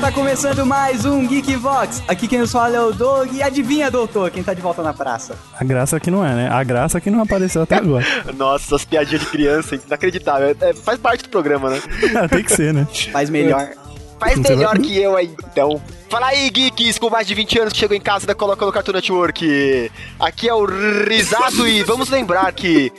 Tá começando mais um Geek Vox. Aqui quem nos fala é o Doug. E adivinha, doutor, quem tá de volta na praça? A graça que não é, né? A graça que não apareceu até agora. Nossa, essas piadinhas de criança, inacreditável. É, faz parte do programa, né? Tem que ser, né? Faz melhor. Faz melhor que eu aí, então. Fala aí, geeks com mais de 20 anos que chegou em casa da Coloca no Cartoon Network. Aqui é o Risato e vamos lembrar que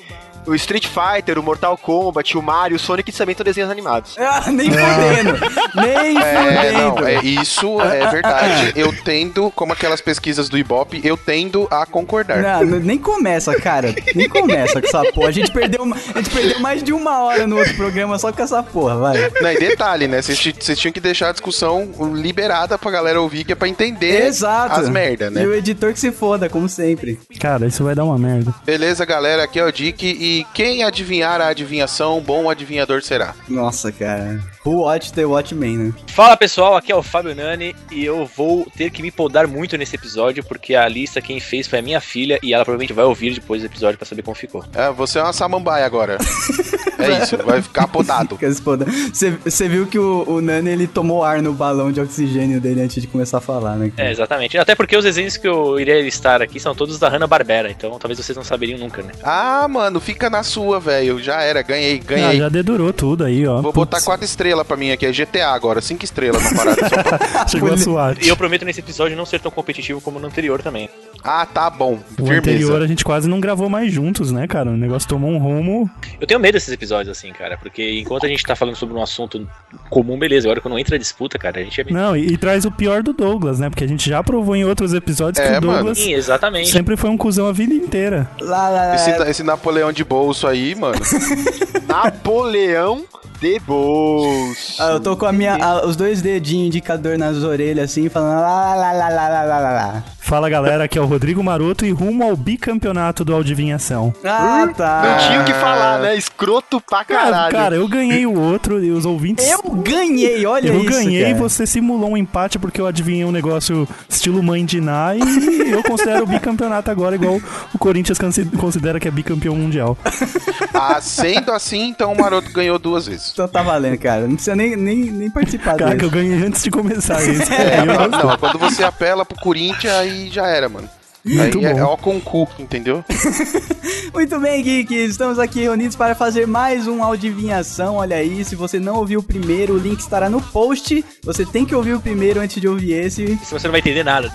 o Street Fighter, o Mortal Kombat, o Mario, o Sonic também são desenhos animados. Ah, nem fudendo. Nem É, fudendo. não, é, isso é verdade. Eu tendo, como aquelas pesquisas do Ibope, eu tendo a concordar. Não, n- nem começa, cara. Nem começa com essa porra. A gente, perdeu, uma- a gente perdeu mais de uma hora no outro programa só com essa porra, vai. Não, e detalhe, né? Vocês ti- vocês tinham que deixar a discussão liberada pra galera ouvir, que é pra entender Exato. as merda, né? E o editor que se foda, como sempre. Cara, isso vai dar uma merda. Beleza, galera, aqui é o Dick, e quem adivinhar a adivinhação, bom adivinhador será. Nossa, cara. Who watched the Watchmen, né? Fala pessoal, aqui é o Fábio Nani e eu vou ter que me podar muito nesse episódio porque a lista quem fez foi a minha filha e ela provavelmente vai ouvir depois do episódio pra saber como ficou. Ah, você é uma samambaia agora. é isso, vai ficar podado. Fica se podando. Você você viu que o, o Nani, ele tomou ar no balão de oxigênio dele antes de começar a falar, né? É, exatamente. Até porque os desenhos que eu iria listar aqui são todos da Hanna-Barbera, então talvez vocês não saberiam nunca, né? Ah, mano, fica na sua, velho. Já era, ganhei, Ah, ganhei. já dedurou tudo aí, ó. Vou botar quatro estrelas pra mim aqui, é GTA agora, cinco estrelas na parada. só pra- quatro. Chegou a SWAT. E eu prometo nesse episódio não ser tão competitivo como no anterior também. Ah, tá bom, O anterior firmeza. a gente quase não gravou mais juntos, né, cara? O negócio tomou um rumo. Eu tenho medo desses episódios assim, cara, porque enquanto a gente tá falando sobre um assunto comum, beleza, agora quando entra a disputa, cara, a gente é meio... Não, e, e traz o pior do Douglas, né? Porque a gente já provou em outros episódios que É, o Douglas Sim, assim, exatamente. sempre foi um cuzão a vida inteira. Lá, lá, lá. Esse, tá esse Napoleão de bolso aí, mano. Napoleão de Bolso. Ah, eu tô com a minha, ah, os dois dedinhos indicador nas orelhas, assim, falando lá, lá, lá, lá, lá, lá, lá, lá. Fala, galera, aqui é o Rodrigo Maroto e rumo ao bicampeonato do Adivinhação. Ah, Não tá. tinha o que falar, né? Escroto pra Cara, caralho. cara, eu ganhei o outro e os ouvintes... Eu ganhei, olha Eu isso, ganhei, cara. você simulou um empate porque eu adivinhei um negócio estilo mãe de Ná e eu considero o bicampeonato agora igual o Corinthians consi- considera que é bicampeão mundial. Ah, sendo assim, então o Maroto ganhou duas vezes. Então tá valendo, cara. Não precisa nem, nem, nem participar Cara, que desse. eu ganhei antes de começar isso. É, Eu não, não- não, quando você apela pro Corinthians, aí já era, mano. Muito aí é bom. ó com o cu, entendeu? Muito bem, geeks. Estamos aqui reunidos para fazer mais um Adivinhação. Olha aí, se você não ouviu o primeiro, o link estará no post. Você tem que ouvir o primeiro antes de ouvir esse. Senão você não vai entender nada.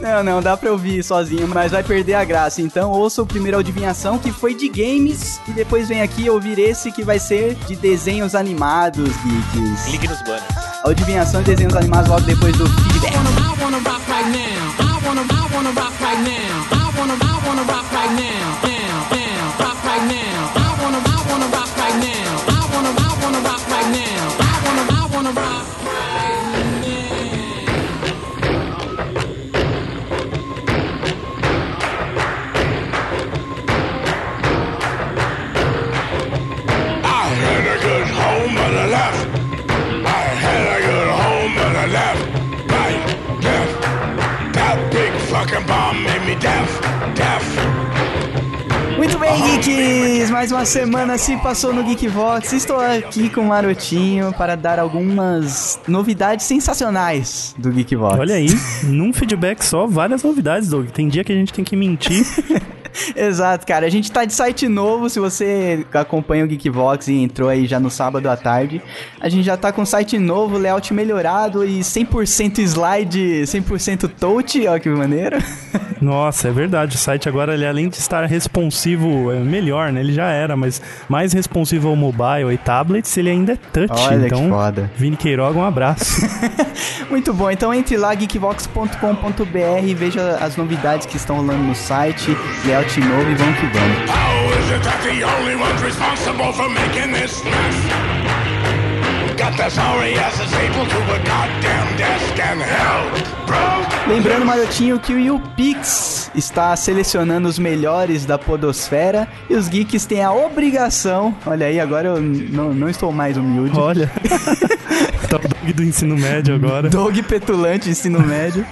Não, não, dá pra ouvir sozinho, mas vai perder a graça. Então ouça o primeiro Adivinhação, que foi de games. E depois vem aqui ouvir esse, que vai ser de desenhos animados, geeks. Clique nos banners. A Adivinhação de desenhos animados logo depois do feedback. I wanna rock right now. I wanna, I wanna rock right now. I wanna, I wanna rock right now. Now, now, rock right now. I wanna, I wanna rock right now. I wanna, I wanna rock right now. I wanna, I wanna rock. I had a good home, but I left. I had a good home, but I left. Right, left. That big fucking bomb made me deaf, deaf. Muito bem, Geeks! Mais uma semana se passou no Geekvox. Estou aqui com o Marotinho para dar algumas novidades sensacionais do Geekvox. Olha aí, num feedback só, várias novidades, Doug. Tem dia que a gente tem que mentir. Exato, cara. A gente tá de site novo. Se você acompanha o Geekvox e entrou aí já no sábado à tarde, a gente já tá com site novo, layout melhorado e 100% slide, 100% touch. Olha que maneiro. Nossa, é verdade. O site agora, ele além de estar responsivo, é melhor, né? Ele já era, mas mais responsivo ao mobile e tablets, ele ainda é touch. Olha que então, foda. Vini Queiroga, um abraço. Muito bom, então entre lá, geekvox.com.br e veja as novidades que estão rolando no site, layout novo e vamos que vamos. How is it that the only one's responsible for making this mess? Got the sorry asses able to a goddamn desk and hell broke. Lembrando, Marotinho, que o YouPix está selecionando os melhores da podosfera e os geeks têm a obrigação... Olha aí, agora eu n- não, não estou mais humilde. Olha. tá o Doug do ensino médio agora. Doug Petulante, ensino médio.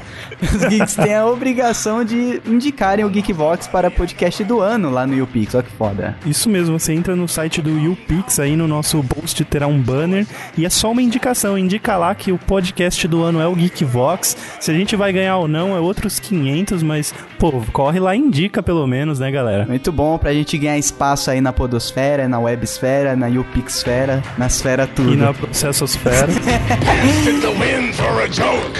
Os geeks têm a obrigação de indicarem o Geekvox para podcast do ano lá no YouPix. Olha que foda. Isso mesmo, você entra no site do YouPix, aí no nosso post terá um banner e é só uma indicação, indica lá que o podcast do ano é o Geekvox. Se a gente vai ganhar ou não é outros 500, mas pô, corre lá e indica pelo menos, né, galera? Muito bom pra gente ganhar espaço aí na podosfera, na websfera, na YouPixfera, na esfera tudo. E na Processosfera. Took the wind for a joke.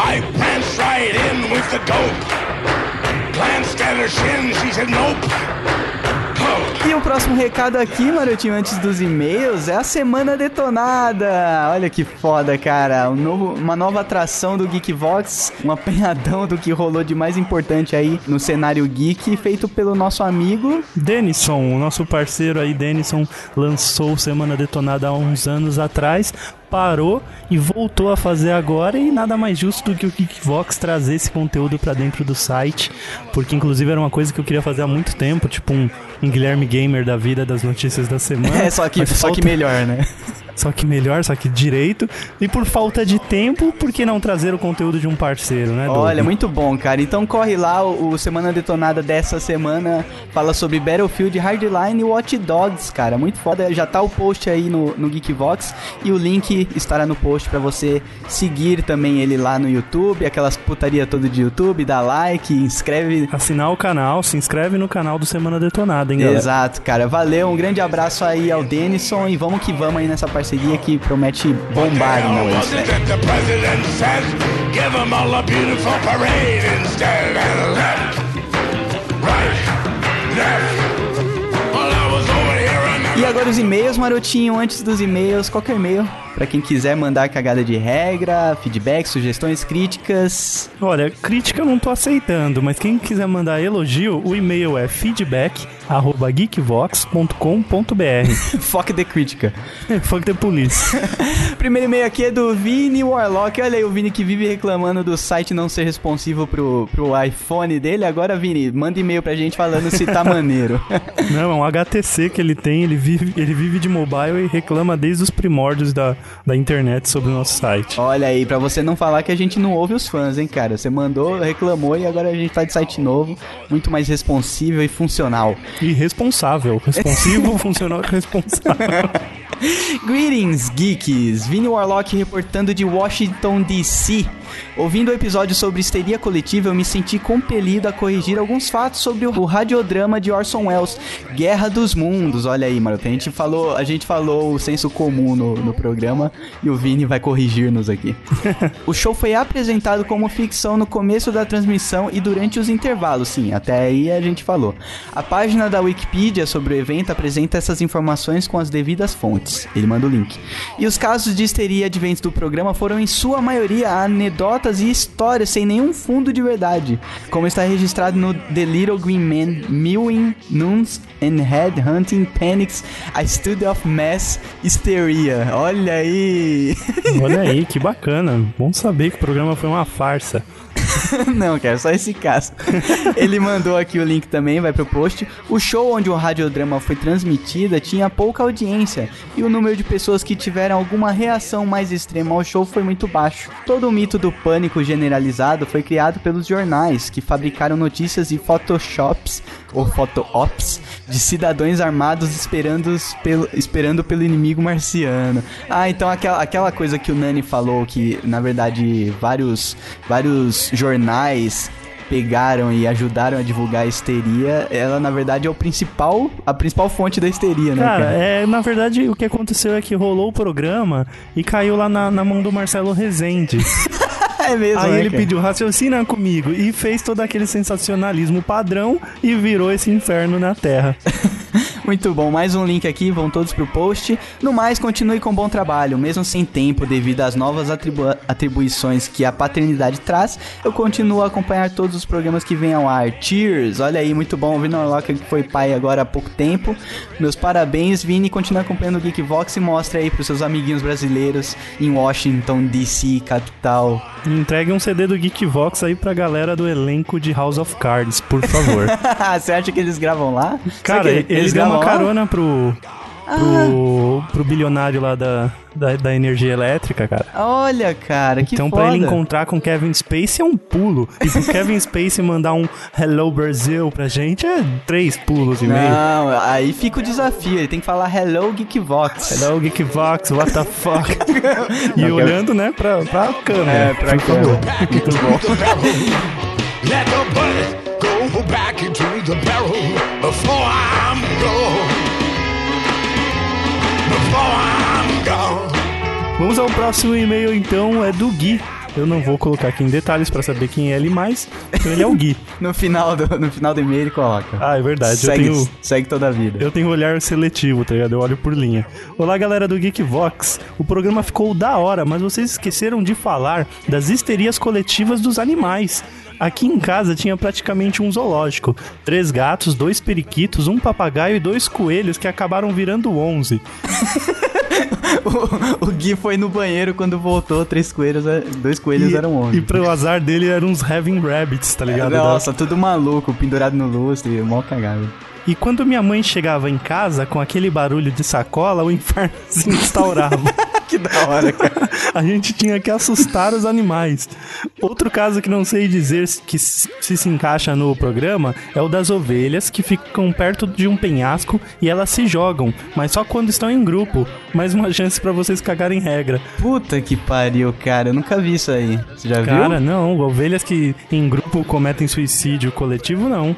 I pranced right in with the dope. Glanced at her shin, she said nope. Oh, E o próximo recado aqui, Marotinho, antes dos e-mails, é a Semana Detonada. Olha que foda, cara. Um novo- uma nova atração do Geekvox, um apanhadão do que rolou de mais importante aí no cenário geek, feito pelo nosso amigo. Denison, o nosso parceiro aí, Denison, lançou Semana Detonada há uns anos atrás, parou e voltou a fazer agora. E nada mais justo do que o Kickvox trazer esse conteúdo pra dentro do site, porque inclusive era uma coisa que eu queria fazer há muito tempo, tipo um, um Guilherme Gamer da vida das notícias da semana. É, só que, Mas só que falta- melhor, né? só que melhor, só que direito. E por falta de tempo, por que não trazer o conteúdo de um parceiro, né? Doug? Olha, muito bom, cara. Então corre lá, o, o Semana Detonada dessa semana fala sobre Battlefield, Hardline e Watch Dogs, cara. Muito foda. Já tá o post aí no, no Geekvox e o link estará no post pra você seguir também ele lá no YouTube, aquelas putaria toda de YouTube, dá like, inscreve. Assinar o canal, se inscreve no canal do Semana Detonada, hein, galera? Exato, cara. Valeu, um grande abraço aí ao Denison e vamos que vamos aí nessa parceria que promete bombar hell ainda was hoje, it velho. that the president said? Give 'em all a beautiful parade instead. And left, right, left. Well, I was over here on the E agora os e-mails, Marotinho, antes dos e-mails, qualquer e-mail, pra quem quiser mandar cagada de regra, feedback, sugestões, críticas. Olha, crítica eu não tô aceitando, mas quem quiser mandar elogio, o e-mail é feedback@geekvox.com.br. Foque de crítica. Fuck the police. Primeiro e-mail aqui é do Vini Warlock. Olha aí o Vini que vive reclamando do site não ser responsivo pro, pro iPhone dele. Agora, Vini, manda e-mail pra gente falando se tá maneiro. Não, é um HTC que ele tem, ele vive, ele vive de mobile e reclama desde os primórdios da, da internet sobre o nosso site. Olha aí, pra você não falar que a gente não ouve os fãs, hein, cara. Você mandou, reclamou e agora a gente tá de site novo, muito mais responsível e funcional. E responsável. Responsivo, funcional e responsável. Greetings, geeks! Vini Warlock reportando de Washington, D.C. Ouvindo o episódio sobre histeria coletiva, eu me senti compelido a corrigir alguns fatos sobre o radiodrama de Orson Welles, Guerra dos Mundos. Olha aí, mano, a gente falou, a gente falou o senso comum no, no programa e o Vini vai corrigir-nos aqui. o show foi apresentado como ficção no começo da transmissão e durante os intervalos, sim, até aí a gente falou. A página da Wikipedia sobre o evento apresenta essas informações com as devidas fontes. Ele manda o link. E os casos de histeria advindos do programa foram, em sua maioria, anedotas e histórias sem nenhum fundo de verdade, como está registrado no The Little Green Man Mewing Nuns and Headhunting Panics A Study of Mass Hysteria. Olha aí! Olha aí, que bacana. Bom saber que o programa foi uma farsa. Não, cara, só esse caso. Ele mandou aqui o link também, vai pro post. O show onde o radiodrama foi transmitida tinha pouca audiência e o número de pessoas que tiveram alguma reação mais extrema ao show foi muito baixo. Todo o mito do pânico generalizado foi criado pelos jornais que fabricaram notícias e photoshops ou photoops de cidadãos armados esperando os pelo, esperando pelo inimigo marciano. Ah, então aquela, aquela coisa que o Nani falou que na verdade vários vários jornais pegaram e ajudaram a divulgar a histeria, ela na verdade é o principal a principal fonte da histeria, né, Cara, cara? é, na verdade, o que aconteceu é que rolou o programa e caiu lá na, na mão do Marcelo Rezende. É, mesmo, Aí né, ele cara? pediu raciocina comigo e fez todo aquele sensacionalismo padrão e virou esse inferno na Terra. Muito bom, mais um link aqui, vão todos pro post. No mais, continue com bom trabalho, mesmo sem tempo devido às novas atribu- atribuições que a paternidade traz. Eu continuo a acompanhar todos os programas que vêm ao ar. Cheers! Olha aí, muito bom, o Vini Orlock que foi pai agora há pouco tempo. Meus parabéns, Vini, continua acompanhando o Geekvox e mostra aí pros seus amiguinhos brasileiros em Washington, D.C., capital. E Entregue um CD do Geekvox aí pra galera do elenco de House of Cards, por favor. Você acha que eles Ah. gravam lá? Será Cara, que ele, deu uma lá? carona pro. pro, pro bilionário lá da, da, da energia elétrica, cara. Olha, cara, que então, foda. pra ele encontrar com Kevin Spacey é um pulo. E pro Kevin Spacey mandar um Hello Brasil pra gente é três pulos e meio. Não, aí fica o desafio. Ele tem que falar Hello Geekvox. Hello, Geekvox, what the fuck? e olhando, né, pra, pra câmera. É, pra câmera. Muito bom. Let the bullet go back into the barrel before I'm gone. Before I'm gone. Vamos ao próximo e-mail, então, é do Gui. Eu não vou colocar aqui em detalhes pra saber quem é ele mais. Então ele é o Gui. No final do, no final do e-mail ele coloca. Ah, é verdade. segue, Eu tenho segue toda a vida. Eu tenho olhar seletivo, tá ligado? Eu olho por linha. Olá, galera do Geekvox. O programa ficou da hora, mas vocês esqueceram de falar das histerias coletivas dos animais. Aqui em casa tinha praticamente um zoológico. Três gatos, dois periquitos, um papagaio e dois coelhos que acabaram virando onze. O, o Gui foi no banheiro quando voltou, três coelhos, é, dois coelhos e, eram E homens. pro azar dele eram uns Heaven Rabbits, tá ligado? Da- Nossa, tudo maluco, pendurado no lustre, mó cagado. E quando minha mãe chegava em casa com aquele barulho de sacola, o inferno se instaurava. Que da hora, cara. A gente tinha que assustar os animais. Outro caso que não sei dizer se- que se se se encaixa no programa é o das ovelhas que ficam perto de um penhasco e elas se jogam, mas só quando estão em grupo. Mais uma chance pra vocês cagarem regra. Puta que pariu, cara. Eu nunca vi isso aí. Você já Cara, viu? não, ovelhas que em grupo cometem suicídio coletivo, não.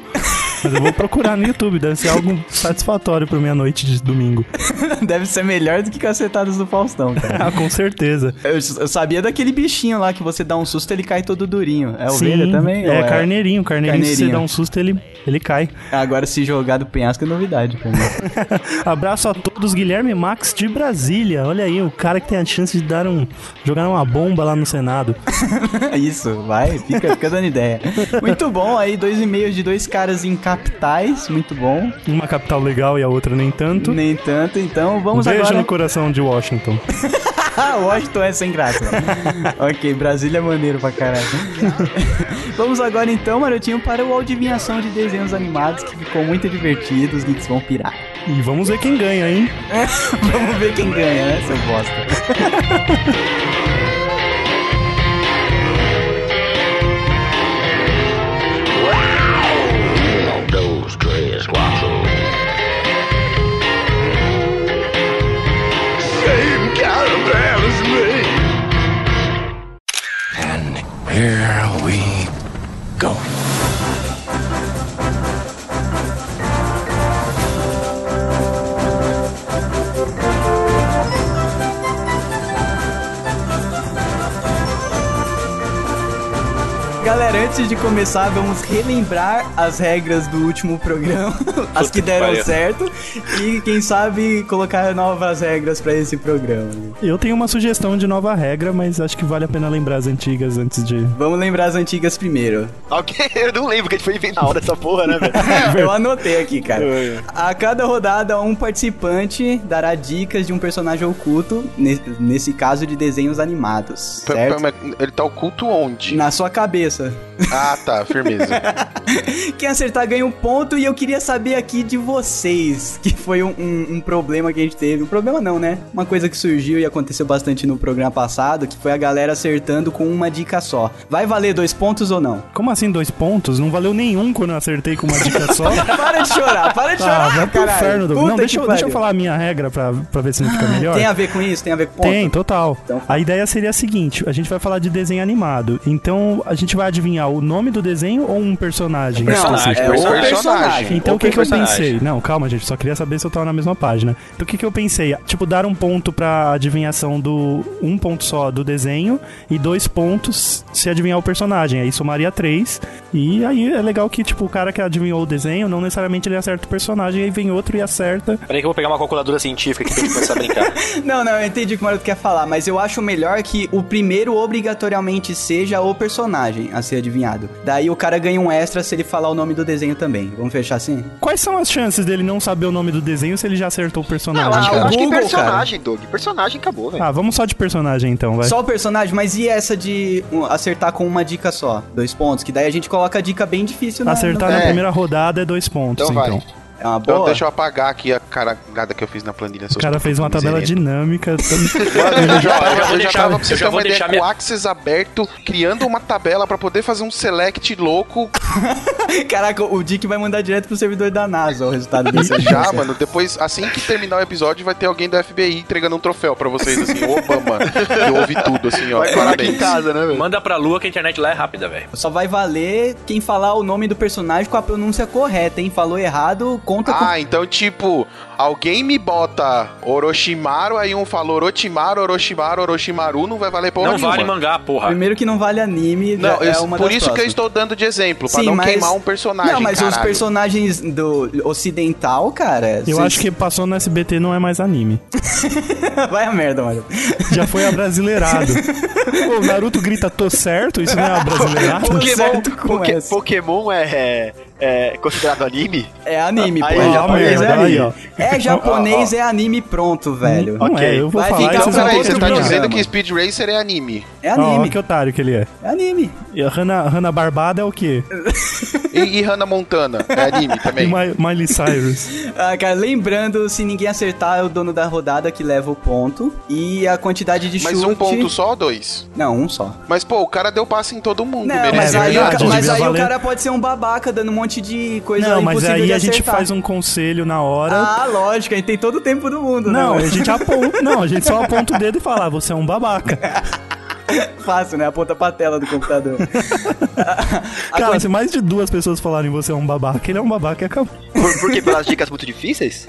Mas eu vou procurar no YouTube, deve ser algo satisfatório pra minha noite de domingo. Deve ser melhor do que cacetadas do Faustão, cara. Ah, com certeza. Eu, eu sabia daquele bichinho lá que você dá um susto ele cai todo durinho. É Sim, ovelha também? É, Ou carneirinho, carneirinho. Se você Carneirinho. dá um susto, ele, ele cai. Agora se jogar do penhasco é novidade pra mim. Abraço a todos, Guilherme Max de Brasília. Olha aí, o cara que tem a chance de dar um jogar uma bomba lá no Senado. É Isso, vai, fica, fica dando ideia. Muito bom, aí dois e-mails de dois caras em capitais, muito bom. Uma capital legal e a outra nem tanto. Nem tanto, então vamos um beijo agora. no coração de Washington. Ah, Washington é sem graça. ok, Brasília é maneiro pra caralho. Vamos agora então, Marotinho, para o Adivinhação de Desenhos Animados, que ficou muito divertido, os geeks vão pirar. E vamos ver quem ganha, hein? Vamos ver quem ganha, né, seu bosta. Those tres guachos. Same caravan as me. And here we go. Galera, antes de começar, vamos relembrar as regras do último programa, as que que deram pariu. certo, e quem sabe colocar novas regras pra esse programa. Eu tenho uma sugestão de nova regra, mas acho que vale a pena lembrar as antigas antes de. Vamos lembrar as antigas primeiro. Alguém, eu não lembro que a gente foi inventar na hora essa porra, né, velho? Eu anotei aqui, cara. A cada rodada, um participante dará dicas de um personagem oculto, ne- nesse caso de desenhos animados, P- p- certo? mas Ele tá oculto onde? Na sua cabeça. Ah, tá, firmeza. Quem acertar ganha um ponto e eu queria saber aqui de vocês, que foi um, um- um problema que a gente teve. Um problema não, né? Uma coisa que surgiu e aconteceu bastante no programa passado, que foi a galera acertando com uma dica só. Vai valer dois pontos ou não? Como assim, dois pontos? Não valeu nenhum quando eu acertei com uma dica só. Para de chorar, para de Ah, chorar, vai pro caralho. inferno, Douglas. Puta Não, deixa, que eu- deixa pariu. eu Ah, falar a minha regra pra, pra ver se não fica melhor. Tem a ver com isso? Tem a ver com ponto? Tem, total. Então- A ideia seria a seguinte: a gente vai falar de desenho animado. Então a gente vai adivinhar o nome do desenho ou um personagem? Não, Personagem, é o personagem. É, personagem. Então o Outro que, que eu personagem. pensei? Não, calma, gente, só queria saber se eu tava na mesma página. Então o que, que eu pensei? Tipo, dar um ponto pra adivinhação do. Um ponto só do desenho e dois pontos se adivinhar o personagem. Aí somaria três. E aí é legal que, tipo, o cara que adivinhou o desenho, não necessariamente ele acerta o personagem, aí vem outro e acerta. Peraí que eu vou pegar uma calculadora científica aqui pra gente começar a brincar. Não, não, eu entendi o que o Maroto quer falar, mas eu acho melhor que o primeiro obrigatoriamente seja o personagem a ser adivinhado. Daí o cara ganha um extra se ele falar o nome do desenho também. Vamos fechar assim? Quais são as chances dele não saber o nome do desenho se ele já acertou o personagem? Não, acho, cara? Ah, eu acho que Google, personagem, Doug. Personagem acabou, velho. Ah, vamos só de personagem então, vai. Só o personagem, mas e essa de um, acertar com uma dica só? Dois pontos, que daí a gente coloca a dica bem difícil na Acertar no- na É. primeira rodada é dois pontos, Então vai. então. É uma Então boa. deixa eu apagar aqui a caragada que eu fiz na planilha. O cara fez uma tabela dinâmica. tanto- Mano, eu já Eu já tava, vou eu já deixar- tava pra vocês eu já terem vou uma ideia deixar com o minha- Axis aberto, criando uma tabela pra poder fazer um select louco Caraca, o Dick vai mandar direto pro servidor da NASA o resultado desse já, mano. Depois, assim que terminar o episódio, vai ter alguém do FBI entregando um troféu pra vocês, assim, o Obama. Eu ouvi tudo, assim, ó. Vai ficar aqui em Parabéns. casa, né, velho? Manda pra lua que a internet lá é rápida, velho. Só vai valer quem falar o nome do personagem com a pronúncia correta, hein? Falou errado, conta com... Ah, então, tipo, alguém me bota Orochimaru, aí um fala Orochimaru, Orochimaru, Orochimaru, não vai valer porra não nenhuma. vale mangá, porra. Primeiro que não vale anime, Não, é eu- uma por das isso que eu próximas. estou dando de exemplo, pra Sim, não mas- queimar um personagem. Não, mas os caralho. personagens do ocidental, cara... Eu acho que passou no SBT não é mais anime. vai a merda, mano. Já foi abrasileirado. Pô, o Naruto grita, tô certo? Isso não é abrasileirado? Pô, Tá Pokémon, certo com Poké- essa. Pokémon é, é- é considerado anime? É anime, pô. Aí, é ó, japonês, é merda, aí, anime. É japonês, é anime, pronto, velho. Não Ok. é, eu vou Vai ficar- falar um e vocês Então, vão Não, ter peraí, você que tá brigar. dizendo que Speed Racer é anime. É Ó, anime, ó, que otário que ele é. é anime. E a Hannah, Hannah Barbada é o quê? E, e Hannah Montana é anime E também. Mi- Miley Cyrus. Ah, cara, lembrando, se ninguém acertar, é o dono da rodada que leva o ponto. E a quantidade de Mas chute... um ponto só ou dois? Não, um só. Mas, pô, o cara deu passe em todo mundo. um Não, merecia. mas, É aí, o, verdade, ca- mas devia aí o valer. cara pode ser um babaca dando um monte de coisa não, mas impossível aí de a gente acertar. faz um conselho na hora. Ah, lógico, a gente tem todo o tempo do mundo, Não, né? a gente aponta. Não, a gente só aponta o dedo e fala, "Ah, você é um babaca. é fácil, né? Aponta pra tela do computador. A Cara, quanti- se mais de duas pessoas falarem você é um babaca, ele é um babaca e acabou. Por, por quê? Pelas dicas muito difíceis?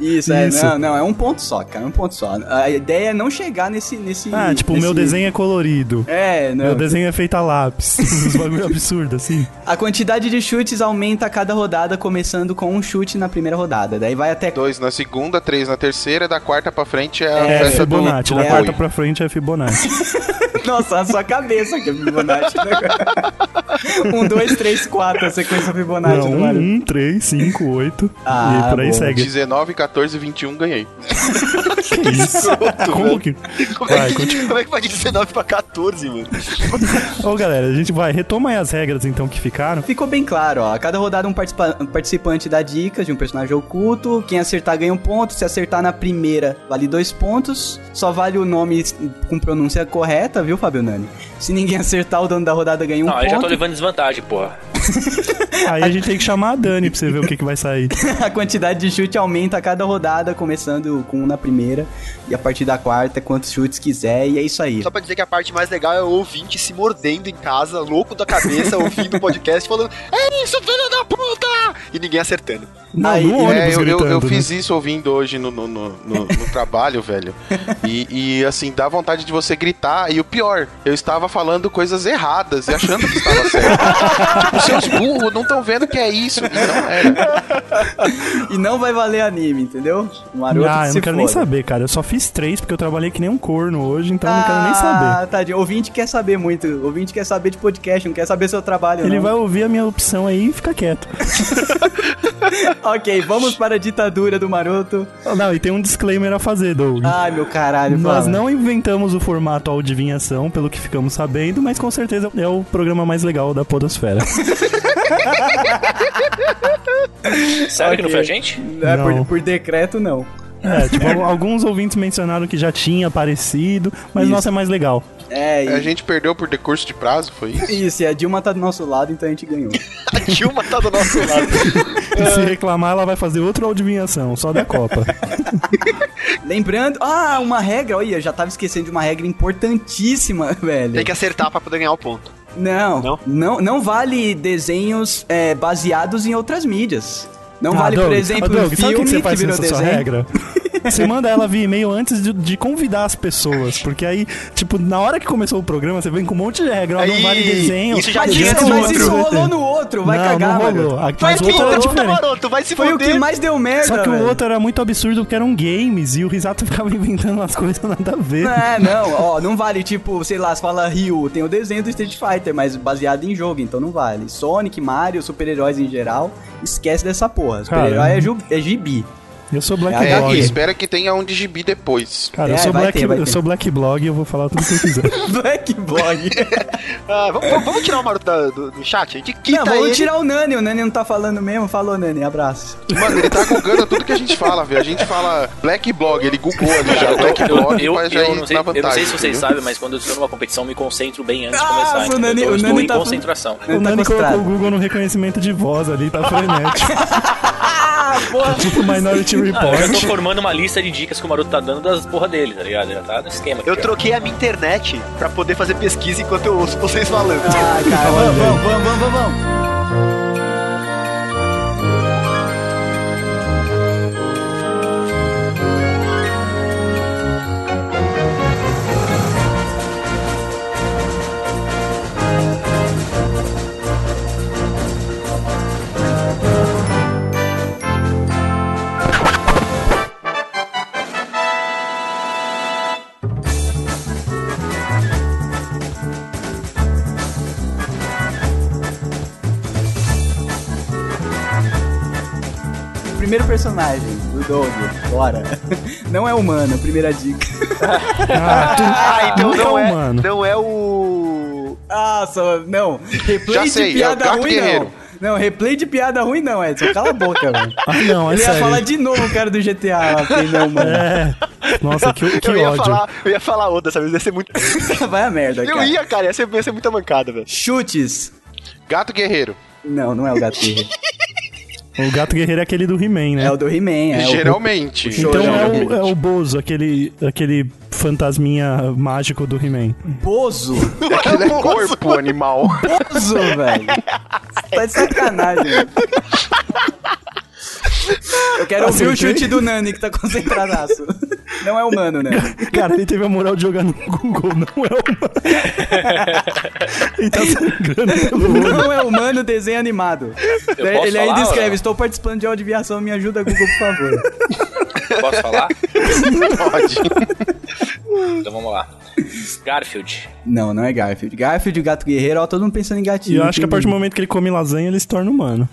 Isso, é, tipo, isso. não, não, é um ponto só, cara, é um ponto só. A ideia é não chegar nesse... nesse Ah, tipo, o nesse- meu desenho é colorido. É, não. Meu desenho é feito a lápis. Uns bagulho absurdo, assim. A quantidade de chutes aumenta a cada rodada, começando com um chute na primeira rodada. Daí vai até... Dois na segunda, três na terceira, da quarta pra frente é a É, É, festa do, Fibonacci. do Da quarta boi. pra frente é Fibonacci. Nossa, a sua cabeça que é Fibonacci. Né? um, dois, três, quatro, a sequência Fibonacci Não, do Mario. 1, 3, 5, 8. Ah, E por aí boa. segue. 19, 14, 21, ganhei. Que isso? Como que... Como, Vai, é que, continua. como é que vai de 19 pra 14, mano? Ô, galera, a gente vai. Retoma aí as regras, então, que ficaram. Ficou bem claro, ó. A cada rodada um, participa- um participante dá dicas de um personagem oculto. Quem acertar ganha um ponto. Se acertar na primeira, vale dois pontos. Só vale o nome s- com pronúncia correta, viu, Fabio Nani? Se ninguém acertar, o dono da rodada ganha um não, ponto. eu já tô levando desvantagem, porra. Aí a gente tem que chamar a Dani pra você ver o que, que vai sair. A quantidade de chute aumenta a cada rodada, começando com um na primeira. E a partir da quarta, quantos chutes quiser. E é isso aí. Só pra dizer que a parte mais legal é o ouvinte se mordendo em casa, louco da cabeça, ouvindo o podcast, falando: É isso, filho da puta! E ninguém acertando. Não, Aí, no ônibus É, eu, eu- eu gritando. né? fiz isso ouvindo hoje no, no, no- no- no trabalho, velho. E, e, assim, dá vontade de você gritar. E o pior, eu estava falando coisas erradas e achando que estava certo. tipo, seus burros não estão vendo que é isso. E não era. E não vai valer anime, entendeu? O Maroto que Ah, eu se não quero nem foda. saber, cara. Eu só fiz três porque eu trabalhei que nem um corno hoje, então eu não quero nem saber. Ah, tadinho. Ouvinte quer saber muito. Ouvinte quer saber de podcast, não quer saber seu trabalho. Ele não. vai ouvir a minha opção aí e fica quieto. Ok, vamos para a ditadura do Maroto. Não, e tem um disclaimer a fazer, Doug. Ai, meu caralho, Nós fala. né? não inventamos o formato adivinhação, pelo que ficamos sabendo, mas com certeza é o programa mais legal da Podosfera. Sério que não Ok. foi a gente? É, não. Por, por decreto, não. É, tipo, al- alguns ouvintes mencionaram que já tinha aparecido, mas Isso. nossa, é mais legal. É, A e- gente perdeu por decurso de prazo, foi isso? isso. E a Dilma tá do nosso lado, então a gente ganhou. A Dilma tá do nosso lado. É. E se reclamar, ela vai fazer outra adivinhação, só da Copa. Lembrando... Ah, uma regra. Olha, eu já tava esquecendo de uma regra importantíssima, velho. Tem que acertar pra poder ganhar o ponto. Não, não, Não? não, vale desenhos é, baseados em outras mídias. Não Então vale, por exemplo, Ah, Doug, um sabe o filme que você que, faz com virou essa sua desenho. regra? Você manda ela via e-mail antes de, de convidar as pessoas, porque aí, tipo, na hora que começou o programa, você vem com um monte de regra, ó, não Aí, vale desenho. isso já Mas, Adianta isso, no mas outro. isso rolou no outro, vai não, cagar, não mano. rolou. A- Vai mas o outro puta, era puta, diferente. maroto, vai se Foi o que foder. mais deu merda, Só que velho. o outro era muito absurdo porque eram games e o Risato ficava inventando umas coisas nada a ver. É, não, ó, não vale, tipo, sei lá, se fala Ryu, tem o desenho do Street Fighter, mas baseado em jogo, então não vale. Sonic, Mario, super-heróis em geral, esquece dessa porra. Super-herói Cara, é, ju- é gibi. Eu sou Black É, É, Blog. e espera que tenha um de gibi depois. Cara, É, eu, sou vai black, ter, vai eu ter. sou Black Blog e eu vou falar tudo que eu quiser. é Black Blog. Ah, vamos, vamos- vamos tirar o Maroto da- do, do chat? A gente quita Não, tá vamos ele. tirar o Nani. O Nani não tá falando mesmo. Falou, Nani. Abraço. Mano, ele tá googando tudo que a gente fala, velho. A gente fala Black Blog, ele googou ali já, Cara, Black eu, Blog, eu, mas já eu, ir não sei, na eu vantagem. não sei se vocês entendeu? sabem, mas quando eu estou numa competição, eu me concentro bem antes de Ah, começar. o entendeu? Nani- eu o estou Nani em tá- concentração. O Nani colocou frustrado. o Google no reconhecimento de voz ali, tá frenético. tipo Minority Ah, eu já tô Report. formando uma lista de dicas que o Maroto tá dando das porra dele, tá ligado? Já tá no esquema. aqui, Eu ó. troquei a minha internet pra poder fazer pesquisa enquanto eu ouço vocês falando. Ah, cara, vamos, vamos, vamos, vamos, vamos, vamos. Primeiro personagem do Doug, bora. Não é humano, primeira dica. Ah, tu- Ah, então nunca não é, humano. não é o. Ah, só. Não. Replay Já de sei, é o piada Gato ruim, Guerreiro. não. Não, replay de piada ruim não, Edson. Cala a boca, velho. Ah, não, é Ele ia sério. falar de novo o cara do GTA lá, porque não, mano. É. Nossa, que, que eu, ia ódio. falar, eu ia falar outra, sabe? Ia ser muito. É. Vai a merda, eu cara. ia, cara, ia ser, ia ser muita mancada, velho. Chutes. Gato Guerreiro. Não, não é o Gato Guerreiro. O gato guerreiro é aquele do He-Man, né? É o do He-Man, é o... Geralmente. Então é o, Geralmente. é o Bozo, aquele, aquele fantasminha mágico do He-Man. Bozo. Aquilo é corpo animal. Bozo, velho. Tá de sacanagem. velho. Eu quero ouvir o Acertei? chute do Nani, que tá concentradaço. Não é humano, né? Cara, ele teve a moral de jogar no Google, não é uma. ele tá sangrando pelo olho. Não é humano, desenho animado. Eu ele posso ele falar, ainda escreve, Léo? estou participando de audiviação, me ajuda, Google, por favor. Posso falar? Pode. Então vamos lá. Garfield. Não, não é Garfield. Garfield, o gato guerreiro, ó, todo mundo pensando em E gatinho. um eu acho que a partir do momento que ele come lasanha, ele se torna humano.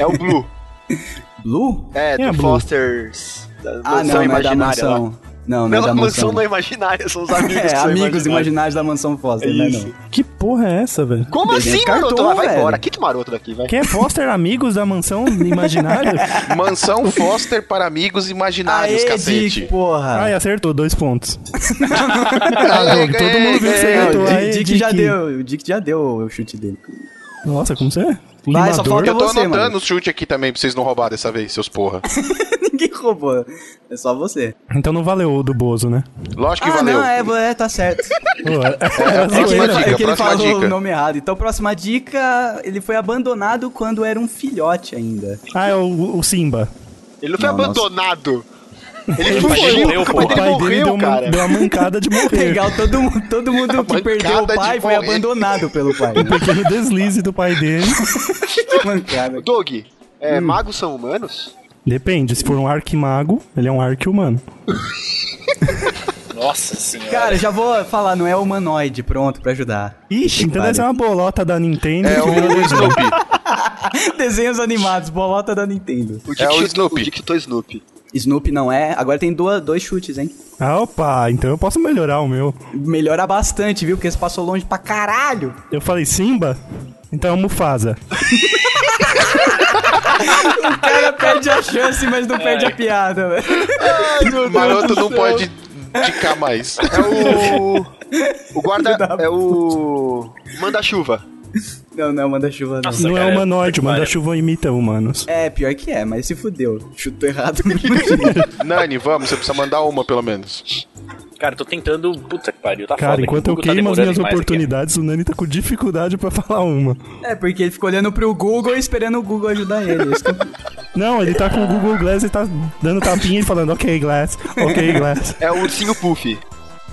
É o Blue. Blue? É, Quem é do Blue? Fosters. Da Ah, mansão não, não é da imaginária lá. mansão. Não, não é Não, da a mansão. mansão não é imaginária, são os amigos que É, são amigos imaginários da mansão Foster, né? Isso. Não. Que porra é essa, velho? Como Desenho assim, de cartoon, maroto? Ah, vai velho. embora, quita o maroto daqui, vai. Quem é Foster Amigos da Mansão Imaginária? Mansão Foster para amigos imaginários, Aê, cacete. Dick, porra. Ai, acertou, dois pontos. Ah, Doug, todo mundo viu que você É, acertou. o Aí, Dick, Dick já deu, o Dick já deu o chute dele. Nossa, como você é? Vai, só Limador? falta Eu tô você, anotando mano. o chute aqui também pra vocês não roubar dessa vez, seus porra. Ninguém roubou. É só você. Então não valeu o do Bozo, né? Lógico que ah, valeu. não, é, vo- é, tá certo. Pô, a É que, Próxima ele, dica, é que ele próxima falou dica. o nome errado. Então, próxima dica, ele foi abandonado quando era um filhote ainda. ah, é o, o Simba. Ele não foi Não, nossa. abandonado. Ele pai dele fugiu, morreu, o pô. pai dele deu, morreu, uma- cara. deu uma mancada de morrer. Legal, todo mundo, todo mundo que Mancada perdeu o de pai foi morrer. abandonado pelo pai. Um pequeno deslize do pai dele. Que mancada. Dog, é, magos são humanos? Depende, se for um arquimago, ele é um arqui-humano. Nossa senhora. Cara, já vou falar, não é humanoide, pronto, pra ajudar. Ixi, então deve ser uma bolota da Nintendo. É que virou o legenda. Snoopy. Desenhos animados, bolota da Nintendo. O É o chutou- Snoopy. O Dick chutou Snoopy. Snoopy não é, agora tem duas, dois chutes, hein? Ah, opa, então eu posso melhorar o meu. Melhora bastante, viu? Porque você passou longe pra caralho. Eu falei Simba? Então é o Mufasa. O cara perde a chance, mas não perde a piada, né? velho. Maroto não pode indicar mais. É o... o guarda... É o... Manda-chuva. Não, não, manda chuva não. Nossa, não cara, é humanoide, puta que manda chuva imita humanos. É, pior que é, mas se fudeu. Chutou errado. Nani, vamos, você precisa mandar uma pelo menos. Cara, tô tentando. Puta que pariu, tá Cara, foda. enquanto O eu Google tá queimo as minhas demorando demais aqui. oportunidades, o Nani tá com dificuldade pra falar uma. é, porque ele ficou olhando pro Google e esperando o Google ajudar ele. Isso que eu- Não, ele tá com o Google Glass e tá dando tapinha e falando, ok, Glass, ok, Glass. É o ursinho Puff.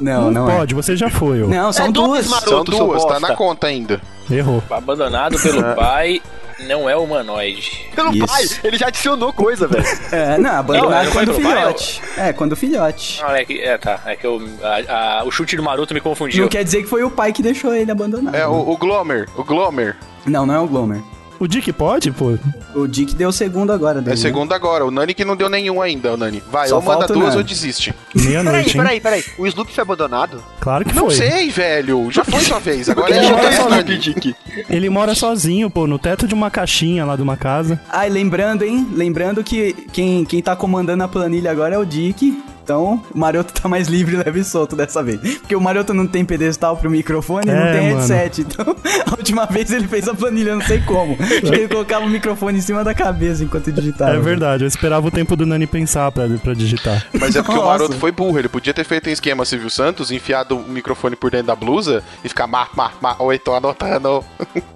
Não, não é. Pode, você já foi, eu. Não, são É duas. duas, São Maroto, seu duas, tá bosta. na conta ainda. Errou. Abandonado pelo pai, não é humanoide. Pelo Isso. pai, ele já adicionou coisa, velho. É, não, Não, abandonado não foi quando pro pai, filhote. É, quando filhote. Ah, é, que, é tá. É que eu, a- a- o chute do Maroto me confundiu. Não quer dizer que foi o pai que deixou ele abandonado. É o, o Glomer, o Glomer. Não, não é o Glomer. O Dick pode, pô? O Dick deu o segundo agora. dele, É né? segundo agora. O Nani que não deu nenhum ainda, o Nani. Vai, Só ou manda falta o duas Nani. ou desiste. Peraí, Meia-noite, hein? peraí, peraí. O Sloop foi abandonado? Claro que Não foi. sei, velho. Já foi sua vez. Agora Ele é já a tá vez, falando Nani. aqui, Dick. Ele mora sozinho, pô, no teto de uma caixinha lá de uma casa. Ah, e lembrando, hein? Lembrando que quem, quem tá comandando a planilha agora é o Dick. Então, o Maroto tá mais livre, leve e solto dessa vez. Porque o Maroto não tem pedestal pro microfone e não É, tem mano. headset. Então, a última vez ele fez a planilha, eu não sei como. Acho que ele colocava o microfone em cima da cabeça enquanto Ah, digitava. é verdade, eu esperava o tempo do Nani pensar pra, pra digitar. Mas é porque o Nossa. Maroto foi burro. Ele podia ter feito um esquema Silvio Santos, enfiado o microfone por dentro da blusa e ficar má, má, má. Oi, tô então anotando.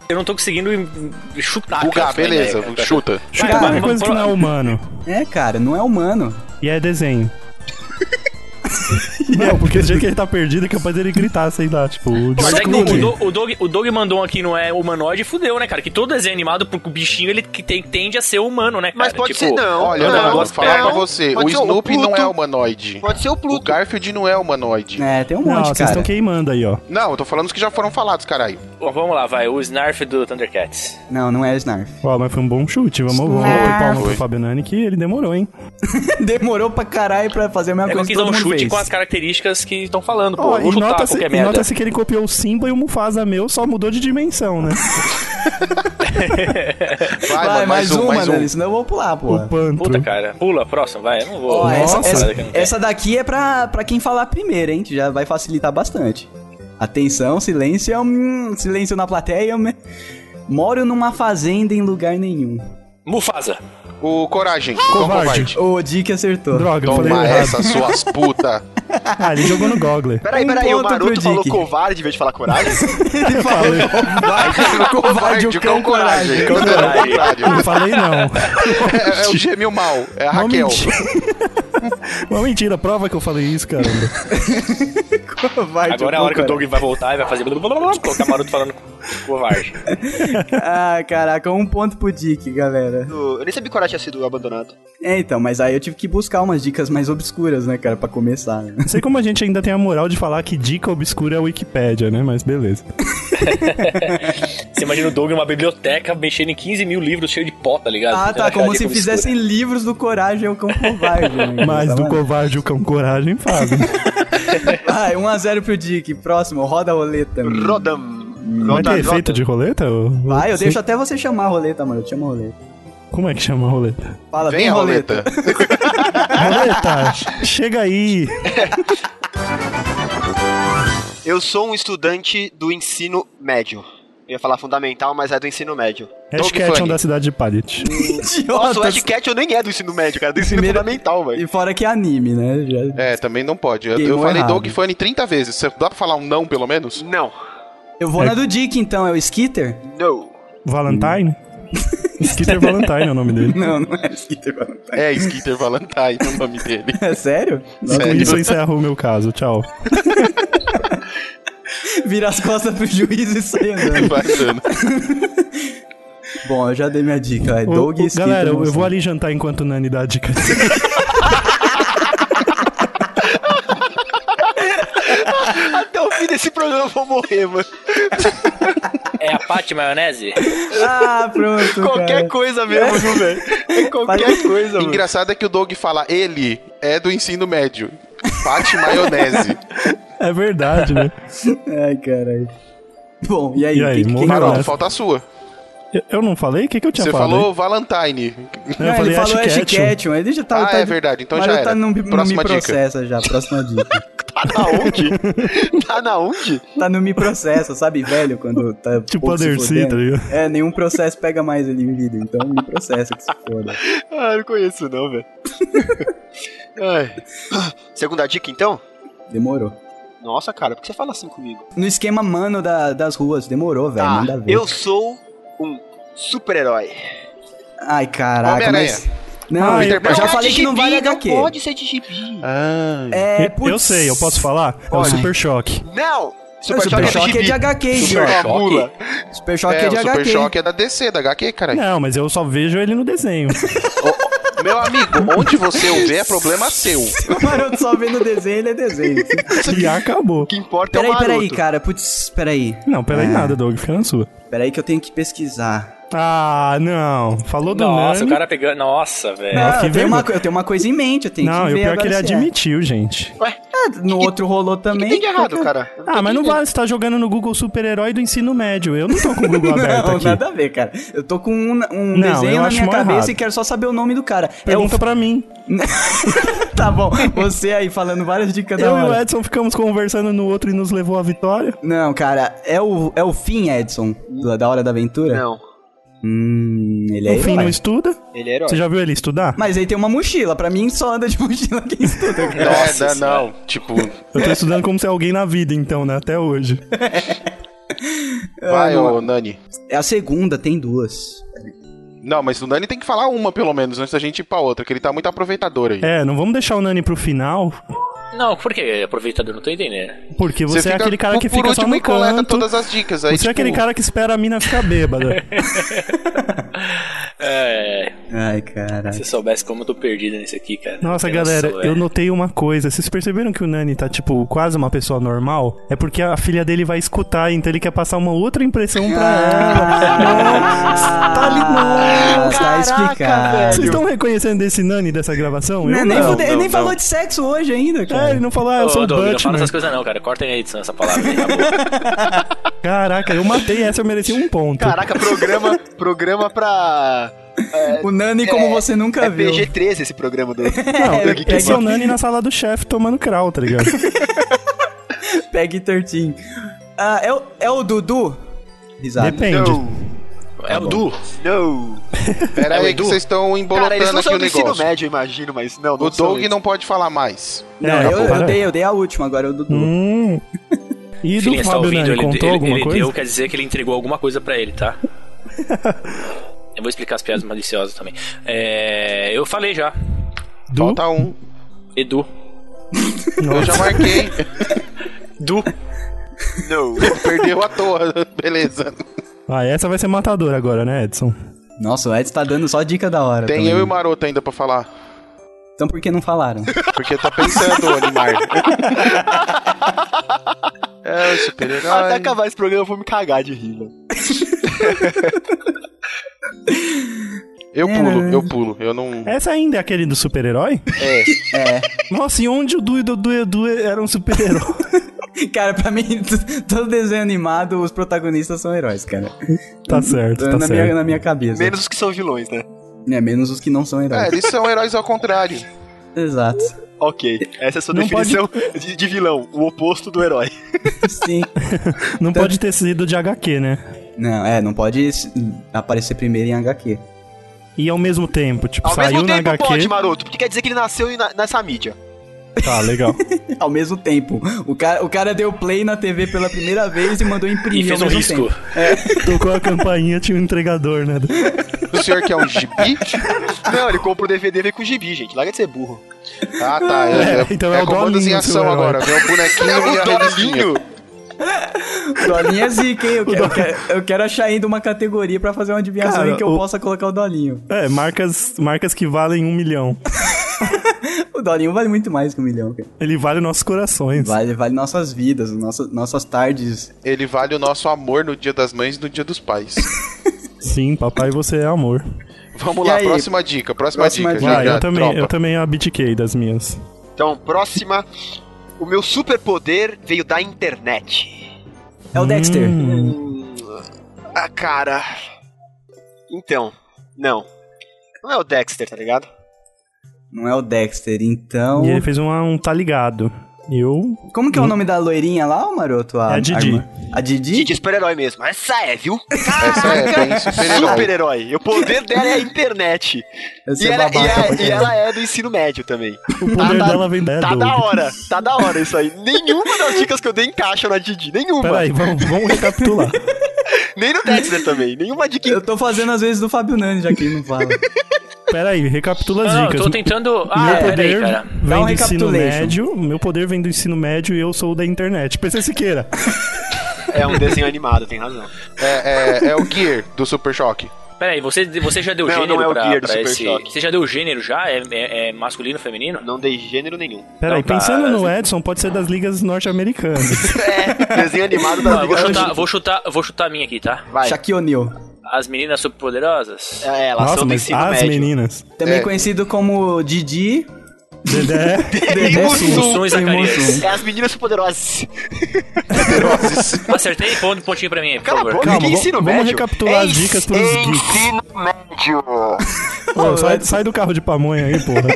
Eu não tô conseguindo hum, chutar. cara, Bugar, essa beleza. ideia, né, cara. Chuta. Chuta Cara, qualquer vamos coisa que não falar- é humano. É, cara, não é humano. E é desenho. não, porque do jeito que ele tá perdido é capaz dele gritar, sei lá, tipo, o Mas George é que o, Clooney. Doug- o Doug, o Doug mandou um aqui não é humanoide e fudeu, né, cara? Que todo desenho animado, porque o bichinho ele que tem- tende a ser humano, né, cara? Mas pode Tipo, ser não. Olha, não, não, vou falar não. pra você. O Pode ser Snoopy não Pluto. é humanoide. Pode ser o O Pluto. Garfield não é humanoide. É, tem um Não, monte, vocês cara. estão queimando aí, ó. Não, eu tô falando os que já foram falados, caralho. Bom, vamos lá, vai. O Snarf do Thundercats. Não, não é Snarf. Ó, mas foi um bom chute. Vamos, vamos Snarf. dar um palma pro Foi. Fabio Nani que ele demorou, hein? Demorou pra caralho pra fazer a É que mesma eu coisa que quis dar todo um mundo chute fez. com as características que estão falando, pô. vou Ó, e chutar nota-se qualquer e merda. nota-se que ele copiou o Simba e o Mufasa meu só mudou de dimensão, né? Vai, Vai, mano, um, mais, uma, Nani, senão eu vou pular, pô. o Pantro. Puta, cara. Pula, próximo, vai. Eu não vou. Ó, essa, Nossa. essa- essa daqui é pra, pra quem falar primeiro, hein? Que já vai facilitar bastante. Atenção, silêncio. hum, silêncio na plateia. hum. Moro numa fazenda em lugar nenhum. Mufasa. O Coragem. Covarde. O Dick acertou. Droga, eu Toma falei errado. essa, suas puta. Ah, ele jogou no Gogler. Peraí, Um peraí, o ponto pro Maroto falou Dick. covarde em vez de falar coragem? Eu falei, Covarde, o cão coragem. Não, é o contrário. não falei não. É, é o gêmeo mal, é a Uma Raquel. mentira. Uma mentira, prova que eu falei isso, cara. Covarde, Agora é a hora que o Doug vai voltar e vai fazer blá blá blá blá, colocar Maroto falando co- covarde. Ah, caraca, um ponto pro Dick, galera. Eu eu nem sabia que coragem tinha sido abandonado. É, então, mas aí eu tive que buscar umas dicas mais obscuras, né, cara, pra começar. né? Não sei como a gente ainda tem a moral de falar que dica obscura é a Wikipédia, né? Mas beleza. Você imagina o Doug em uma biblioteca mexendo em 15 mil livros cheio de pó, tá ligado? Ah, Tentando tá, achar como dica se obscura. fizessem livros do Coragem ao Cão Covarde. né? Mas Tá do vendo? covarde o cão coragem faz. né? Vai, 1x0 pro Dick. Próximo, roda a roleta. mano. Rodam. Vai ter efeito de roleta? Ou- Vai, eu Sim. deixo até você chamar a roleta, mano. Eu te chamo a roleta. Como é que chama a roleta? Fala, Vem a roleta. roleta, chega aí. Eu sou um estudante do ensino médio. Eu ia falar fundamental, mas é do ensino médio. Doug Ashcatchon Funny. da cidade de Pallet. Nossa, o Idiota. Ashcat eu nem é do ensino médio, cara. É do ensino Primeiro- fundamental, velho. E fora que é anime, né? Já- É, também não pode. Eu, eu Queimou falei errado. Doug Funny 30 vezes. Você dá pra falar um não, pelo menos? Não. Eu vou É. na do Dick, então. É o Skitter? Não. Valentine? Skitter Valentine é o nome dele. Não, não é Skitter. mano. É, Skitter Valentine é o nome dele. É sério? Nossa, Com isso eu encerro o meu caso, tchau. Vira as costas pro juiz e sai andando. Vai dando. Bom, eu já dei minha dica. É Ô, Doug ô, e Skitter. galera, não eu, eu sei. vou ali jantar enquanto o Nani dá a dica. Até o fim desse programa eu vou morrer, mano. É a Pate Maionese? Ah, pronto, Qualquer cara. coisa mesmo, viu, velho? É Faz- qualquer um coisa, mano. Engraçado é que o Doug fala, ele é do ensino médio. Pate maionese. É verdade, né? Ai, caralho. Bom, e aí? E aí, quem, né? quem moral? ganhou? Carol, Nossa. falta a sua. Eu- Eu não falei? O que, que eu tinha Você falado? falou Valentine. Eu Não, falei é ele falou Ash Ashcatchon. Ketchum. Ele já tá... Ah, tá é verdade, então Mas já eu tá era. não, me- não me Próxima dica. processa já. Próxima dica. Tá na onde? Tá na onde? tá no me processo, sabe, velho? Quando tá. Tipo pouco se Andercy, fodendo. tá ligado? É, nenhum processo pega mais ele em vida, então me processa que se foda. Ah, eu não conheço não, velho. Ai. Segunda dica, então? Demorou. Nossa, cara, por que você fala assim comigo? No esquema mano da- das ruas, demorou, velho. Tá, manda ver. eu sou um super-herói. Ai, caraca, Homem-Aranha. mas. Não, Ah, eu Peter já Parker. falei que não vale Não HQ. pode ser de gibi. Ah, É, Eu- Eu putz. sei, eu posso falar? É o Pode. Super Choque. Não! Não, Super, Choque é de HQ, Super idiota. Choque. Mula. Super Choque é, é de o Super HQ. Choque é da DC, da HQ, caralho. Não, mas eu só vejo ele no desenho. Meu amigo, onde você o vê é problema seu. Se o Maroto só vê no desenho, ele é desenho. e acabou. O que importa é o peraí, Maroto. peraí, cara. Putz, peraí. Não, peraí É. nada, Doug, fica na sua. Peraí que eu tenho que pesquisar. Ah, não. Falou do Nossa, Nani. o cara pegando. Nossa, velho. É, Não, Ah, que eu, tenho uma, vergonha. co- eu tenho uma coisa em mente, eu tenho Não, que e o ver pior é agora que ele se é. admitiu, gente. Ah, no outro rolou também. Tem de errado, cara. Ah, mas não vale, você tá jogando no Google super-herói do ensino médio. Eu não tô com o Google aberto Não, aqui. nada a ver, cara. Eu tô com um, um Não, eu desenho na acho minha mó cabeça errado. e quero só saber o nome do cara. É o... Pergunta pra mim. Tá bom, você aí falando várias dicas da Eu e o hora. Edson ficamos conversando no outro e nos levou à vitória. Não, cara, é o, é o Finn, Edson, do- da Hora da Aventura? Não, Hum, ele é o Finn herói. não estuda. Ele é herói. Você já viu ele estudar? Mas ele tem uma mochila, pra mim só anda de mochila quem estuda, cara. Nossa é, senhora. não, não, tipo, Eu tô estudando como se alguém na vida, então, né? Até hoje. vai, ô Nani. É a segunda, tem duas. Não, mas o Nani tem que falar uma, pelo menos, antes da gente ir pra outra, que ele tá muito aproveitador aí. É, não vamos deixar o Nani pro final, Não, por que aproveitador? Não tô entendendo. porque você, é fica aquele cara por- que por fica só último no e coleta canto. todas as dicas. Aí, tipo, Você é aquele cara que espera a mina ficar bêbada. É, Ai, cara. se eu soubesse como eu tô perdido nesse aqui, cara. Nossa, Eu não sou, galera, é. eu velho. notei uma coisa. Vocês perceberam que o Nani tá, tipo, quase uma pessoa normal? É porque a filha dele vai escutar, então ele quer passar uma outra impressão pra Tá ela. Nossa, tá ali, Ah, não. tá explicado. Vocês estão reconhecendo esse Nani dessa gravação? Não, Eu nem não. fudeu, ele não, é nem não. falou de sexo hoje ainda, É, cara. ele não falou, ah, eu Ô, sou o Doug, não fala Batman. essas coisas não, cara. Corta aí na edição essa palavra aí, tá acabou. Caraca, eu matei essa, eu mereci um ponto. Caraca, programa, programa pra. O Nani como você nunca é viu. PG-13 esse programa do. Não, É, esse é o Nani na sala do chefe tomando crau, tá ligado? Peg 13. Ah, é, o, é o Dudu? Tá, Risada. Depende. então, Não, Tá É o Du. não. Pera É o aí, Edu. que vocês estão Cara, eles embolotando não aqui são o do ensino negócio. médio, eu imagino, mas não, não O são Doug eles. não pode falar mais. Não, É, eu, eu para. dei, eu dei a última, agora é o Dudu. Hum. E do Filhinha, você tá Fábio ouvindo? Nani, Ele, contou ele, alguma ele coisa? deu, quer dizer que ele entregou alguma coisa pra ele, tá? eu vou explicar as piadas maliciosas também. É, eu falei já. Du? Falta um. Edu. Eu já marquei. Du. Não. Perdeu à toa. Beleza. Ah, essa vai ser matadora agora, né, Edson? Nossa, o Ed tá dando só dica da hora. Tem também. eu e o Maroto ainda pra falar. Então por que não falaram? Porque tá pensando, o animar. É, o Até super-herói. acabar esse programa eu vou me cagar de rir, velho. Eu pulo, É. eu pulo. Eu não. Essa ainda é aquele do super-herói? É. Nossa, e onde o Du e o Edu, Edu eram super-herói? Cara, pra mim, t- todo desenho animado, os protagonistas são heróis, cara. tá certo, tá na, certo. minha, na minha cabeça. Menos os que são vilões, né? É, menos os que não são É, heróis. eles são heróis ao contrário. Exato. Ok. Essa é a sua Não definição de, de vilão. O oposto do herói. Sim. Não então pode ter sido de HQ, né? Não, é, não pode s- aparecer primeiro em HQ. E ao mesmo tempo, tipo, Ao saiu mesmo na tempo HQ. pode, maroto. Porque quer dizer que ele nasceu na- nessa mídia. Tá, legal. Ao mesmo tempo. O cara, o cara deu play na TV pela primeira vez e mandou imprimir E fez ao um mesmo risco. tempo. Tocou a campainha, tinha um entregador, né? O senhor que é um gibi? Não, ele compra o DVD e vem com gibi, gente. Larga de ser burro. Ah, tá. É, é, então então é é, o comandos em Dolinho, seu ação herói. agora. Vem o bonequinho e a revistinha. Dolinho é zica, hein? Eu quero, eu quero- eu quero achar ainda uma categoria pra fazer uma adivinhação Cara, em que eu o- possa colocar o Dolinho. É, marcas, marcas que valem um milhão. O Dolinho vale muito mais que um milhão, cara. Ele vale nossos corações. Vale, vale nossas vidas, nossas, nossas tardes. Ele vale o nosso amor no dia das mães e no dia dos pais. Sim, papai, você é amor. Vamos E lá, aí? próxima dica, próxima, Próxima dica. dica. já, Vai, já, Ah, eu também, tropa. eu também abdiquei das minhas. Então, próxima. O meu superpoder veio da internet. É o Dexter. Hum. Ah, cara. Então, não. Não é o Dexter, tá ligado? Não é o Dexter, então. E ele fez uma- um tá ligado. Eu Como que é o nome da loirinha lá, ô maroto? É a Didi. irmã? A Didi? Gente, é super-herói mesmo. Essa é, viu? Essa é bem super-herói. Super-herói. E o poder dela é a internet. Essa E é ela, e, babaca ela- pra e caralho. ela é do ensino médio também. O poder dela vem da Tá Doug. da hora, tá da hora isso aí. Nenhuma das dicas que eu dei encaixa na Didi. Nenhuma. Peraí, vamos, vamos recapitular. Nem no Dexter também. Nenhuma dica. Eu tô fazendo às vezes do Fábio Nani, já que ele não fala. Peraí, recapitula as Não, eu dicas. tô tentando. Meu Ah, peraí, poder cara. Dá vem um do ensino recapitulation. médio, meu poder vem do ensino médio e eu sou da internet. PC Siqueira. É um desenho animado, tem razão. É, é- é o Gear do Super Choque. Peraí, você, você já deu Não, gênero não é o pra, Gear do pra Super esse. Choque. Você já deu gênero já? É, é- é masculino, feminino? Não dei gênero nenhum. Peraí, Não, tá, pensando no assim- Edson, pode ser das ligas norte-americanas. É, desenho animado da Não, eu vou Liga da chutar, vou chutar, vou chutar a minha aqui, tá? Vai. Shaquille O'Neal. as meninas superpoderosas? É, elas Nossa, são do mas ensino as médio. meninas. Também É. conhecido como Didi. Dedé. Dedé Mussum. Mussum e Zacarias. Mussum. É as meninas superpoderosas. Ferozes. Acertei? Põe um pontinho pra mim, por Cala a favor. boca, Calma, que vamos- ensino vamos médio? recapitular as dicas pros ensino geeks. médio. Ô, sai, sai do carro de pamonha aí, porra.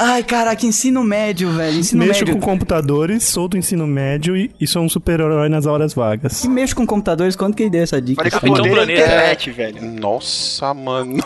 Ai, caraca, ensino médio, velho. Ensino Mexo médio. com computadores, sou do ensino médio e, e sou um super-herói nas horas vagas. Que mexo com computadores, quando que ele deu essa dica? Para Então, Capitão responder na Planeta. internet, velho. Nossa, mano.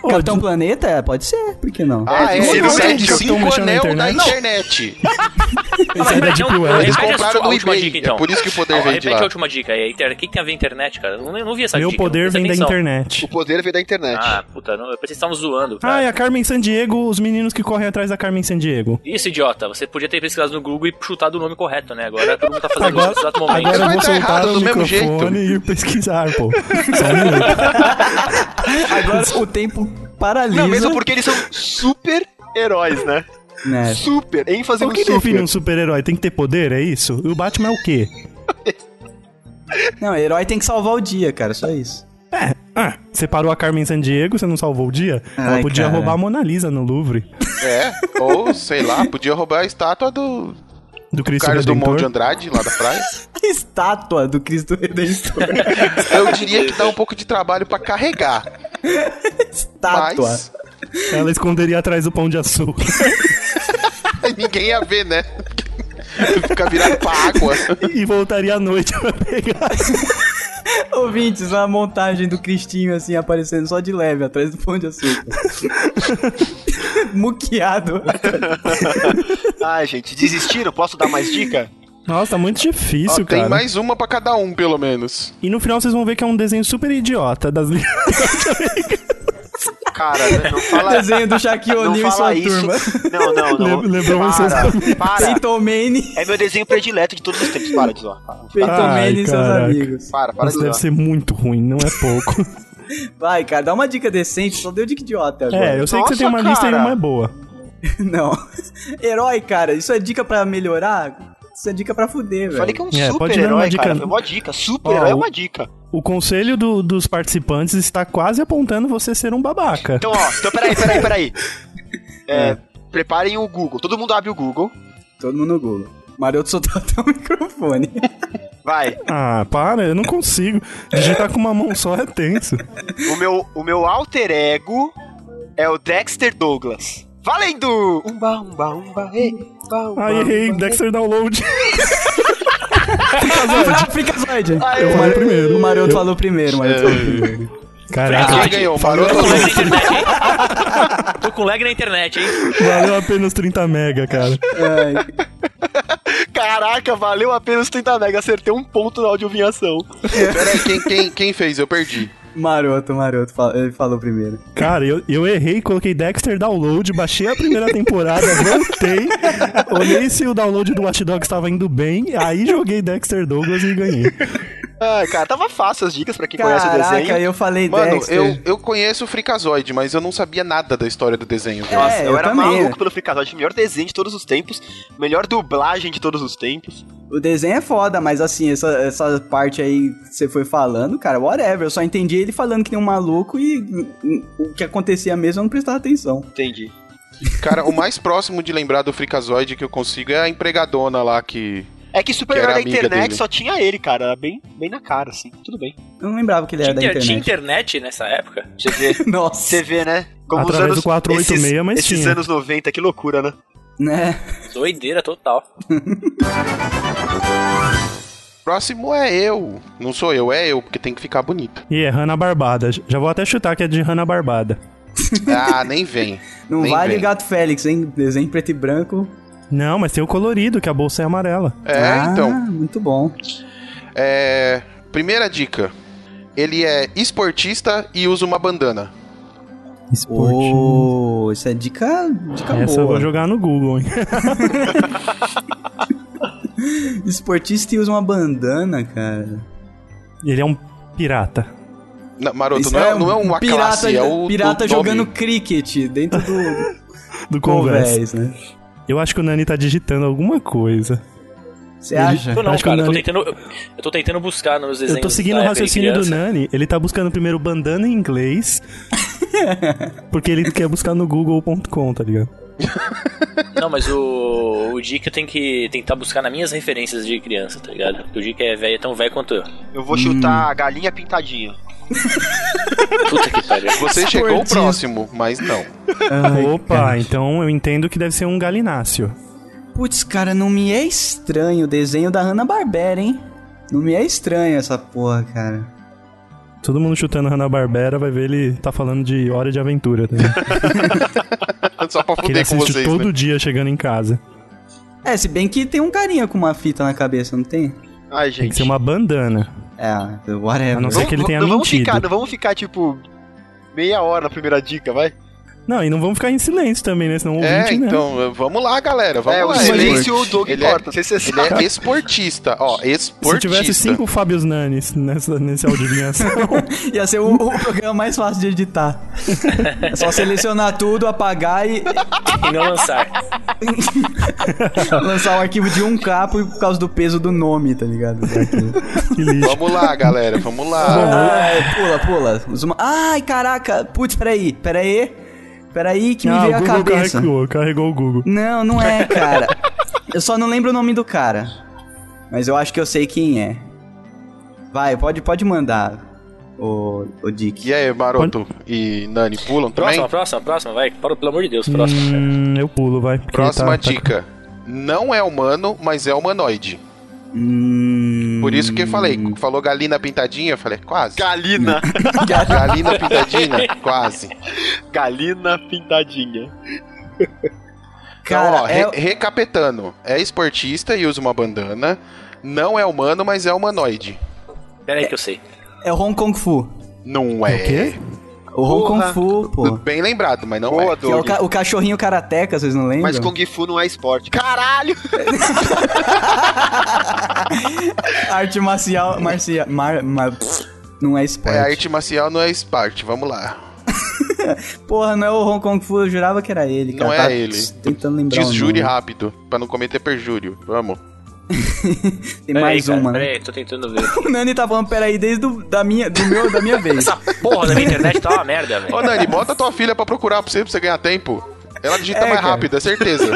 Pô, Capitão Planeta? Pode ser, por que não? Ah, é, não eles sei são disso, estão cinco mexendo na anel da internet. internet. Mas é da Deep Web. Eles repete a compraram sua no última eBay, dica, é então. por isso que o poder Ah, vem de repete lá. a última dica aí. inter- O que que tem a ver a internet, cara? Eu não, eu não vi essa Meu dica. não poder prestei vem da atenção. internet. O poder vem da internet. Ah, puta, não, eu pensei que estavam zoando, tá? cara. Ah, e a Carmen Sandiego, os meninos que correm atrás da Carmen Sandiego. Isso, idiota. Você podia ter pesquisado no Google e chutado o nome correto, né? Agora todo mundo tá fazendo isso Agora, nesse exato momento. agora eu Vai vou dar soltar errado o do mesmo microfone e ir pesquisar, pô. Só um minuto. Agora o tempo paralisa. Não, mesmo porque eles são super-heróis, né? né? Super, ênfase É. O no que super. define um super-herói? Tem que ter poder, é isso? E o Batman é o quê? Não, herói tem que salvar o dia, cara, só isso. Ah, você parou a Carmen Sandiego, você não salvou o dia? Ai, Ela podia cara. roubar a Mona Lisa no Louvre. É, ou sei lá, podia roubar a estátua do Do Cristo Carlos Dumont de Redentor. Andrade, lá da praia. Estátua do Cristo Redentor. Eu diria que dá um pouco de trabalho pra carregar, Estátua. mas Ela esconderia atrás do pão de açúcar. ninguém ia ver, né? Ficar virado pra água. e voltaria à noite pra pegar. Ouvintes, uma montagem do Cristinho assim aparecendo só de leve atrás do pão de açúcar. Muqueado. Ai, Ah, gente, desistiram? Posso dar mais dica? Nossa, tá muito Ó, difícil, tem cara. mais uma pra cada um, pelo menos. E no final vocês vão ver que é um desenho super idiota das li- Cara, não fala, Desenho do Shaquille não O'Neal e fala sua isso. turma. Não, não, não. Le- Lebron e seus para, para. Peyton Manning, É meu desenho predileto de todos os tempos. Para de zoar. Peyton Ai, Manning e seus caraca. amigos. Para, para de Nossa, deve zoar. ser muito ruim, não é pouco. Vai, cara, dá uma dica decente, só deu dica idiota agora. é, eu sei que Nossa, você tem uma lista e cara. uma é boa. Não. Herói, cara, isso é dica pra melhorar? Isso é dica pra fuder, Eu Falei velho. que é um É, pode dar uma super-herói, dica. cara. Foi uma dica. Super-herói Ó, é uma dica. O conselho do- dos participantes está quase apontando você ser um babaca. Então, ó, então peraí, peraí, peraí. É, Preparem o Google. Todo mundo abre o Google. Todo mundo no Google. Maroto soltou até o microfone. Vai. Ah, para, eu não consigo. Digitar com uma mão só é tenso. O meu, o meu alter ego é o Dexter Douglas. Valendo! Um Umba, umba, umba, ei, umba, umba. Ai, errei, Dexter Download. Fica Zoid. Aê. O Maroto primeiro. O Maroto Eu- falou primeiro, o Maroto É. falou primeiro. Ah, Caraca, Quem ganhou? Falou Maroto Tô com ou lag na não? internet, hein? Tô com lag na internet, hein? valeu apenas 30 mega, cara. Ai, Caraca, valeu apenas 30 mega. Acertei um ponto na audiovinhação. Peraí, quem, quem, quem fez? Eu perdi. Maroto, Maroto, fal- ele falou primeiro. Cara, eu, eu errei, coloquei Dexter Download, baixei a primeira temporada, voltei, olhei se o download do Watch Dogs estava indo bem, aí joguei Dexter Douglas e ganhei. Ah, cara, tava fácil as dicas pra quem conhece o Caraca, desenho. eu falei Mano, Dexter. eu, eu conheço o Frikazoid, mas eu não sabia nada da história do desenho. velho. Nossa, É, eu, eu era também, maluco é. pelo Frikazoid, melhor desenho de todos os tempos, melhor dublagem de todos os tempos. O desenho é foda, mas assim, essa, essa parte aí que você foi falando, cara, whatever. Eu só entendi ele falando que nem um maluco e hum, hum, o que acontecia mesmo eu não prestava atenção. Entendi. Cara, o mais próximo de lembrar do Frikazoid que eu consigo é a empregadona lá que. É que super Que herói era da amiga internet dele. só tinha ele, cara. Era bem, bem na cara, assim. Tudo bem. Eu não lembrava que ele era É, da Tinha inter- tinha internet. internet nessa época? Você vê, Nossa, você vê, né? Como os Através anos, do 486, esses, mas esses tinha. anos 90, que loucura, né? né? Doideira total. Próximo é eu. Não sou eu, é eu, porque tem que ficar bonito. E é Hanna Barbada. Já vou até chutar que é de Hanna Barbada. Ah, nem vem. Não Nem vale vem. o Gato Félix, hein? Desenho preto e branco. Não, mas tem o colorido, que a bolsa é amarela. É, ah, então. Muito bom. É. Primeira dica. Ele é esportista e usa uma bandana. Esporte. Ô, isso é dica, dica Essa eu boa. vou jogar no Google, hein? Esportista e usa uma bandana, cara. Ele é um pirata. Não, maroto, Isso um não é, não é uma pirata, classe, é o. pirata o nome. jogando cricket dentro do Do Converse. convés, né? Eu acho que o Nani tá digitando alguma coisa. Você acha? Eu não, Acho que cara, o eu tô, Nani- tentando, eu, eu tô tentando buscar nos desenhos. Eu tô seguindo da o época de raciocínio do criança. Nani. Ele tá buscando primeiro bandana em inglês. porque ele quer buscar no google.com, tá ligado? Não, mas o, o Dick eu tenho que tentar buscar nas minhas referências de criança, tá ligado? Porque o Dick é velho, é tão velho quanto eu. Eu Hum. vou chutar a galinha pintadinha. Puta que pariu. Você chegou próximo, mas não. Ai, Opa, então eu entendo que deve ser um galináceo. Putz, cara, não me é estranho o desenho da Hanna-Barbera, hein? Não me é estranho essa porra, cara. Todo mundo chutando Hanna-Barbera vai ver ele tá falando de Hora de Aventura. Tá ligado? Só pra que ele fuder com assiste vocês, todo né? dia chegando em casa. É, se bem que tem um carinha com uma fita na cabeça, não tem? Ai, Tem que ser gente. uma bandana. É, whatever. A não ser Vamos- que ele tenha não vamos mentido. ficar, não vamos ficar, tipo, meia hora na primeira dica, vai. Não, e não vamos ficar em silêncio também, né? Senão o ouvinte, É, né? então, vamos lá, galera. Vamos é, o lá. Ele, silêncio o Doug ele corta, não sei se você ele sabe. é esportista, ó, Se esportista. tivesse cinco Fábios Nanis nessa, nesse audivinhação, Ia ser o, o programa mais fácil de editar. É só selecionar tudo, apagar e E não lançar. lançar o arquivo de 1K por, por causa do peso do nome, tá ligado? Do arquivo. que lixo. Vamos lá, galera, vamos lá. Ai, é, pula, pula. Usa uma- Ai, caraca. Putz, peraí, peraí. Peraí que me ah, o veio a Google cabeça. carregou, carregou o Google. Não, não é, cara. eu só não lembro o nome do cara. Mas eu acho que eu sei quem é. Vai, pode, pode mandar, o, o Dick. E aí, Maroto e Nani, pulam também? Próxima, próxima, próxima, vai. Para, pelo amor de Deus, próxima. Hum, eu pulo, vai. porque Próxima tá- tá- dica. Não é humano, mas é humanoide. Hum... Por isso que eu falei, falou Galina Pintadinha, eu falei, quase. Galina. Hum. Galina Pintadinha, quase. Então, Galina pintadinha. Cara, então, ó, é- re- recapitando, é esportista e usa uma bandana. Não é humano, mas é humanoide. Pera aí que eu sei. é o Hong Kong Fu. Não é. O quê? O Hong Porra. Kong Fu, pô. Bem lembrado, mas não Boa, é. Que é o, Doug. ca- o cachorrinho karateca, vocês não lembram? Mas Kung Fu não é esporte. Caralho! Arte marcial... Marcia, mar, mar- não é esporte. É arte marcial, não é esporte. Vamos lá. Porra, não é o Hong Kong Fu, eu jurava que era ele, cara. Não é Tava ele. Tentando lembrar o Desjure nome. rápido, pra não cometer perjúrio. Vamos. Tem Pera aí, mais cara, uma. Pera né? aí, tô tentando ver. O Nani tá falando, peraí, desde o, da minha, do meu, da minha vez. Essa porra da minha internet tá uma merda, velho. Ô, Nani, bota tua filha pra procurar pra você, pra você ganhar tempo. Ela digita mais cara. rápido, é certeza.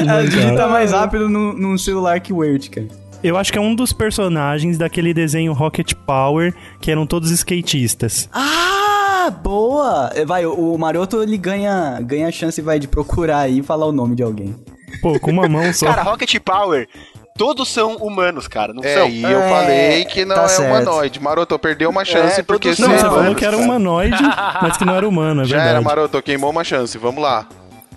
Ela É, digita cara. mais rápido num, num celular que o Word, cara. Eu acho que é um dos personagens daquele desenho Rocket Power, que eram todos skatistas. Ah, boa! É, Vai, o, o Maroto ele ganha, ganha a chance vai de procurar aí e falar o nome de alguém. Pô, com uma mão só. Cara, Rocket Power, todos são humanos, cara, não É, são? e eu É, falei que não tá é certo. humanoide. Maroto, perdeu uma chance É, porque produção, Não, é você não, falou humano, que era um cara. humanoide, mas que não era humano, é Já era, verdade. Maroto, queimou uma chance. Vamos lá.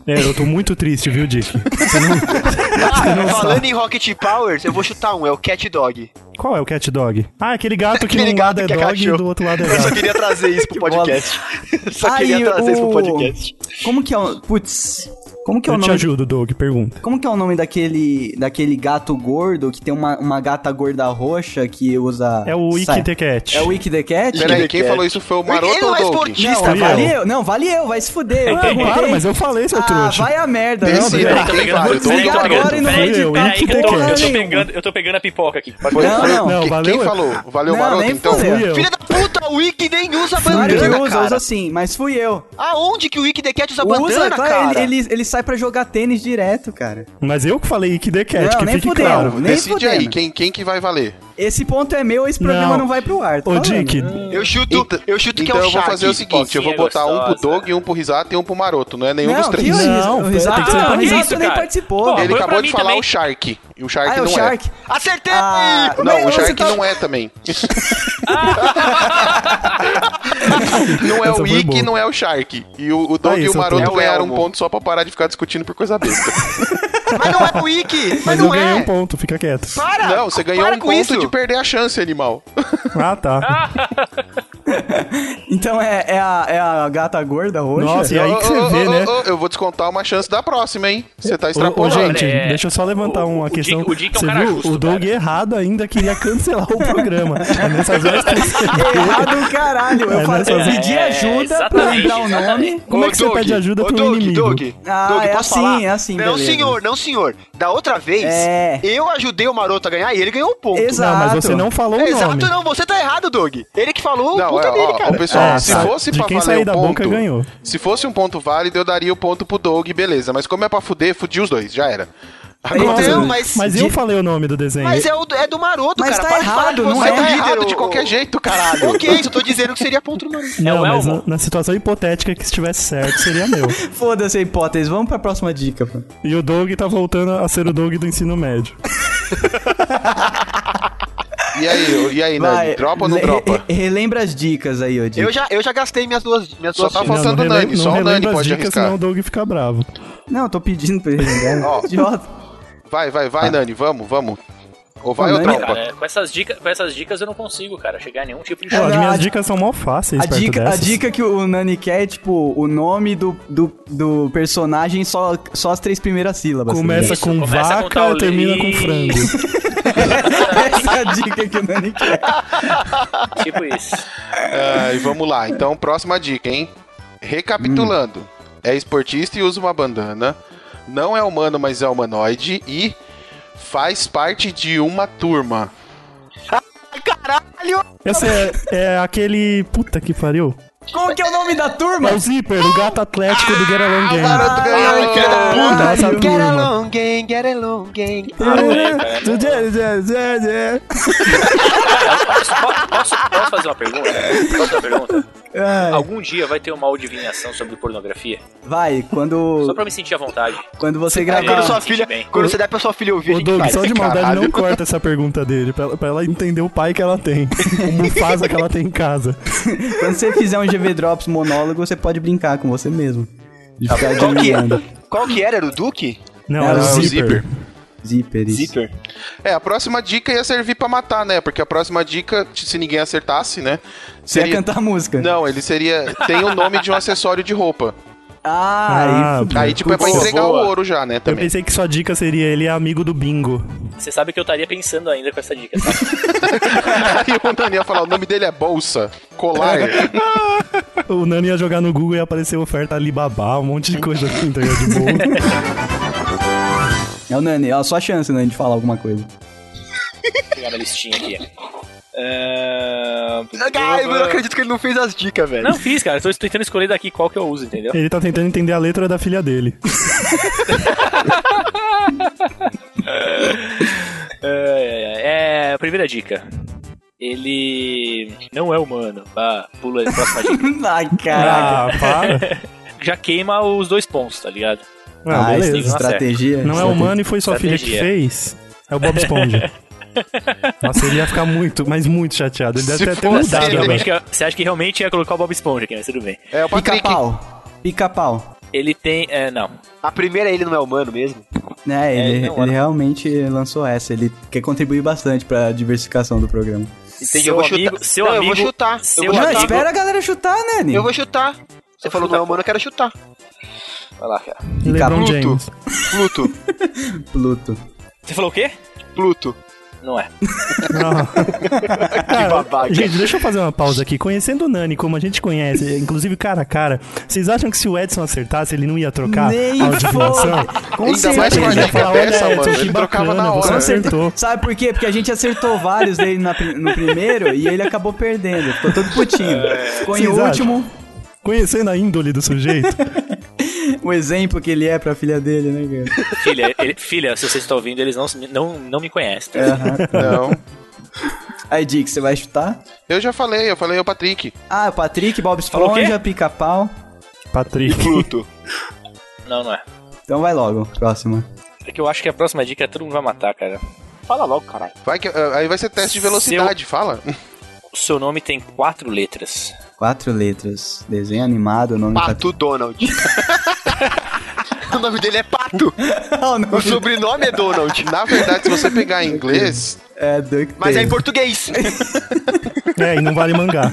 É, eu tô muito triste, viu, Dick? Ah, falando em Rocket Powers, eu vou chutar um, é o Cat Dog. Qual é o cat dog? Ah, aquele gato que Aquele de um gato lado é que é dog e cachorro. do outro lado é Eu só gato. queria trazer isso pro podcast. só Aí, queria trazer isso o- pro podcast. Como que é o. Putz. Como que é o Eu te nome. ajudo, Doug, pergunta. Como que é o nome daquele, daquele gato gordo que tem uma, uma gata gorda roxa que usa. É o Sai. Ike the Cat. É o Wiki the Cat? Ike Peraí, the quem Cat. falou isso foi o Maroto Ele não ou o é Não, Doug? esportista, valeu. valeu. Não, valeu, vai se fuder. Eu Ah, claro, perguntei. mas eu falei, seu ah, trouxa. vai a merda. Decida, Não, tem Doug. Peraí que eu vários. tô Peraí, Doug, pegando- peraí que eu tô agora pegando- e não peraí vou que- eu, peraí Henrique que eu tô- Decker. Eu tô pegando, eu tô pegando a pipoca aqui. Pode Foi- Não, foi- não. que- Não, valeu, Quem eu- falou? Valeu, Não, Maroto, nem então? fudeu. Fui eu. Filha da puta, o Wiki nem usa Claro que bandana, usa, cara. usa sim, mas fui eu. Ah, Aonde que o Wiki The Tá Cat usa bandana, Usa, claro, cara? ele, ele, ele sai pra jogar tênis direto, cara. Mas eu que falei Ike the Cat, Não, que nem fique fudeu. claro. Nem Decide aí, fudendo. quem, quem que vai valer? Esse ponto é meu, esse programa não, Não. vai pro ar. tô Ô, falando. Dick, Eu chuto, eu chuto então que é o eu vou Shaq. fazer o seguinte, eu vou botar um pro gostosa. Doug, um pro Risato e um pro Maroto, não é nenhum Não, dos que três. horrível. Não, o pera, Risato, tem que ser o pra mim. Risato Isso, nem cara. participou. Porra, Ele Põe pra acabou mim de falar também. o Shark, e o Shark ah, é não o Shark. Acertei! Ah, é. Mas Não, o você Shark tá- não é também. não é Essa o foi Ikki, boa. não é o Shark. E o, o Doug Aí, e o seu Maroto trouxa. ganharam É um o- ponto só pra parar de ficar discutindo por coisa besta. Mas não é o Wiki! Mas Mas eu não ganhei um é! ponto, fica quieto. Para! não, você ganhou para um com ponto isso. de perder a chance, animal. Ah, tá. Então é, é a, é a gata gorda roxa? Nossa, E aí que você Ô, ô, vê, ô, né? ô, ô, eu vou descontar uma chance da próxima, hein? Você tá Ô, Ô, extrapolando. gente, É. deixa eu só levantar O- o- uma o questão. Dick- o Dick é um Você cara viu? justo, o Doug cara. errado ainda queria cancelar o programa. É nessas horas que você Errado, caralho. Eu assim. É, falei, nessa eu vida. pedi É, né? ajuda pra exatamente, lembrar o nome. exatamente. Como é que você pede ajuda ô, pro Doug, inimigo? Doug, Ah, Doug, é posso assim, falar? é assim, Não, beleza. senhor, não, senhor. Da outra vez, É. eu ajudei o Maroto a ganhar e ele ganhou um ponto. Exato. Não, mas você não falou o É, Exato, nome. não, você tá errado, Doug. Ele que falou o Não, ponto é, é dele, ó, cara. ó, pessoal, É, se sabe, fosse de pra quem valer sair o da ponto, boca, ganhou. se fosse um ponto válido, eu daria o ponto pro Doug, beleza. Mas como é pra fuder, fudi os dois, já era. Agora, Então, Não, mas- Mas eu falei o nome do desenho. Mas é, o, é do Maroto, Mas cara. tá Para de falar errado, que você não você é é o tá líder, errado de ô- qualquer jeito, caralho. Ok, só tô dizendo que seria ponto do Maroto. Não, é o mas Elmo. na, na situação hipotética que estivesse certo, seria meu. Foda-se a hipótese, vamos pra próxima dica. pô. E o Doug tá voltando a ser o Doug do ensino médio. E aí, ô, e aí, Nani? Dropa ou não le- dropa? re- relembra as dicas aí, ô Dick. Eu já, eu já gastei minhas duas. Minhas Só duas tá fichas. faltando não, o não Nani, só o relembra Nani as pode dicas, arriscar. senão o Doug fica bravo. Não, eu tô pedindo pra ele relembrar. né? Ó. Idiota. Vai, vai, vai, Nani, vamos, vamos. Ou vai Ô, ou Nani, dropa? Cara, é, com, essas dicas, com essas dicas eu não consigo, cara, chegar a nenhum tipo de Pô, chute. as não, minhas a- dicas são mó fáceis A perto dica, a dessas. dica que o Nani quer é, tipo, o nome do, do, do personagem, só, só as três primeiras sílabas. Começa Isso, com começa com vaca tal- e termina com Ih. frango. Essa é a dica que o Nani quer. Tipo isso. Ah, e vamos lá, então, próxima dica, hein? Recapitulando: Hum. é esportista e usa uma bandana, não é humano, mas é humanoide e faz parte de uma turma. Essa é, é aquele. Puta que pariu. Qual que é o nome da turma? É o Zipper, o gato atlético do Get Ah, Along Gang. ganhou, filho da Puta, Ah, puta. essa Get Get turma. along, gang, get along, gang. Posso, posso- posso fazer uma pergunta? Posso fazer uma pergunta? Algum dia vai ter uma adivinhação sobre pornografia? Vai, Só quando, pra me sentir à vontade. quando você É, quando gravar. sua filha, Bem. quando você der pra sua filha ouvir, a Ô gente Doug, faz. só de maldade, Caralho. não corta essa pergunta dele, pra, ela- pra ela entender o pai que ela tem, o Mufasa que ela tem em casa. Quando você fizer um GV Drops monólogo, você pode brincar com você mesmo. De ficar Qual que, adivinhando. qual que era? Era o Duque? Não, É, era o o zíper. Zipper. Zíper, isso. É, a próxima dica ia servir pra matar, né? Porque a próxima dica, se ninguém acertasse, né? Você ia Seria. cantar a música. Não, ele seria. Tem o nome de um acessório de roupa. Ah, Ah, aí, Aí, tipo, é pra Putz, entregar boa. o ouro já, né? Eu Também. pensei que sua dica seria ele é amigo do bingo. Você sabe que eu estaria pensando ainda com essa dica, tá? Aí o Daniel ia falar: o nome dele é Bolsa, Colar. O Nani ia jogar no Google e ia aparecer oferta Alibaba, um monte de coisa assim, tá ligado? De boa. é o Nani, é a sua chance, Nani, de falar alguma coisa. Vou pegar minha listinha aqui. Ah, Ahn, Ah, Ai, eu não acredito que ele não fez as dicas, velho. Não fiz, cara. Tô tentando escolher daqui qual que eu uso, entendeu? Ele tá tentando entender a letra da filha dele. É, é, primeira dica. Ele não é humano. Ah, pula a próxima dica. Ai, caraca. Ah, para. Já queima os dois pontos, tá ligado? Ah, Ah, beleza. esse- estratégia. Não é humano e foi sua filha que Estratégia. fez? É o Bob Esponja. Nossa, ele ia ficar muito, mas muito chateado. Ele deve Se ter até fosse mudado ele, agora. Realmente, você acha que realmente ia colocar o Bob Esponja aqui, né? Tudo bem. É o Patrick. Pica-pau. Pica-pau. Ele tem. É, não. A primeira ele não é humano mesmo. Né, É, ele, não, ele olha. realmente lançou essa. Ele quer contribuir bastante pra diversificação do programa. Entendi, eu Seu vou amigo- chutar. seu Não, eu amigo- vou chutar. seu eu vou Não, amigo- chutar. espera a galera chutar, Nani. Eu vou chutar. Você falou que não é humano, eu quero chutar. Vai lá, cara. LeBron Caputo. James. Pluto. Pluto. Você falou o quê? Pluto. Não é. Não. Que babaca. Gente, deixa eu fazer uma pausa aqui. Conhecendo o Nani como a gente conhece, inclusive cara a cara, vocês acham que se o Edson acertasse, ele não ia trocar Nem a adivinhação? foda. Com Ainda mais com certeza. a Ele ia dica falar, dessa, "Olha, mano. Edson, que Ele trocava bacana, na você hora. Com né? certeza. acertou. Sabe por quê? Porque a gente acertou vários dele na pri- no primeiro e ele acabou perdendo. Ficou todo putinho. Ficou em Vocês acham? último. Conhecendo a índole do sujeito, O exemplo que ele é pra filha dele, né, cara? Filha, ele- filha, se vocês estão ouvindo, eles não, não, não me conhecem. É. tá? É. Não. Aí, Dick, você vai chutar? Eu já falei, eu falei o Patrick. Ah, o Patrick, Bob Falou o quê? Esponja, pica-pau. Patrick. Pluto. Não, não é. Então vai logo, próxima. É que eu acho que a próxima dica todo mundo vai matar, cara. Fala logo, caralho. Vai que, ah, aí vai ser teste de velocidade, fala. O seu nome tem quatro letras. Quatro letras. Desenho animado, nome Pato Donald. o nome dele é Pato. Não, não. O sobrenome é Donald. Na verdade, se você pegar em inglês, É DuckTales. Mas é em português. É, e não vale mangá.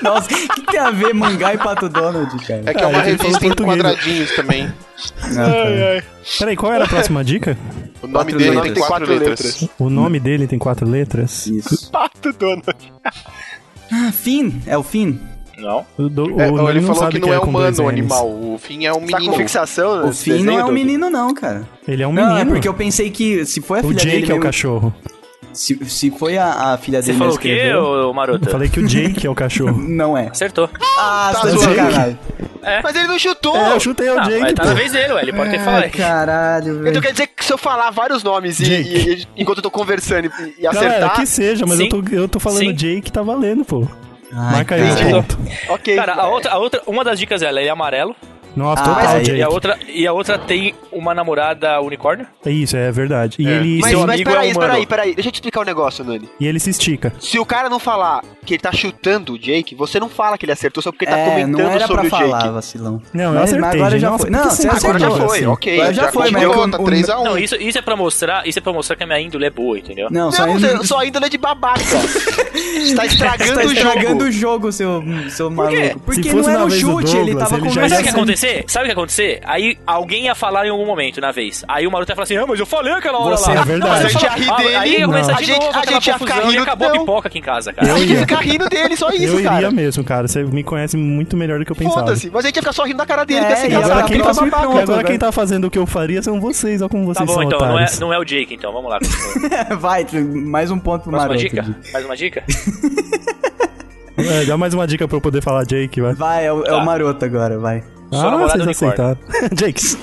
Nossa, o que tem a ver mangá e Pato Donald, cara? É que é uma Ah, ele falou revista em português, né? quadradinhos também. Peraí, qual era a próxima dica? O nome Quatro dele letras. tem quatro Quatro letras. O nome dele tem quatro letras? Isso. Pato Donald. Ah, Finn, é o Finn? Não. O, do, o É, Nani ele falou sabe que não é com dois humano o Ns. animal. O fim é um Tá menino. com fixação? O Finn não é um menino, não, cara. Ele é um menino. Não, é porque eu pensei que se foi a O filha dele. Jake é o mesmo- cachorro. Se, se foi a, a filha Você dele falou o mesmo quê, escreveu, ô maroto? Eu falei que o Jake é o cachorro. Não é. Acertou. Ah, você Tá tá de zoando. sacanagem. Mas ele não chutou! É, eu chutei o Ah, mas Jake, tá pô. na vez dele, ué. Ele pode ter que falar. Ai, caralho, Então velho. quer dizer que se eu falar vários nomes e, Jake. e- e- enquanto eu tô conversando e, e Galera, acertar, que seja, mas Sim. eu tô, eu tô falando Sim. Jake, tá valendo, pô. Ah, Ai, Marca aí cara. o ponto. ok. Cara, a outra, a outra, uma das dicas dela, ele é amarelo. Nossa, Ah, total, é, mas- E a Jake. outra, e a outra tem uma namorada unicórnio. É isso, é verdade. E, Ele, Mas, seu mas amigo é peraí, humano. peraí, peraí, deixa eu te explicar um negócio, Nani. e ele se estica. Se o cara não falar que ele tá chutando o Jake, você não fala que ele acertou só porque ele tá É, comentando não era sobre pra o Jake. falar, vacilão. Não, eu Mas- acertei, mas agora gente. já Nossa, foi. por que Não, você você acertou, Agora já Jota? acertou. foi, assim. ok. Agora já Já foi, mas confirmou, eu- tá o- 3x1. Não, isso, isso é pra mostrar, isso é pra mostrar que a minha índole é boa, entendeu? Não, só tá Não, ainda... você- sua índole é de babaca. Você tá Você tá estragando o estragando jogo. o jogo, seu, seu quê? maluco. Porque Se não fosse era na um vez do chute, ele Douglas, tava ele já Mas sabe o que ia conversando. acontecer? Sabe o que ia acontecer? Aí alguém ia falar em algum momento na vez. Aí o maroto ia falar assim: Ah, mas eu falei aquela hora Você- lá. é verdade. Não, mas eu A gente falava- ia rir Ah, dele. Aí ia começar Não. de A gente- novo, a aquela gente ia confusão ficar e rindo, acabou a não. pipoca aqui em casa, cara. A gente ia ia. ficar rindo dele, só Eu isso, iria cara. mesmo, cara. Você me conhece muito melhor do que eu pensava. Foda-se, mas a gente ia ficar só rindo da cara dele, É, que assim, e E cara, agora, Ela cara, quem tava tá, tá pronta, e agora velho. quem tá fazendo o que eu faria são vocês, olha como vocês Tá bom, são então, não é, otários. não é o Jake, então, vamos lá. Próxima Vai, mais um ponto pro Maroto. dica? Mais uma dica? É, dá mais uma dica pra eu poder falar Jake, vai. Vai, é o, é o Tá. Maroto agora, vai. Sua ah, namorada vocês unicórnio. aceitaram. Jakes.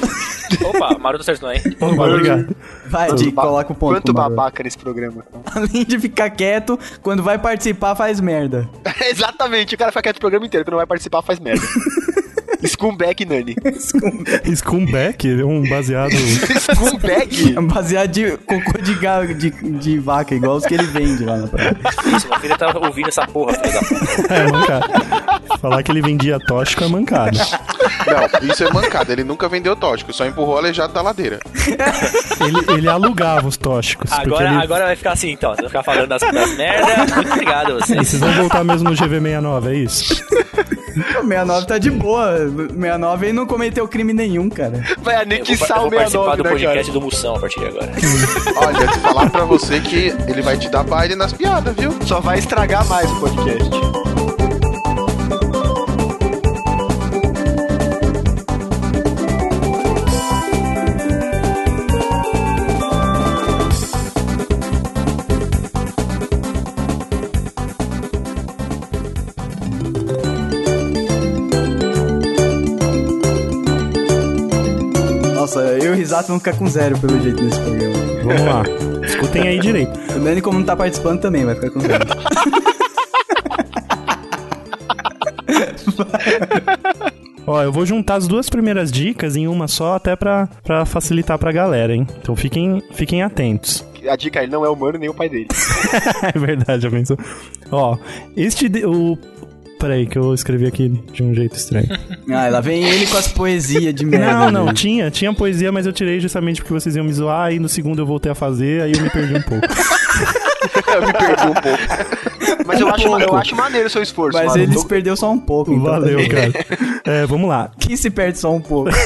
Opa, Maroto acertou, hein? Obrigado. Vai, Quanto Dick, ba- coloca o ponto Quanto pro Maroto. babaca nesse programa. cara. Além de ficar quieto, quando vai participar faz merda. Exatamente, o cara fica quieto o programa inteiro, que não vai participar faz merda. Scumbag, Nani. Scumbag, um baseado. Scumbag? É um baseado de cocô de, ga- de, de vaca, igual os que ele vende lá na praia. Isso, meu filho tá ouvindo essa porra, filho da puta. é, mancado. Falar que ele vendia tóxico é mancado. Não, isso é mancada. Ele nunca vendeu tóxico, só empurrou o aleijado da ladeira. Ele, ele alugava os tóxicos. porque Agora, ele... agora vai ficar assim, então. Você vai ficar falando das, das merda. Muito obrigado, E vocês. vocês vão voltar mesmo no GV69, é isso? O 69 tá de boa. O 69 ele não cometeu crime nenhum, cara. Vai Eu vou, anexar eu o vou participar 69, né, do cara? podcast do Moção a partir de agora. Olha, te falar pra você que ele vai te dar baile nas piadas, viu? Só vai estragar mais o podcast. Nossa, eu e o Risato vão ficar com zero pelo jeito nesse programa. Vamos lá. Escutem aí direito. O Dani, como não tá participando, também vai ficar com zero. Ó, eu vou juntar as duas primeiras dicas em uma só, até pra, pra facilitar pra galera, hein? Então fiquem, fiquem atentos. A dica, ele não é humano nem o pai dele. é verdade, já pensou? Ó, este. De, o. Peraí, que eu escrevi aqui de um jeito estranho. Ah, lá vem ele com as poesias de merda. né? Não, não, dele. tinha, tinha poesia, mas eu tirei justamente porque vocês iam me zoar, aí no segundo eu voltei a fazer, aí eu me perdi um pouco. Eu me perdi um pouco. Um Mas eu, acho, pouco. eu acho maneiro o seu esforço, Mas mano. ele Tô- se perdeu só um pouco. Então tá Valeu, bem. cara. É, vamos lá. Quem se perde só um pouco? Ai,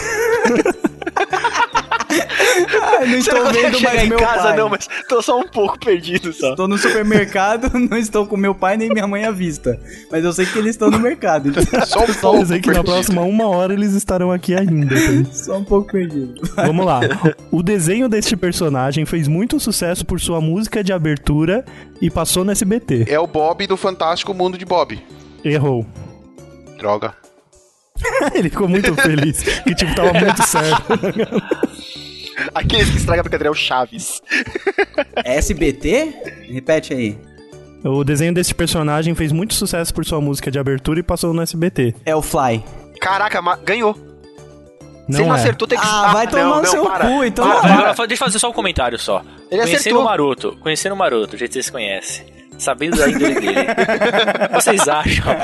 Ah, não Você não estou consegue vendo chegar mais em meu casa, pai. não, mas tô só um pouco perdido só. Estou no supermercado, não estou com meu pai nem minha mãe à vista. Mas eu sei que eles estão no mercado, então Só um pouco. Eu sei que na perdido. próxima uma hora eles estarão aqui ainda. entendeu? só um pouco perdido. Vamos lá. O desenho deste personagem fez muito sucesso por sua música de abertura e passou no SBT. É o Bob do Fantástico Mundo de Bob. Errou. Droga. Ele ficou muito feliz, que tipo, tava muito certo. Aqueles que estragam a brincadeira é o Chaves. É SBT? Repete aí. O desenho deste personagem fez muito sucesso por sua música de abertura e passou no SBT. É o Fly. Caraca, ma- ganhou. Não Se ele não é. acertou, tem que... Ah, vai não, tomar no não, seu para. cu, então. Para, não. Agora, fa- deixa eu fazer só um comentário só. Ele conhecendo acertou. o Maroto, conhecendo o Maroto, do jeito que vocês conhecem, sabendo da índole dele, vocês acham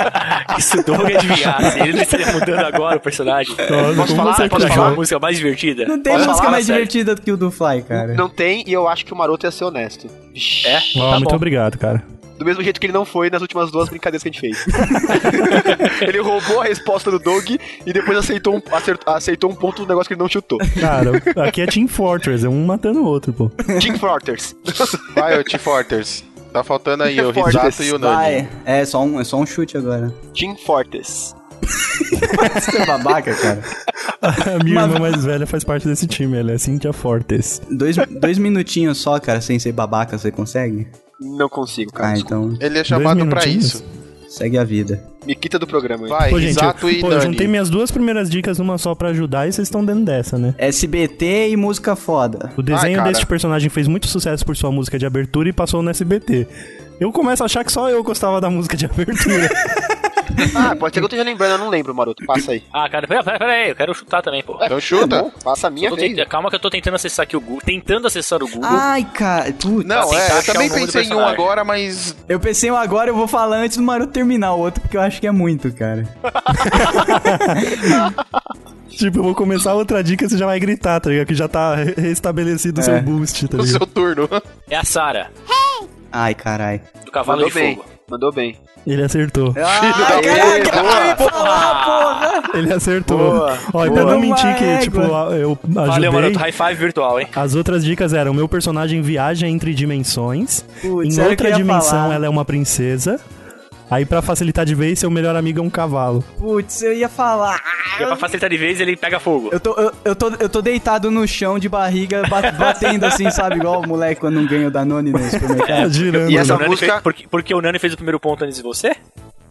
que se o Doug adivinhasse, ele não estaria mudando agora o personagem? Nossa, Posso como falar? você Posso Pode cagou. falar a música mais divertida? Não tem Pode música falar, mais sério. divertida do que o do Fly, cara. Não tem, e eu acho que o Maroto ia ser honesto. Vixe. É? Ó, tá muito bom. obrigado, cara. do mesmo jeito que ele não foi nas últimas duas brincadeiras que a gente fez. ele roubou a resposta do Doug e depois aceitou um, acert- aceitou um ponto do negócio que ele não chutou. Cara, aqui é Team Fortress, é um matando o outro, pô. Team Fortress. Vai, ô T-Forters. Tá faltando aí o T-Forters, Risato e o Nani. Vai. É só, um, é só um chute agora. Team Fortress. Você é babaca, cara. A minha irmã mais velha faz parte desse time, ela é Cynthia Fortes. Dois, dois minutinhos só, cara, sem ser babaca, você consegue? Não consigo, cara. Ah, desculpa. então Ele é chamado Dois pra minutinhos? isso. segue a vida. Me quita do programa. hein? Vai, Pô, gente, eu, Risato e pô, eu Nani. juntei minhas duas primeiras dicas numa só pra ajudar e vocês estão dentro dessa, né? SBT e música foda. O desenho cara. deste personagem fez muito sucesso por sua música de abertura e passou no SBT. Eu começo a achar que só eu gostava da música de abertura. Ah, pode ser que eu esteja lembrando, eu não lembro, Maroto. Passa aí. Ah, cara, pera, pera, pera aí, eu quero chutar também, pô. Então chuta. Bom, Passa a minha Tô vez. tenta- Calma que eu tô tentando acessar aqui o Google. Tentando acessar o Google. Ah. Ai, cara, putz. Não, Pra é, tentar eu também achar o nome do pensei em um personagem. agora, mas Eu pensei um agora, eu vou falar antes do Maroto terminar o outro, porque eu acho que é muito, cara. tipo, eu vou começar outra dica e você já vai gritar, tá ligado? Que já tá re- restabelecido o seu boost, tá no ligado? seu turno. É a Sara, Ai, carai. do Cavalo Mandou é de bem. Fogo. Mandou bem. Ele acertou. Ah, Ai, Aê, boa. Ele acertou. Boa, Ó, e pra boa. não mentir Uma que, tipo, égua. a- eu ajudei. Valeu, mano. High five virtual, hein? As outras dicas eram: meu personagem viaja entre dimensões. Putz, em era o que eu outra ia dimensão, falar. ela é uma princesa. Aí, pra facilitar de vez, seu melhor amigo é um cavalo. Putz, eu ia falar. E pra facilitar de vez, ele pega fogo. Eu tô, eu, eu tô, eu tô deitado no chão de barriga, ba- batendo assim, sabe? Igual o moleque quando não ganha o Danone no supermercado. girando. E essa né? Nani música- fez- porque, porque o Nani fez o primeiro ponto antes de você?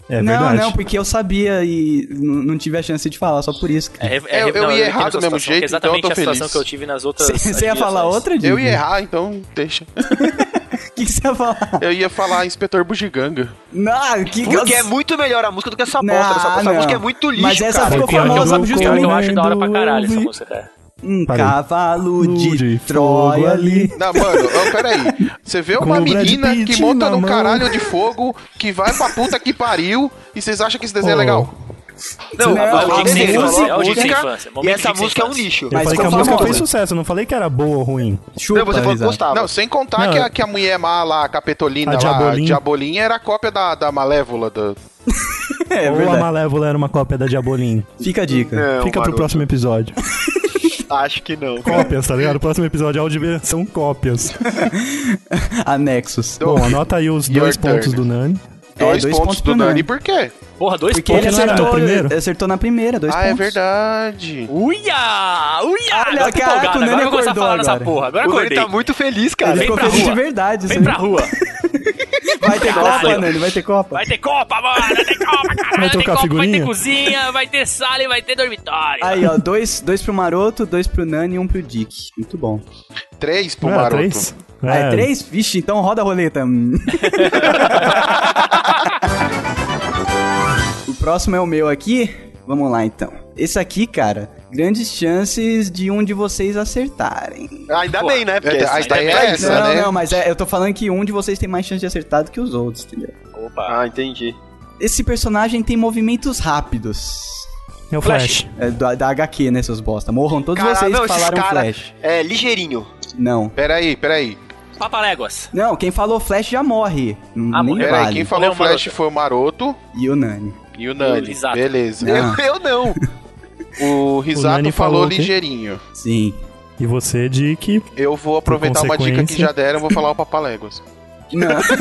É não, verdade. não, porque eu sabia e n- não tive a chance de falar, só por isso. cara. Eu- É, eu ia não, entendo errar do sua mesmo situação, jeito, que é Exatamente então eu tô a situação feliz. que eu tive nas outras. assim. Você você ia admirações. falar outra, Diego? Eu ia errar, então deixa. O que, que você ia falar? Eu ia falar Inspetor Bugiganga. Não, que Porque é muito melhor a música do que essa bosta. Essa, essa Ah, não. música é muito lixo, Mas essa cara. ficou Pior que eu famosa vou- Pior que eu justamente. acho da hora pra caralho essa Comendo- música, cara. Um Parei. cavalo Tudo de fogo Troia ali. Não, mano, ó, peraí. Você vê Com uma o Brad menina Pitt que monta na num mão. caralho de fogo, que vai pra puta que pariu, e vocês acham que esse desenho é Pô, legal? Não, Não, a é o música, Dick sem infância, é o Dick sem infância, e momento Dick essa sem música é um infância. lixo. Eu Mas falei que ficou a música famosa. fez sucesso, eu não falei que era boa ou ruim. Chupa, Não, você falou que Risato. gostava. Não, sem contar Não, que, é- a, que a mulher má lá, a Capetolina A lá, Diabolinha. a Diabolinha era a cópia da, da Malévola. Do... É ou a verdade. É, Malévola era uma cópia da Diabolim. Fica a dica. Não, Fica pro Maroto, próximo episódio. Acho que não. Cópias, tá ligado? O próximo episódio é audiovisual, são cópias. Anexos. É, Bom, anota aí os Your dois turn. pontos do Nani. Dois, pontos, do pro Nani, por quê? Porra, dois Porque pontos. ele não era acertou, no primeiro? acertou na primeira, dois ah, pontos. é verdade. Uia! Uia! Olha, agora eu tô caraca, empolgado, o Nani agora eu vou começar a acordou falar nessa agora. porra. Agora eu O Dani acordei. tá muito feliz, Ele cara. Vem ficou pra feliz rua. de verdade. Vem isso pra aí. rua. Vai ter Caralho. Copa, Nani, vai ter Copa. Vai ter copa, mano. Vai ter copa, caralho. Vai ter trocar copa, Vai figurinha? ter cozinha, vai ter sala e vai ter dormitório. Aí, ó, dois, dois pro Maroto, dois pro Nani e um pro Dick. Muito bom. Três pro Não era Maroto. três? Ah, é três? Vixe, então roda a roleta. o próximo é o meu aqui. Vamos lá, então. Esse aqui, cara, grandes chances de um de vocês acertarem. Ainda bem, né? Porque É, a essa- ideia pra é isso. essa, não, né? não, mas é- eu tô falando que um de vocês tem mais chance de acertar do que os outros, entendeu? Opa. Ah, entendi. Esse personagem tem movimentos rápidos. É o Flash. É, da, da HQ, né, seus bosta? Morram todos Cara, vocês não, que esses falaram cara- Flash. É ligeirinho. Não. Peraí, peraí. Papaléguas. Não, quem falou Flash já morre. Não Ah, nem morreu. Peraí, vale. quem falou Não, Flash Maroto. foi o Maroto E o Nani. e o Nani. Risato. Beleza. Ah. Eu, eu não. O Risato Nani falou falou o quê? ligeirinho. Sim. E você, Dick. Eu vou aproveitar uma dica que consequência. já deram, vou falar o Papaléguas. Não, Se,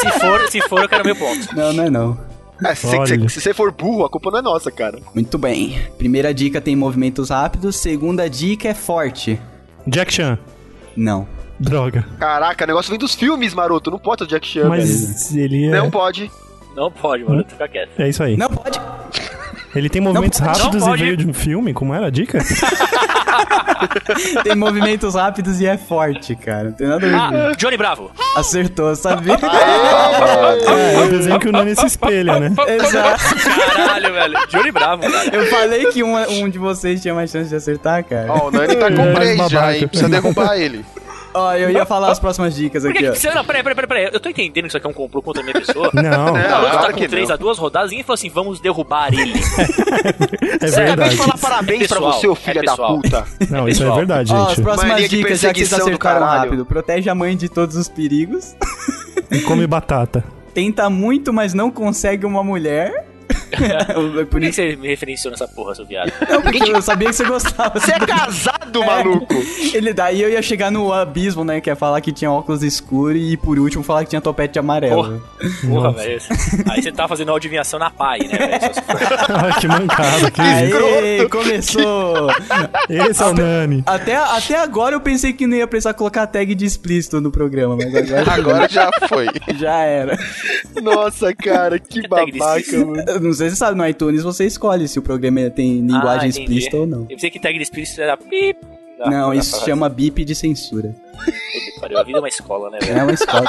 se for, se for, eu quero meu ponto. não, não é não. É, se, você- Olha. se você for burro, a culpa não é nossa, cara. Muito bem. Primeira dica tem movimentos rápidos. Segunda dica é forte. Jack Chan. Não. Droga. Caraca, o negócio vem dos filmes, maroto. Não pode o Jack Chan, velho. Mas ele é. Não pode. Não pode, mano. Fica quieto. É isso aí. Não pode. Ele tem movimentos pode, rápidos não e pode. veio de um filme? Como era a dica? Tem movimentos rápidos e é forte, cara. Não tem nada a ver. Ah, Johnny Bravo. Acertou, sabia? Ah, é o desenho que o Nani se espelha, né? Exato. Caralho, velho. Johnny Bravo, cara. Eu falei que um, um de vocês tinha mais chance de acertar, cara. Ó, o Nani tá com É, três já, babaca. hein? Precisa derrubar ele. Ó, eu ia falar as próximas dicas Por que aqui, que ó. você... Não, peraí, peraí, peraí, peraí. Eu tô entendendo que isso aqui é um complô contra a minha pessoa. Não, É, é Não, claro tá que com três não. a duas rodadas e falou assim, vamos derrubar ele. Acabei de É verdade. falar parabéns pra Pessoal, você, ô é filho da pessoal. puta. Não, isso é Pessoal. verdade, Ó, as gente. próximas Mania de dicas, já que vocês perseguição do acertaram caralho. rápido. Protege a mãe de todos os perigos. Come batata. tenta muito, mas não consegue uma mulher. Por que que você me referenciou nessa porra, seu viado? Não, porque eu sabia que você gostava. Você é casado, maluco! Ele daí eu ia chegar no abismo, né? Que é falar que tinha óculos escuros e por último falar que tinha topete amarelo. Porra, velho. Aí você tá fazendo adivinhação na pai, né, velho? Só se for- que mancada, que Aê, começou! Esse é o Nani. Até, até agora eu pensei que não ia precisar colocar a tag de explícito no programa, mas É. agora Agora já foi. já era. Nossa, cara, que Tag de babaca, espírito. mano. Eu Não sei se você sabe, no iTunes você escolhe se o programa tem Ah, linguagem entendi. Tá, explícita ou não. Eu pensei que tag de espírito era pip. Ah, Não, isso dá pra- chama bip de censura. Puta que pariu, A vida é uma escola, né, velho? É uma escola.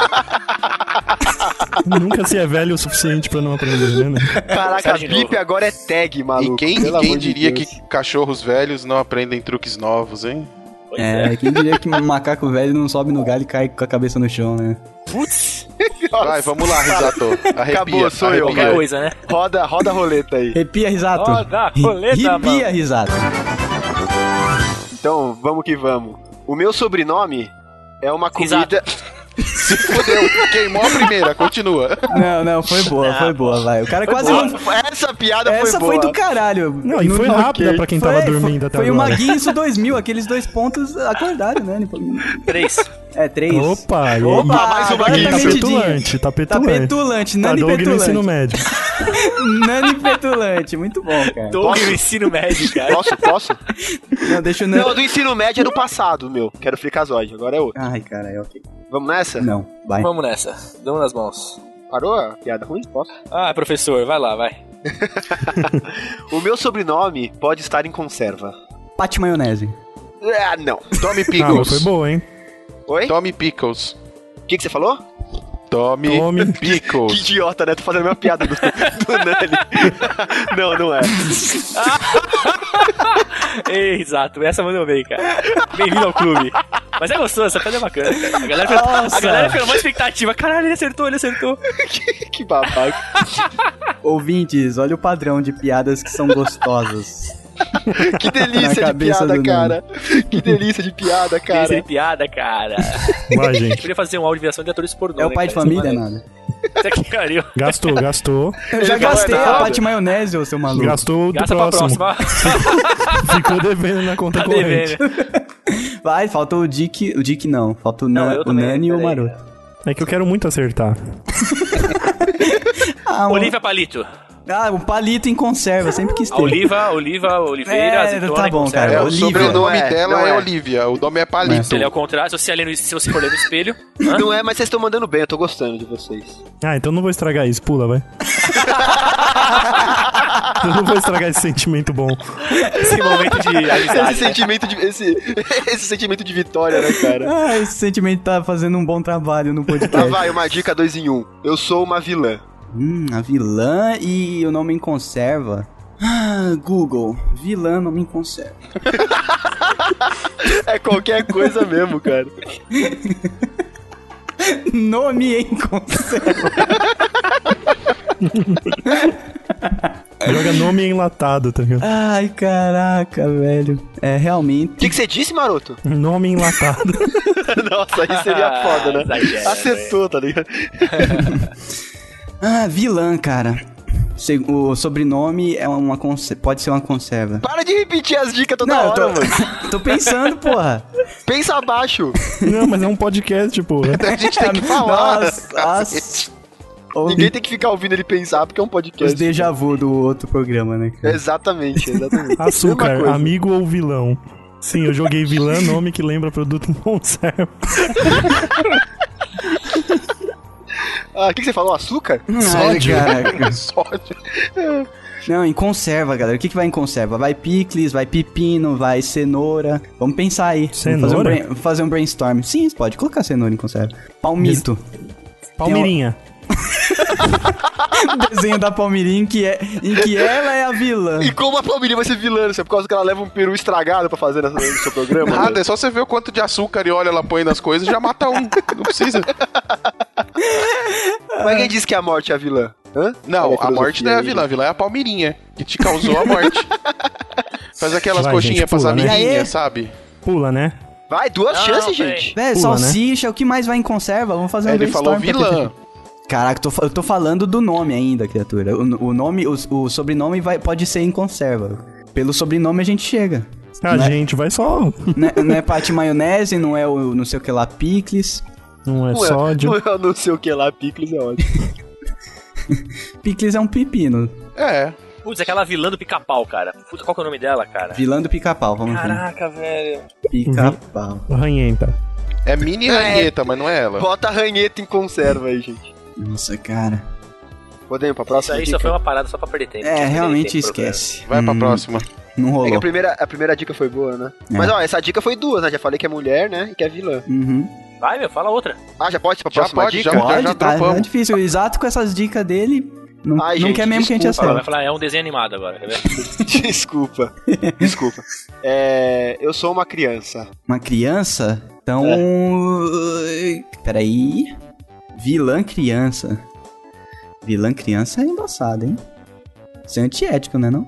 Nunca se é velho o suficiente pra não aprender, né? Caraca, Sai de bip novo. agora é tag, maluco. E quem, Pelo e quem amor de diria Deus. que cachorros velhos não aprendem truques novos, hein? Pois é. É, quem diria que um macaco velho não sobe no galho e cai com a cabeça no chão, né? Putz, Vai, vamos lá, risato. Arrepia. Acabou, sou eu, arrepia. qualquer coisa, né? Roda, roda a roleta aí. Repia risato. Roda a Ri- roleta, Repia mano. risato. Então, vamos que vamos. O meu sobrenome é uma Exato. comida. Se fudeu, queimou a primeira, continua. Não, não, foi boa, foi boa, vai. O cara quase não. Boa. Essa piada Essa foi boa. foi do caralho. Não, e foi rápida pra quem tava dormindo foi, até foi agora. uma Guinness 2000, aqueles dois pontos acordaram, né? Três. É, três. Opa, e- Opa, mais uma agora e, tá aqui. tá metidinho. petulante, tá Tá petulante. petulante, Tá Nani Doug no ensino petulante. médio. Nani petulante, muito bom, cara. Doug no ensino médio, cara. Posso? Posso? Não, deixa o Nani. Não, do ensino médio é do passado, meu. Que era o Frikazoid, agora é outro. Ai, cara, é ok. Vamos nessa? Não, vai. Vamos nessa. Damos nas mãos. Parou a piada ruim? Posso? Ah, professor, vai lá, vai. O meu sobrenome pode estar em conserva. Pate maionese. Ah, não. Tome Ah, mas foi pickles. boa, hein? Oi? Tome pickles. O que, que você falou? Tome, Tome. Que pickles. idiota, né? Tô fazendo a minha piada do, do Nani. Não, não é. Ei, exato, essa mandou bem, cara. Bem-vindo ao clube. Mas é gostoso, essa pedra é bacana. A galera, fica- Nossa. a galera ficou numa expectativa. Caralho, ele acertou, ele acertou. Que babaca. Ouvintes, olha o padrão de piadas que são gostosas. Que Na delícia de cabeça do piada, Nani. cara. Que delícia de piada, é. Delícia cara. de piada, cara. Vai, gente. Podia fazer um áudio versão de atores pornô. É o né, pai de cara? família, nada. Isso aqui, pariu. Gastou, gastou. Eu já Ele não é gastei a nada. pate maionese, ô seu maluco. Gastou o do Gasta pra próximo. próxima. Ficou devendo na conta Tá corrente. Então, devendo. Vai, falta o Dick. O Dick não, falta o, Não, Nan- eu o também, Nani e o peraí. Maroto. É que eu quero muito acertar. Ah, um, Olivia Palito. ah, um palito em conserva, sempre quis A ter. Oliva, Oliva, Oliveira, né, É, azeitona tá e bom, conserva. É, o Olivia. Não sobrenome é, dela não é, é. Olivia, o nome é Palito. Se ele é o contrário, se você, olhar no- se você for ler no espelho. hã? Não é, mas vocês estão mandando bem, eu tô gostando de vocês. Ah, então não vou estragar isso. Pula, vai. eu não vou estragar esse sentimento bom. Esse momento de Esse amizade. né? sentimento de. Esse, esse sentimento de vitória, né, cara? Ah, esse sentimento tá fazendo um bom trabalho no Lá podcast. Então vai, uma dica dois em um. Eu sou uma vilã. hum, a vilã e o nome em conserva. Ah, Google, vilã, nome em conserva. É qualquer coisa mesmo, cara. Nome em conserva. Joga nome enlatado, tá ligado? Ai, caraca, velho. É, O realmente. que, que você disse, maroto? Nome enlatado. Nossa, aí seria foda, né? Exagero, Acertou, tá ligado? Ah, vilã, cara. Se- O sobrenome é uma conse- pode ser uma conserva. Para de repetir as dicas toda Não, eu hora, tô, mano. tô pensando, porra. Pensa abaixo. não, mas é um podcast, pô. A gente tem que falar. Nossa, nossa. Ô, É, Ninguém tem que ficar ouvindo ele pensar, porque é um Os podcast. déjà vu do outro programa, né, cara? Exatamente, exatamente. Mesma Açúcar, coisa. amigo ou vilão? Sim, eu joguei vilã, nome que lembra produto conserva. Ah, o que, que você falou? Açúcar? Sódio. Caraca. Sódio. Não, em conserva, galera. O que, que vai em conserva? Vai picles, vai pepino, vai cenoura. Vamos pensar aí. Vamos Fazer um, Cenoura? brain- vamos fazer um brainstorm. Sim, você pode colocar cenoura em conserva. Palmito. Palmeirinha. o desenho da Palmirinha em que, é, em que ela é a vilã. E como a Palmeirinha vai ser vilã? Isso é por causa que ela leva um peru estragado pra fazer nessa- no seu programa? Nada, velho? é só você ver o quanto de açúcar e óleo ela põe nas coisas e já mata um. Não precisa. Mas quem disse que a morte é a vilã? Hã? Não, Olha a morte filosofia não é a aí, vilã, a vilã é a palmeirinha, que te causou a morte. Faz aquelas Vai, coxinhas gente, pras pula, né? E aí? amiguinhas, sabe? Pula, né? gente. Vai, duas Não, chances, peraí. gente. Velho, Pula, né? salsicha, o que mais vai em conserva? Vamos fazer um É, Ele tá brainstorm. falou pra vilã. Caraca, tô fa- eu tô falando do nome ainda, criatura. O, o nome, o, o sobrenome vai, pode ser em conserva. Pelo sobrenome a gente chega. Ah, Né? gente, vai só. Né- não, é, pate maionese, não é o não sei o que lá, picles. Não é Ué, sódio. ué, Eu não sei o que lá, picles é ótimo. Picles é um pepino. É. Putz, aquela vilã do pica-pau, cara. Putz, qual que é o nome dela, cara? Vilã do pica-pau, vamos ver. Caraca, velho. Pica-pau. Ranhenta. É mini É. ranheta, mas não é ela. Bota a ranheta em conserva aí, gente. Nossa, cara. Podemos pra Isso próxima? aí só dica? foi uma parada só pra perder tempo. Só É, pra perder realmente tempo, esquece. Vai pra Hum, próxima. Não um É que a rolou. primeira, a primeira dica foi boa, né? É. Mas ó, essa dica foi duas, né? Já falei que é mulher, né? E que é vilã. Uhum. programa. Vai, meu, fala outra. Ah, já pode ir pra Já próxima pode, dica? já. Pode, tá? dropamos. É difícil. O Exato com essas dicas dele. Não, Ai, não gente, quer mesmo que a gente desculpa, Vai né? acerte. falar, é um desenho animado agora, quer ver? Desculpa. Desculpa. É, eu sou uma criança. Uma criança? Então. É. eh, Peraí. Vilã criança. Vilã criança é embaçado, hein? Isso é antiético, né? Não?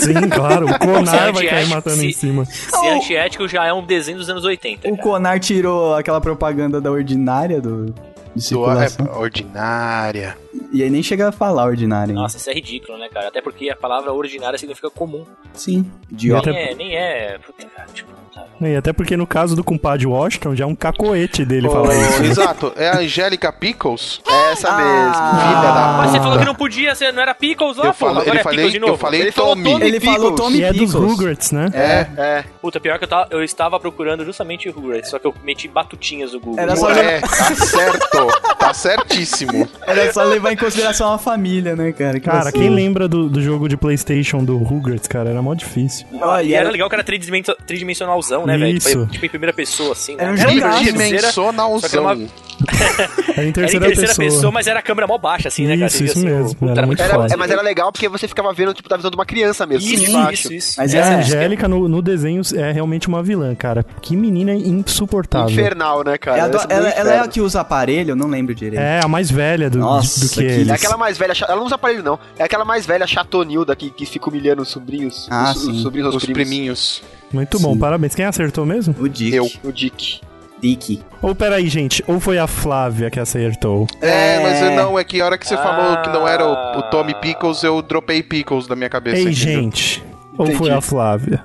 Sim, claro. O Conar vai Antiético, cair matando em se- cima. Ser antiético já é um desenho dos anos 80. O cara. Conar tirou aquela propaganda da ordinária do. De Do, é, circulação. ordinária. E aí nem chega a falar ordinária. hein? Nossa, isso é ridículo, né, cara? Até porque a palavra ordinária significa comum. Sim. Idiota. Até- Nem é, nem é. Puta, cara, tipo, tá. E até porque no caso do compadre Washington, já é um cacoete dele falar Ô, isso. né? Exato, é a Angélica Pickles? É essa Ah. mesmo. Filha da... Mas você falou que não podia, ser, não era Pickles lá, Eu pô. falei, Agora ele é falei, Pickles de novo. eu falei Ele falou Tommy. Tommy. Ele falou Tommy E é Pickles. dos Rugrats, né? É, É. Puta, pior que eu, tava, eu estava procurando justamente o Rugrats, só que eu meti batutinhas no Google. Era só- é, tá certo. Tá certíssimo. Era só levar em consideração a família, né, cara? Que Cara, você- quem lembra do, do jogo de Playstation do Rugrats, cara? Era mó difícil. Olha, e era era- legal que era tridimenso- tridimensionalzão, né, velho? Isso. Tipo, tipo em primeira pessoa, assim, né? Era um Era em jogaço. terceira- só que era Tridimensionalzão. uma- Era em Era em terceira, terceira pessoa. pessoa. mas era a câmera mó baixa, assim, né, cara? Isso, Você via, isso assim, mesmo. puta, Era muito Era- foda. é, mas era legal porque você ficava vendo tipo, da visão de uma criança mesmo. Isso, de isso, baixo. isso, isso. Mas Essa é, Angélica no, no desenho é realmente uma vilã, cara. Que menina insuportável. Infernal, né, cara? é a do- Essa mulher ela, é ela é a inferno. que usa aparelho, eu não lembro direito. É, a mais velha do, Nossa, do que que- eles. É aquela mais velha, cha- ela não usa aparelho não, é aquela mais velha chatonilda que, que fica humilhando os sobrinhos, Ah, os, sim. os sobrinhos, Os os primos. priminhos. Muito bom, Sim. parabéns. Quem acertou mesmo? O Dick. Eu. O Dick. Dick. Ou peraí, gente, ou foi a Flávia que acertou? É, É. mas não, é que a hora que você Ah. falou que não era o, o Tommy Pickles, eu dropei Pickles da minha cabeça. Ei, entendeu? gente. Ou Entendi. foi a Flávia?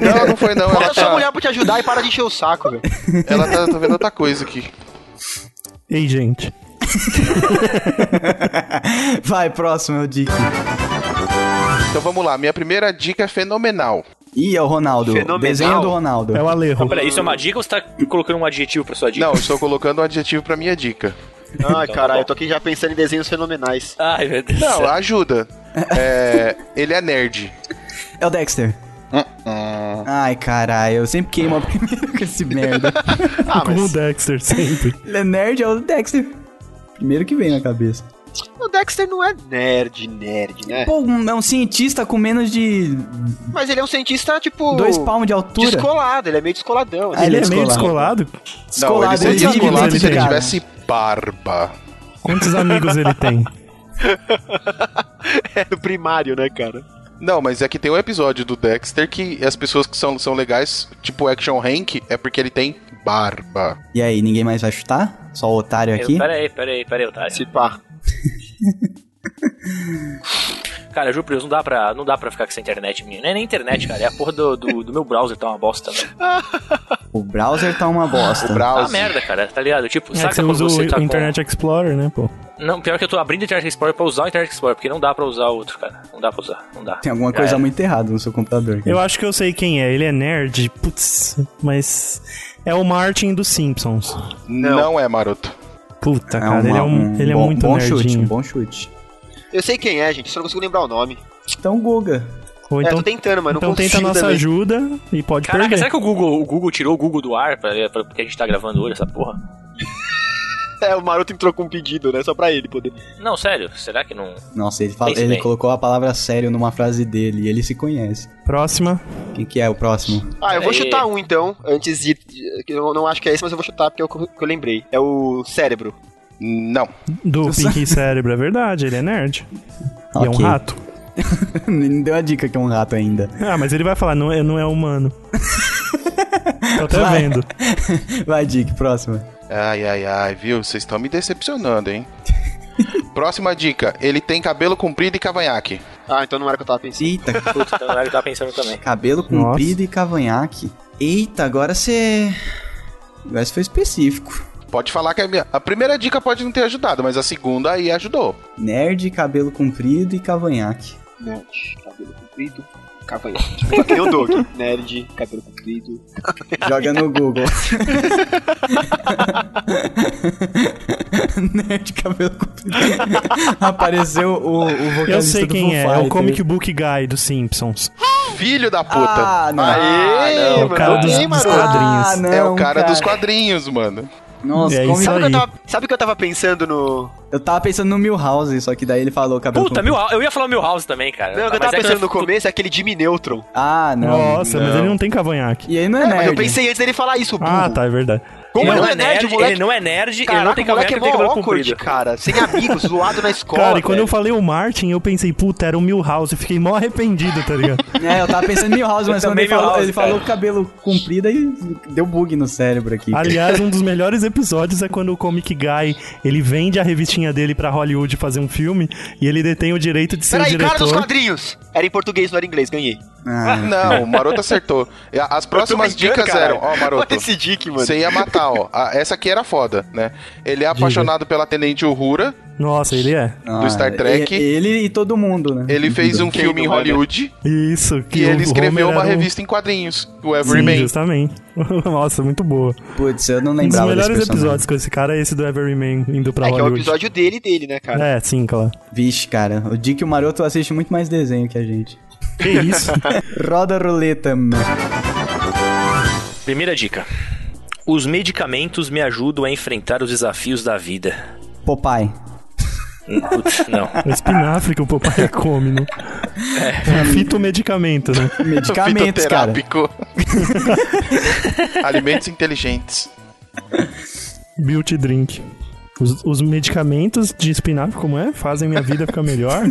Não, não foi não. Ela Bota sua tá, mulher pra te ajudar e para de encher o saco, velho. ela tá, tá vendo outra coisa aqui. Ei, gente. Vai, próximo é o Dick. Então vamos lá, minha primeira dica é fenomenal. Ih, é o Ronaldo. Fenomenal. Desenho do Ronaldo. É o Alejo. Não, peraí, isso é uma dica ou você tá colocando um adjetivo pra sua dica? Não, eu estou colocando um adjetivo pra minha dica. Ai, tá caralho, bom. eu tô aqui já pensando em desenhos fenomenais. Ai, meu Deus. Não, ajuda. É, ele é nerd. É o Dexter. Hum, Ai, caralho, eu sempre queimo a primeira com esse merda. Ah, Como o mas Dexter sempre. Ele é nerd, é o Dexter. Primeiro que vem na cabeça. o Dexter não é nerd, nerd, né? Pô, um- é um cientista com menos de Mas ele é um cientista, tipo... dois palmos de altura. Descolado, ele é meio descoladão. Ah, assim. ele, ele é é meio descolado. descolado. não, ele Descolado, seria ele é vive descolado dentro se de ele casa. tivesse barba. Quantos amigos ele tem? É do primário, né, cara? Não, mas é que tem um episódio do Dexter que as pessoas que são, são legais, tipo Action Hank, é porque ele tem barba. E aí, ninguém mais vai chutar? Só o otário aqui? Eu, peraí, peraí, peraí, otário. Se pá. Cara, eu juro por Deus, não dá pra, não dá pra ficar com essa internet minha. Não é nem internet, cara. É a porra do, do, do meu browser tá uma bosta, velho. O browser tá uma bosta. O Tá Browse. uma merda, cara, tá ligado? Tipo, É saca que você quando usa você o, tá o com... Internet Explorer, né, pô? Não, pior que eu tô abrindo o Internet Explorer pra usar o Internet Explorer, porque não dá pra usar o outro, cara. Não dá pra usar, não dá. É. Tem alguma Já coisa era. muito errada no seu computador. cara. Eu acho que eu sei quem é. Ele é nerd, putz, mas é o Martin dos Simpsons. Não. é, maroto. Puta, cara, uma- ele é, um, ele é bom, muito bom chute, um nerdinho. bom chute. Eu sei quem é, gente, só não consigo lembrar o nome. Então, Guga. Ou é, então, tô tentando, mas não então consigo né? tenta a nossa também. ajuda e pode Caraca, perder. será que o Google, o Google tirou o Google do ar pra, pra, porque a gente tá gravando hoje essa porra? É, o Maroto entrou com um pedido, né? Só pra ele poder. Não, sério, será que não. Nossa, ele, fala- Pense ele bem. colocou a palavra sério numa frase dele e ele se conhece. Próxima. Quem que é o próximo? Ah, eu vou Aí. chutar um então, antes de. que Eu não acho que é esse, mas eu vou chutar porque é o que eu- que eu lembrei. É o cérebro. Não. Do Pinky Cérebro, é verdade, ele é nerd. E é um Ok. rato. Não deu a dica que é um rato ainda. Ah, mas ele vai falar, não é, não é humano. Tô até Vai. vendo. Vai, Dick, próxima. Ai, ai, ai, viu? Vocês estão me decepcionando, hein? Próxima dica. Ele tem cabelo comprido e cavanhaque. Ah, então não era o que eu tava pensando. Eita, Putz, então eu tava pensando também. cabelo comprido e cavanhaque. Eita, agora você. Agora você foi específico. Pode falar que a, minha- a primeira dica pode não ter ajudado, mas a segunda aí ajudou. Nerd, cabelo comprido e cavanhaque. Nerd, cabelo comprido, cavanhaque. Que nem o Doug. Nerd, cabelo comprido. Joga no Google. Nerd, cabelo comprido. Apareceu o, o vocalista Eu sei do Foo quem é, é o Fighters. Comic Book Guy dos Simpsons. Filho da puta. Ah, não. Aê, É o mano. cara dos, Aê, dos mano. quadrinhos. Ah, não, é o cara, dos quadrinhos, mano. Nossa, É como- isso Sabe o que eu aí. tava- sabe o que eu tava pensando no. eu tava pensando no Milhouse, só que daí ele falou cabelo Puta, comprido. Milhouse. Eu ia falar Milhouse também, cara. Não, o que eu Mas tava é pensando eu- no começo é aquele Jimmy Neutron. Ah, não. Nossa, mas não. ele não tem cavanhaque. E aí não é, É, nerd. mas eu pensei antes dele falar isso, burro. Ah, tá, é verdade. Como Ele ele não é nerd, moleque? ele não é nerd, ele não Caraca, tem o moleque cavanhaque, é ele tem mó cabelo awkward, comprido. cara. Sem amigos, zoado na escola. Cara, e quando eu velho. falei o Martin, eu pensei, puta, era o Milhouse. Eu fiquei mó arrependido, tá ligado? É, eu tava pensando em Milhouse, mas Eu quando ele também falou, Milhouse, ele falou cabelo comprido e deu bug no cérebro aqui. Aliás, um dos melhores episódios é quando o Comic Guy, ele vende a revistinha dele pra Hollywood fazer um filme e ele detém o direito de ser o Peraí, cara dos diretor. quadrinhos! Era em português, não era em inglês, ganhei. Ah, Não, o Maroto acertou. E a- As próximas brincando, dicas caralho. eram, ó, Maroto. Tá. Olha esse dick, mano. Você ia matar, ó. Ah, essa aqui era foda, né? Ele é apaixonado pela Tenente Uhura, Nossa, ele é. ah, Star Trek. e- Ele e todo mundo, né? ele fez um filme em Hollywood é? Isso, que e o ele escreveu Homer uma era o- revista em quadrinhos, o Sim, Everyman. justamente. Nossa, muito boa. Putz, eu não Um dos lembrava desse melhores personagem. episódios com esse cara é esse do Everyman indo pra É que é o Hollywood. episódio dele e dele, né, cara? É, sim, claro. Vixe, cara, o Dick e o Maroto assiste muito mais desenho que a gente. Que isso? Roda a roleta, mano. Primeira dica. Os medicamentos me ajudam a enfrentar os desafios da vida. Popeye. Hum, Putz, não. É espinafre que o papai come, né? É, fitomedicamento, né? Medicamentos, cara. Fitoterápico. Alimentos inteligentes. Beauty Drink. Os, os medicamentos de espinafre, como é? Fazem minha vida ficar melhor.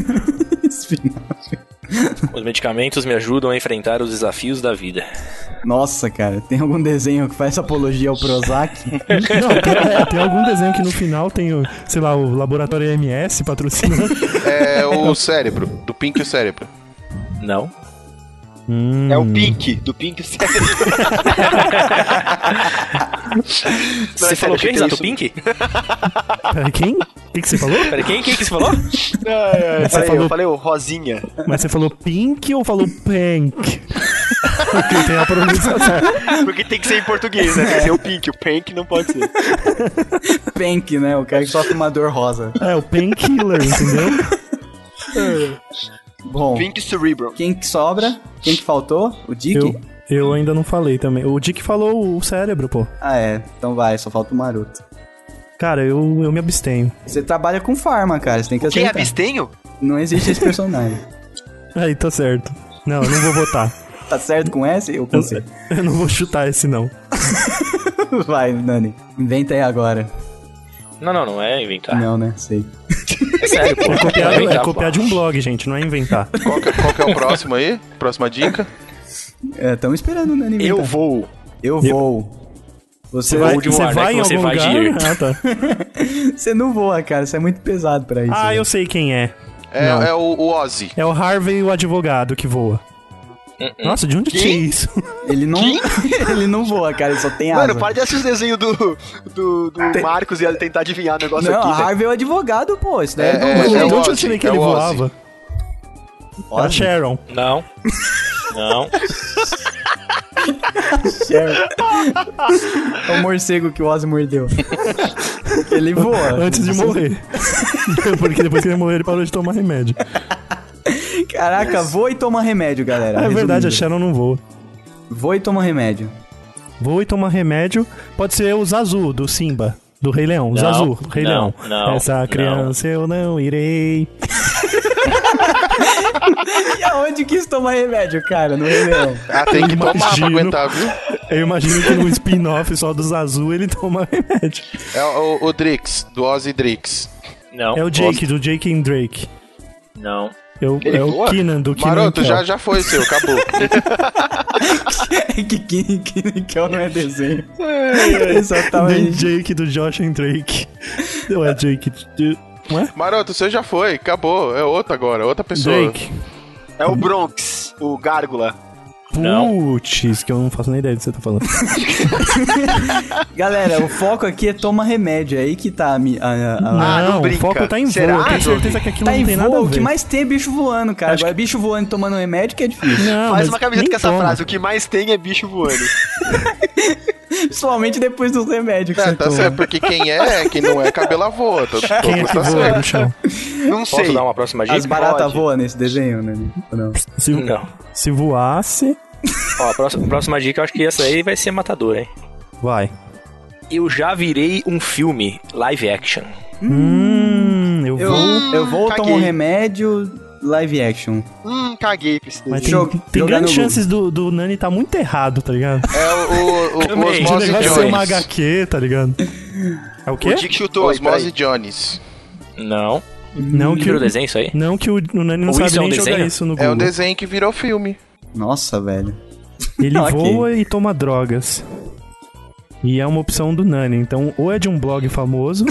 Os medicamentos me ajudam a enfrentar os desafios da vida. Nossa, cara, tem algum desenho que faz apologia ao Prozac? Não, tem, é, tem algum desenho que no final tem, o, sei lá, o Laboratório MS patrocinando. É o cérebro, do Pink o cérebro. Não. Hum, É o Pink, do Pink Cérebro. Você sério, falou achei quem, que Zato isso- Pink? pera, quem? O que, que você falou? Peraí, quem? Quem que você falou? Eu Você falei, falou- eu falei, ô, Rosinha. Mas você falou pink ou falou pank? Porque tem a pronunciação. Porque tem que ser em português, né? Tem que ser o Pink, o Pink não pode ser. Pank, né? O cara que sofre uma dor rosa. É, o painkiller, entendeu? Bom, Pink Cerebral. quem que sobra? Quem que faltou? O Dick? Eu, eu ainda não falei também. O Dick falou o cérebro, pô. Ah, é. Então vai, só falta o Maroto. Cara, eu, eu me abstenho. Você trabalha com farma, cara. Você tem que Quem é aceitar. abstenho? Não existe esse personagem. Aí, tá certo. Não, eu não vou votar. tá certo com esse? Eu consigo. Eu não vou chutar esse, não. Vai, Nani. Inventa aí agora. Não, não, não é Ah. inventar. Não, né? Sei. É sério, pô. Copiar, Não inventar, é copiar pô. de um blog, gente, não é inventar. Qual que, qual que é o próximo aí? Próxima dica? É, tamo esperando o Nani inventar. Eu vou. Eu vou. Você, Você vai, de um você ar, né, vai que em você algum vai de lugar? ir. Ah, tá. você não voa, cara. Você é muito pesado pra isso. Ah, né? eu sei quem é. É, Não. é o, o Ozzy. É o Harvey, o advogado que voa. Nossa, de onde tinha isso? Ele não. ele não voa, cara. Ele só tem asa. Mano, para de assistir o desenho do, do, do Marcos e tentar adivinhar o negócio Não, aqui, né? velho. Harvey é o advogado, pô. Isso daí é, do É, Mas de é o onde eu Ozzy, tirei que é ele o Ozzy. voava? Era Ozzy? Sharon. Não. Não. É o morcego que o Ozzy mordeu. ele voa. Antes de morrer. Porque depois que ele morreu, ele parou de tomar remédio. É Caraca, voa e toma remédio, galera. É verdade, a Resumindo. Sharon não voa. Voa e toma remédio. Voa e toma remédio. Pode ser o Zazu, do Simba. Do Rei Leão. o Zazu, do Rei não, Leão. não, Essa não. criança eu não irei. E aonde quis tomar remédio, cara? No Rei Leão. Ah, tem que tomar pra Imagino. aguentar, viu? Eu imagino que no spin-off só do Zazu ele toma remédio. É o, o Drix, do Ozzy Drix. Não. É o Jake, do Jake and Drake. Não. Eu, Ele é o voa? Keenan, do Keenan. Maroto, Kel. já, já foi seu, acabou. que que que que não é desenho. Exatamente. Nem Jake do Josh and Drake. Não é Jake. de- Não é? Maroto, seu já foi, acabou. É outro agora, outra pessoa. Drake. É o Bronx, o Gárgula. Não. Putz, que eu não faço nem ideia do que você tá falando. Galera, o foco aqui é toma remédio, é aí que tá a, mi- a, a- a- Ah, não não, o brinca. foco tá em voo. Será, Eu tenho Doug? certeza que aquilo Tá não em tem nada a voo, o ver. que mais tem é bicho voando, cara. Agora, bicho voando e tomando remédio que é difícil. Não, Faz mas uma camiseta nem com essa toma. frase, o que mais tem é bicho voando. Principalmente depois dos remédios que É, você tá toma. certo, porque quem é, quem não é, cabelo voa. Tô, tô, Quem é que tá voa certo. no chão? Não Posso sei. dar uma próxima dica? As baratas Pode. voam nesse desenho, né? Ou não? Se, Não. se voasse, Ó, a próxima, próxima dica, eu acho que essa aí vai ser matadora, hein? vai. Eu já virei um filme live action. Hum, eu, Eu, vou. eu vou, caguei. tomo remédio, live action. Hum, caguei pra esse Mas desenho. tem, Jogo- tem jogar grandes no Google. chances do, do Nani tá muito errado, tá ligado? É o, o, o, Também. O Osmose negócio é ser uma Jones. HQ, tá ligado? É o quê? O Dick chutou, aí, peraí. Osmose Jones. Não. Não que, Primeiro o- desenho, isso aí? não que o, o Nani não Ou sabe isso é um nem jogar desenho? isso no É um Google. desenho que virou filme. Nossa, velho. Ele Ok. voa e toma drogas. E é uma opção do Nani. Então, ou é de um blog famoso,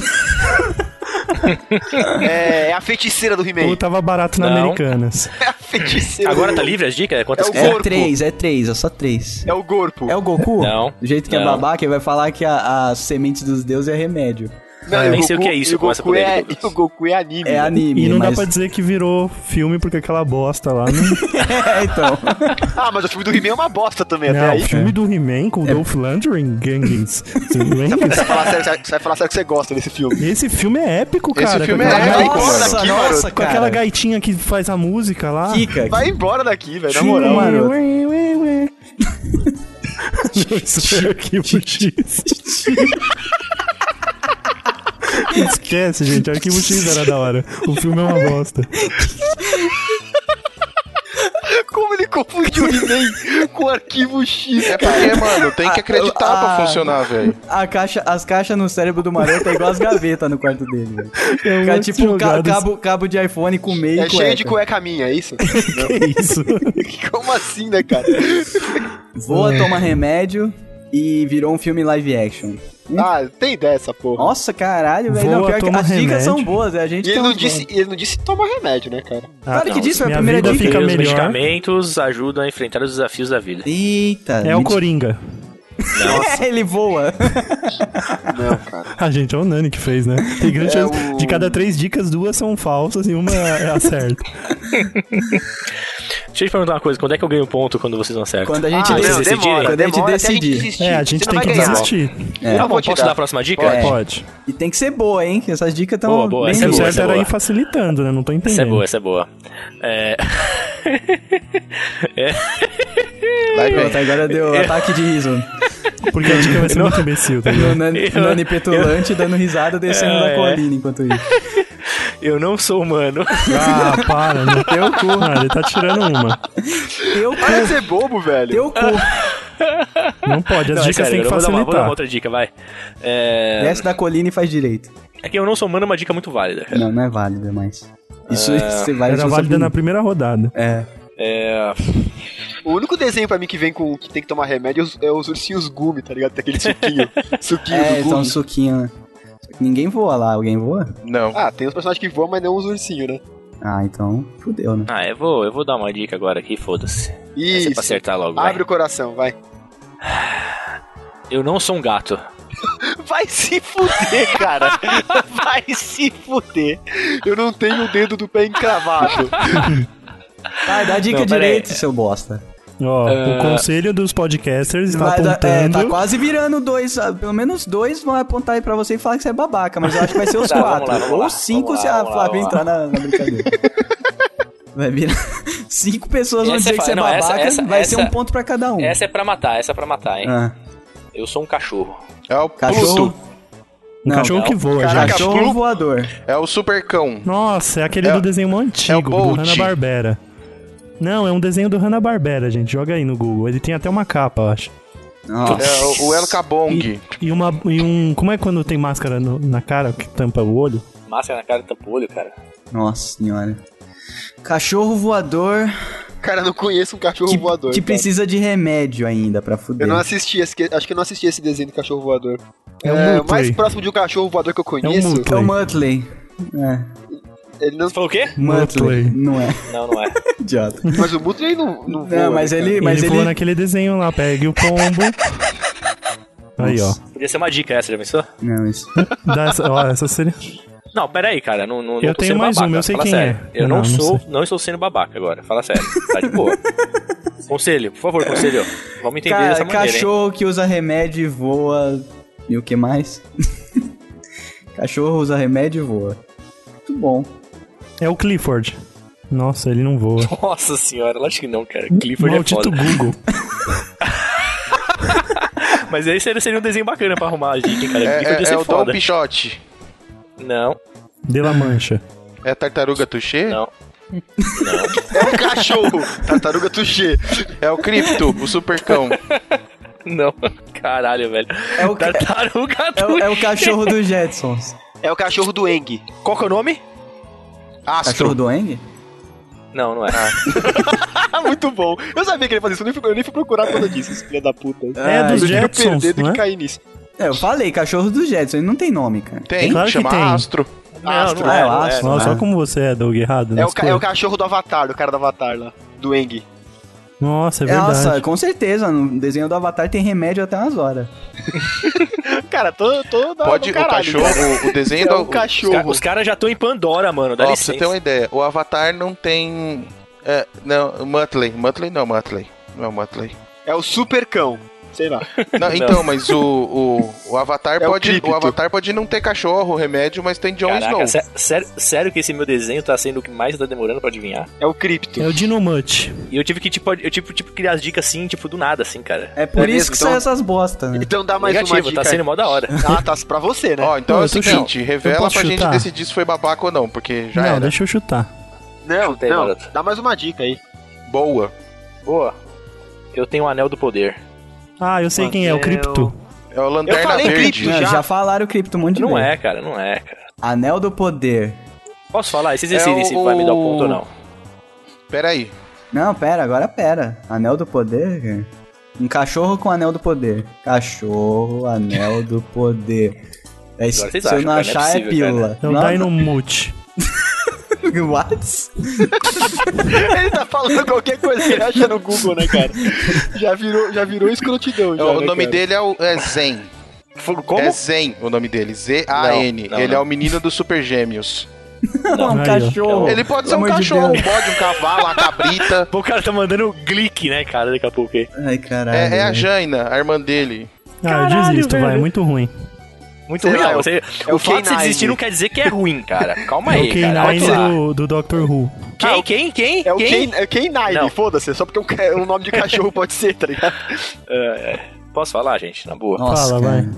É, é a feiticeira do ou He-Man. tava barato na Não. Americanas. É a feiticeira Agora do- tá livre as dicas? Quantas É o que É corpo. três, é três, é só três. É o Gorpo. É o Goku? Não. Do jeito que é Não. babaca, ele vai falar que a, a semente dos deuses é remédio. Não, e nem sei o que é isso, e o começa Goku por ele, é, Douglas. e O Goku é anime. É anime, E não mas... dá pra dizer que virou filme porque aquela bosta lá. Não, é, então. Ah, mas o filme do He-Man é uma bosta também, até não aí. o filme do He-Man com o Dolph Lundgren, Gangs. Você vai, falar sério, você vai falar sério que você gosta desse filme. Esse filme é épico, Esse cara. com filme é aquela épico, gai- mano. nossa, aqui, nossa, Com aquela cara. gaitinha que faz a música lá. Kika. Vai embora daqui, velho, na Sim, moral. mano. maroto. Ué, ué, ué. Não, isso foi um arquivo X. Esquece, gente. Arquivo X era da hora. O filme é uma bosta. Como ele confundiu o He-Man com o arquivo X? É porque, mano, tem que acreditar Ah. pra funcionar, velho. A caixa, as caixas no cérebro do maroto é igual as gavetas no quarto dele, velho. É Cara, muito tipo um ca- jogado cabo, cabo de iPhone com meio É e cheio de cueca. cueca minha, é isso? isso. Como assim, né, cara? Voa, toma remédio e virou um filme live action. Ah, tem ideia essa porra. Nossa, caralho, velho. Voa, Não, pior que toma as dicas são remédio. boas, né? a gente E ele tem não, uns disse, ele não disse toma remédio, né, cara? Claro que não, disse, foi a Ah, minha primeira vida dica. fica os melhor. medicamentos ajudam a enfrentar os desafios da vida. Eita. É mentira. o Coringa. Ele voa. Não, cara. Ah, gente, é o Nani que fez, né? Tem grande É chance. o- De cada três dicas, duas são falsas e uma é a certa. Deixa eu te perguntar uma coisa, quando é que eu ganho ponto quando vocês não acertam? Quando a gente ah, decide. não, decide. demora, Quando a gente demora até decidir. desistir. É, a gente Você tem não que vai ganhar. desistir. É. Tá Eu bom, vou te posso dar. dar a próxima dica? Pode. É. Pode. E tem que ser boa, hein? Essas dicas estão Boa, boa, bem essa é o boa, boas. certo era boa. ir facilitando, né? Não tô entendendo. Essa é boa, essa é boa. É, Live Pronto, agora deu ataque de riso. Porque a dica vai ser muito imbecil, tá ligado? O Nani, Eu- Nani petulante dando risada descendo É, da é. colina enquanto isso. eu não sou humano. Ah, para, no teu cu. Ah, ele tá tirando uma. Teu Para cu, de ser bobo, velho. teu cu. Não pode, as Não, é dicas sério, têm que eu vou dar uma- vou dar uma facilitar. outra dica, vai. É, Desce da colina e faz direito. é que eu não sou humano é uma dica muito válida. cara. Não, não é válida mais. Isso você vai Era você válida na sabe- primeira rodada. É. É, O único desenho pra mim que vem com que tem que tomar remédio é os, é os ursinhos Gumi, tá ligado? Tem aquele suquinho. suquinho É, do então um Gumi. suquinho. né? Ninguém voa lá, alguém voa? Não. Ah, tem os personagens que voam, mas não os ursinhos, né? Ah, então fudeu, né? Ah, eu vou, eu vou dar uma dica agora aqui, foda-se. Essa é pra Isso. acertar logo, vai. Abre o coração, vai. Eu não sou um gato. Vai se fuder, cara. Vai se fuder. Eu não tenho o dedo do pé encravado. Vai, dá a dica Não, pera direito, aí. seu bosta. Ó, Ah. o conselho dos podcasters está Vai, dá- é, apontando. tá quase virando dois. ah, Pelo menos dois vão apontar aí pra você e falar que você é babaca, mas eu acho que vai ser os Tá, vamos quatro. lá, vamos Ou lá, cinco vamos se lá, a vamos lá, Flávia vamos lá. entrar na, na brincadeira. Vai virar. Cinco pessoas vão Essa dizer é que você é fa- não, essa- babaca, essa- vai ser essa- um ponto pra cada um. Essa é pra matar, essa é pra matar, hein? Ah, Eu sou um cachorro. É o cachorro. Pluto. Um Não, é cachorro não. que voa, Caraca. gente. Cachorro Pluto. voador. É o Supercão. Nossa, é aquele É- do desenho é antigo, o do Bolt. Hanna-Barbera. Não, é um desenho do Hanna-Barbera, gente. Joga aí no Google. Ele tem até uma capa, eu acho. Nossa. É o, o El Cabong. E, uma, e um... Como é quando tem máscara no- na cara que tampa o olho? Máscara na cara, tampa o olho, cara. Nossa senhora. Cachorro voador Cara, eu não conheço um cachorro que, voador. que tipo cara. precisa de remédio ainda pra fuder. É Eu não assisti esse. Acho que eu não assisti esse desenho do cachorro voador. É um o Mutley. mais próximo de um cachorro voador que eu conheço. É o Mutley. Muttley. É, ele não, Você falou o quê? Muttley. Mutley. Não é, Não, não é. idiota. mas o Mutley não, não voa. Não, mas né, ele, mas ele ele, voa naquele desenho lá, pega o pombo. Aí, ó. Podia ser uma dica essa, já pensou? Não, isso. Dá essa, ó, essa seria. Não, peraí, cara. Não, não, Eu não tô tenho sendo mais babaca, uma, eu sei fala quem sério. é. Eu Não, não, não sou, não, estou sendo babaca agora, fala sério. Tá de boa. conselho, por favor, conselho. Vamos entender Ca- dessa maneira, hein? cachorro que usa remédio e voa. E o que mais? cachorro usa remédio e voa. Muito bom. É o Clifford. Nossa, ele não voa. Nossa senhora, lógico que não, cara. Clifford é Maldito foda. Google. Mas esse seria- seria um desenho bacana pra arrumar a dica, hein, cara. É, Clifford é, ia ser é o Dom foda. Pichote. Não, De La Mancha. É a tartaruga Tuxê? Não. cara? É um cachorro! Tartaruga Tuxê. É o Cripto, o supercão. não. Caralho, velho. É o, Tá ca- Tartaruga é o, Tuxê. é o cachorro do Jetsons. É o cachorro do Eng. Qual que é o nome? Cachorro Astro. do Eng? Não, não é. Ah, muito bom. Eu sabia que ele ia fazer isso, eu nem fui, eu nem fui procurar quando eu disse, esse filho da puta. É dos eu prefiro Jetsons, perder do não é? que cair nisso. É, Ah, eu falei, cachorro do Jetson. Ele não tem nome, cara. Tem, Claro que chama tem. Astro. não, Astro. não Ah, é. eu não é. acho. Nossa, Ah. olha como você é, Doug, errado. É nas o, ca- é o coisas. cachorro do Avatar, do cara do Avatar lá. Do Eng. Nossa, é verdade. Nossa, com certeza. No desenho do Avatar tem remédio até umas horas. Cara, tô, tô da, Pode, é do caralho, o cachorro, o desenho É do... um cachorro. Os ca- Os caras já estão em Pandora, mano. Dá Ó, pra licença. você um ter uma ideia, o Avatar não tem... É, não, Muttley. Muttley não é Muttley. Não é Muttley. É o super cão. Sei lá. Não, então, mas o, o, o Avatar É o pode... O, Cripto. Avatar pode não ter cachorro, remédio, mas tem Jon Caraca, Snow. sé- sério, sério que esse meu desenho tá sendo o que mais tá demorando pra adivinhar? É o cripto. É o Dinomut. E eu tive que, tipo, eu tive, tipo, criar as dicas assim, tipo, do nada, assim, cara. É por É isso mesmo, que então? são essas bostas, né? Então dá mais uma Negativo, dica. tá sendo mó da hora. Ah, tá pra você, né? Ó, então Não, é o eu tô seguinte, revela Eu pra posso gente chutar? decidir se foi babaca ou não, porque já não, era. deixa eu chutar. não, Tem, não. Maroto. Dá mais uma dica aí. Boa. Boa. Eu tenho o anel do poder. Ah, eu sei quem é, o Cripto. É o Lanterna Eu falei Verde. Cripto. Não, já- já... falaram o cripto um monte de Não vezes. é, cara, não é, cara. Anel do Poder. Posso falar? E Vocês decidem É se vai me dar o ponto o- ou não. Pera aí. Não, pera, agora pera. Anel do poder, cara. Um cachorro com anel do poder. Cachorro, anel do poder. É isso. Agora Se vocês eu acham, não cara, não é achar, é, possível, pílula. É o Dinomut. não, What? Ele tá falando qualquer coisa que ele acha no Google, né, cara? Já virou, já virou escrotidão. Já, o né, nome cara? dele é, o, é Zen. Como? É Zen o nome dele. Z-A-N. Não, não, Ele é não. o menino dos super gêmeos. um Aí, ó. cachorro. Ele pode ser um Pelo amor de cachorro, Deus. pode, um cavalo, uma cabrita. Pô, O cara tá mandando glick, né, cara, daqui a pouco. hein? Ai, caralho. É, é a velho. Jaina, a irmã dele. Ah, eu Caralho, desisto, vai, velho. é muito ruim. Muito Sei ruim, lá, não. é o- Você- é o o fato de você K9. desistir não quer dizer que é ruim, cara. Calma É aí, o cara. Vai lá. K9 do, do Doctor Who. Quem, quem, quem? É o quem? K- é Não. K9, foda-se. Só porque um, ca- um nome de cachorro pode ser, tá ligado? É, é. Posso falar, gente? Na boa. Nossa, Fala, cara.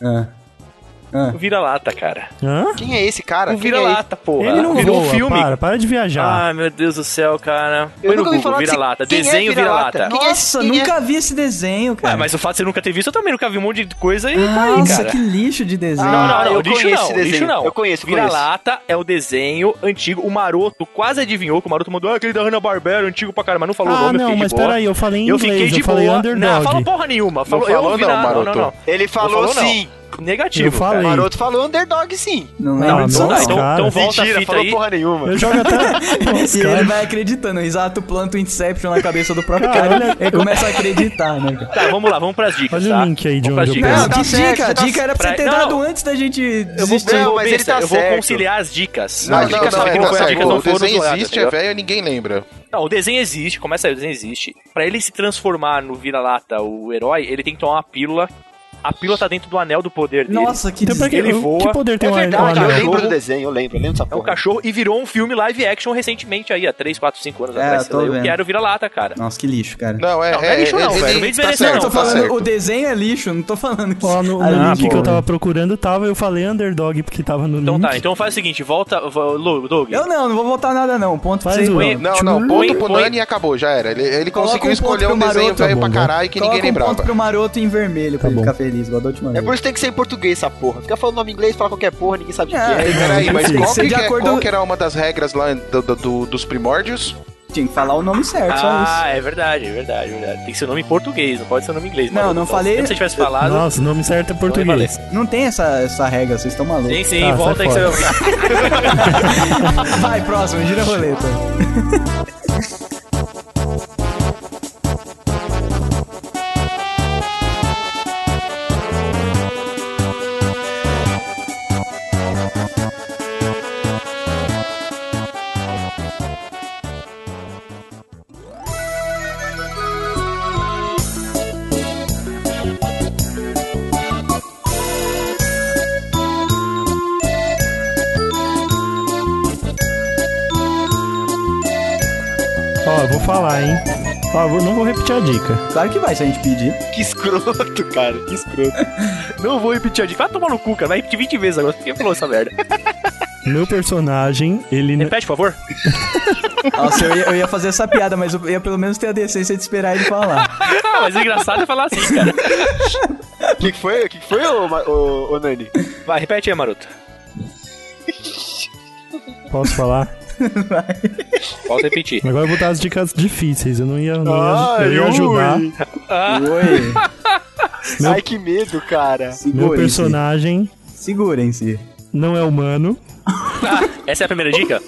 vai. Ah. O Vira-lata, cara. Hã? Quem é esse cara? O Um Quem é esse? Vira-lata, porra. Ele não Virou voa, um filme. Ah, para, para de viajar. Ah, Ai, meu Deus do céu, cara. Eu Põe no nunca ouvi Google, falar desse- Vira-lata. Quem é Desenho Vira-Lata? é? Vira-lata. Quem é esse- Nossa, quem é- nunca vi esse desenho, Ué, cara. Ah, mas o fato de você nunca ter visto, eu também nunca vi um monte de coisa e tá aí, Nossa, cara. que lixo de desenho. Não, não, Ah, não, eu lixo conheço não, esse desenho. lixo não. Eu conheço, conheço. Vira-lata é o desenho antigo. O Maroto quase adivinhou, que o Maroto mandou ah, aquele da Hanna-Barbera, antigo pra caramba, mas não falou o ah, nome, eu não, fiquei mas de boa. peraí, eu falei em eu inglês, fiquei de eu falei boa. Não, underdog. falou porra nenhuma. Falou, falou eu vi não, na- não, não, Maroto. não. Ele falou falou não. sim. Negativo. Eu falei. cara. Ei. Maroto falou underdog sim. Não Não, lembro disso, não, não. Então, Nossa, cara. então volta a Mentira, fita falou aí. porra nenhuma. Eu jogo até... Nossa, E cara. ele vai acreditando, exato, planta o Inception na cabeça do próprio Cara, cara. olha- Ele começa a acreditar, né, cara? Tá, vamos lá, vamos pras dicas. Olha o tá? um link aí de Vamos pras onde eu dicas. peguei. Não, tá que certo, dica? você tá dica era pra você ter certo. Não, dado um não. antes da gente Eu vou, desistir. Não, eu vou mas ele pensar, tá eu vou certo. conciliar as dicas. Não, as não, dicas não, são é, boas, tá as certo. dicas não O foram desenho zoadas, existe, é entendeu? velho e ninguém lembra. Não, o desenho existe, começa aí, o desenho existe. Pra ele se transformar no vira-lata, o herói, ele tem que tomar uma pílula. A pílula tá dentro do anel do poder dele. Nossa, que Então, pra que, desespero. Ele voa. que poder tem É um verdade, anel? cara, eu cachorro. lembro do desenho, eu lembro, eu lembro dessa É um porra. cachorro e virou um filme live action recentemente aí, há 3, 4, 5 anos É, tô atrás. sei lá, Eu vendo. quero vira-lata, cara. Nossa, que lixo, cara. Não, é. Não, não é é, lixo não, ele- velho. ele- Não vem Tá desmerecer, eu certo, tô tá falando, certo. o desenho é lixo, não tô falando que. Ó, no, Ah, no link pô. que eu tava procurando tava, eu falei underdog porque tava no Então link. tá, então faz o seguinte, volta, vo- Lu- Doug. Eu não, não vou voltar nada, não. Ponto pra vocês. Faz o- não. Não, não, Põe- ponto pro põe- Nani e acabou, já era. Ele, ele Coloca conseguiu um ponto escolher pro um desenho Maroto, velho tá pra bom, caralho que Coloca ninguém um ponto lembrava. pro maroto em vermelho pra Tá ele bom. ficar feliz, igual da última É vez. por isso que tem que ser em português essa porra. Fica falando nome em inglês, fala qualquer porra, ninguém sabe o É. que é. Ei, Peraí, mas Sim. qual Sim, que, de que é- acordo- qual que era uma das regras lá do- do- do- dos primórdios? Tinha que falar o nome certo, só isso. Ah, é verdade, é verdade, é verdade. Tem que ser o nome em português, não pode ser o nome em inglês. Não, maluco. não Então, falei- Se você tivesse falado. Nossa, o nome certo é português. Não tem essa, essa regra, vocês estão malucos. Sim, sim, Tá, volta sai aí que você vai fora. ouvir. Vai, próximo, gira a roleta. Ó, eu vou falar, hein? Ó, eu vou- não vou repetir a dica. Claro que vai se a gente pedir. Que escroto, cara, que escroto. Não vou repetir a dica. Vai tomar no cu, cara. Vai repetir 20 vezes agora. Por que falou essa merda? Meu personagem, ele. n- Repete, por favor. Nossa, eu ia, eu ia fazer essa piada, mas eu ia pelo menos ter a decência de esperar ele falar. Ah, mas o engraçado é falar assim, cara. O que, que foi? O que, que foi, ô, Ma- ô, ô Nani? Vai, repete aí, Maroto. Posso falar? Volta a repetir. Agora eu vou dar as dicas difíceis. Eu não ia, não ia, eu ia Ai, ajudar. ui. Oi. Meu- Ai, que medo, cara. Meu Segurem-se. personagem Segurem-se. não é humano. Essa é a primeira dica?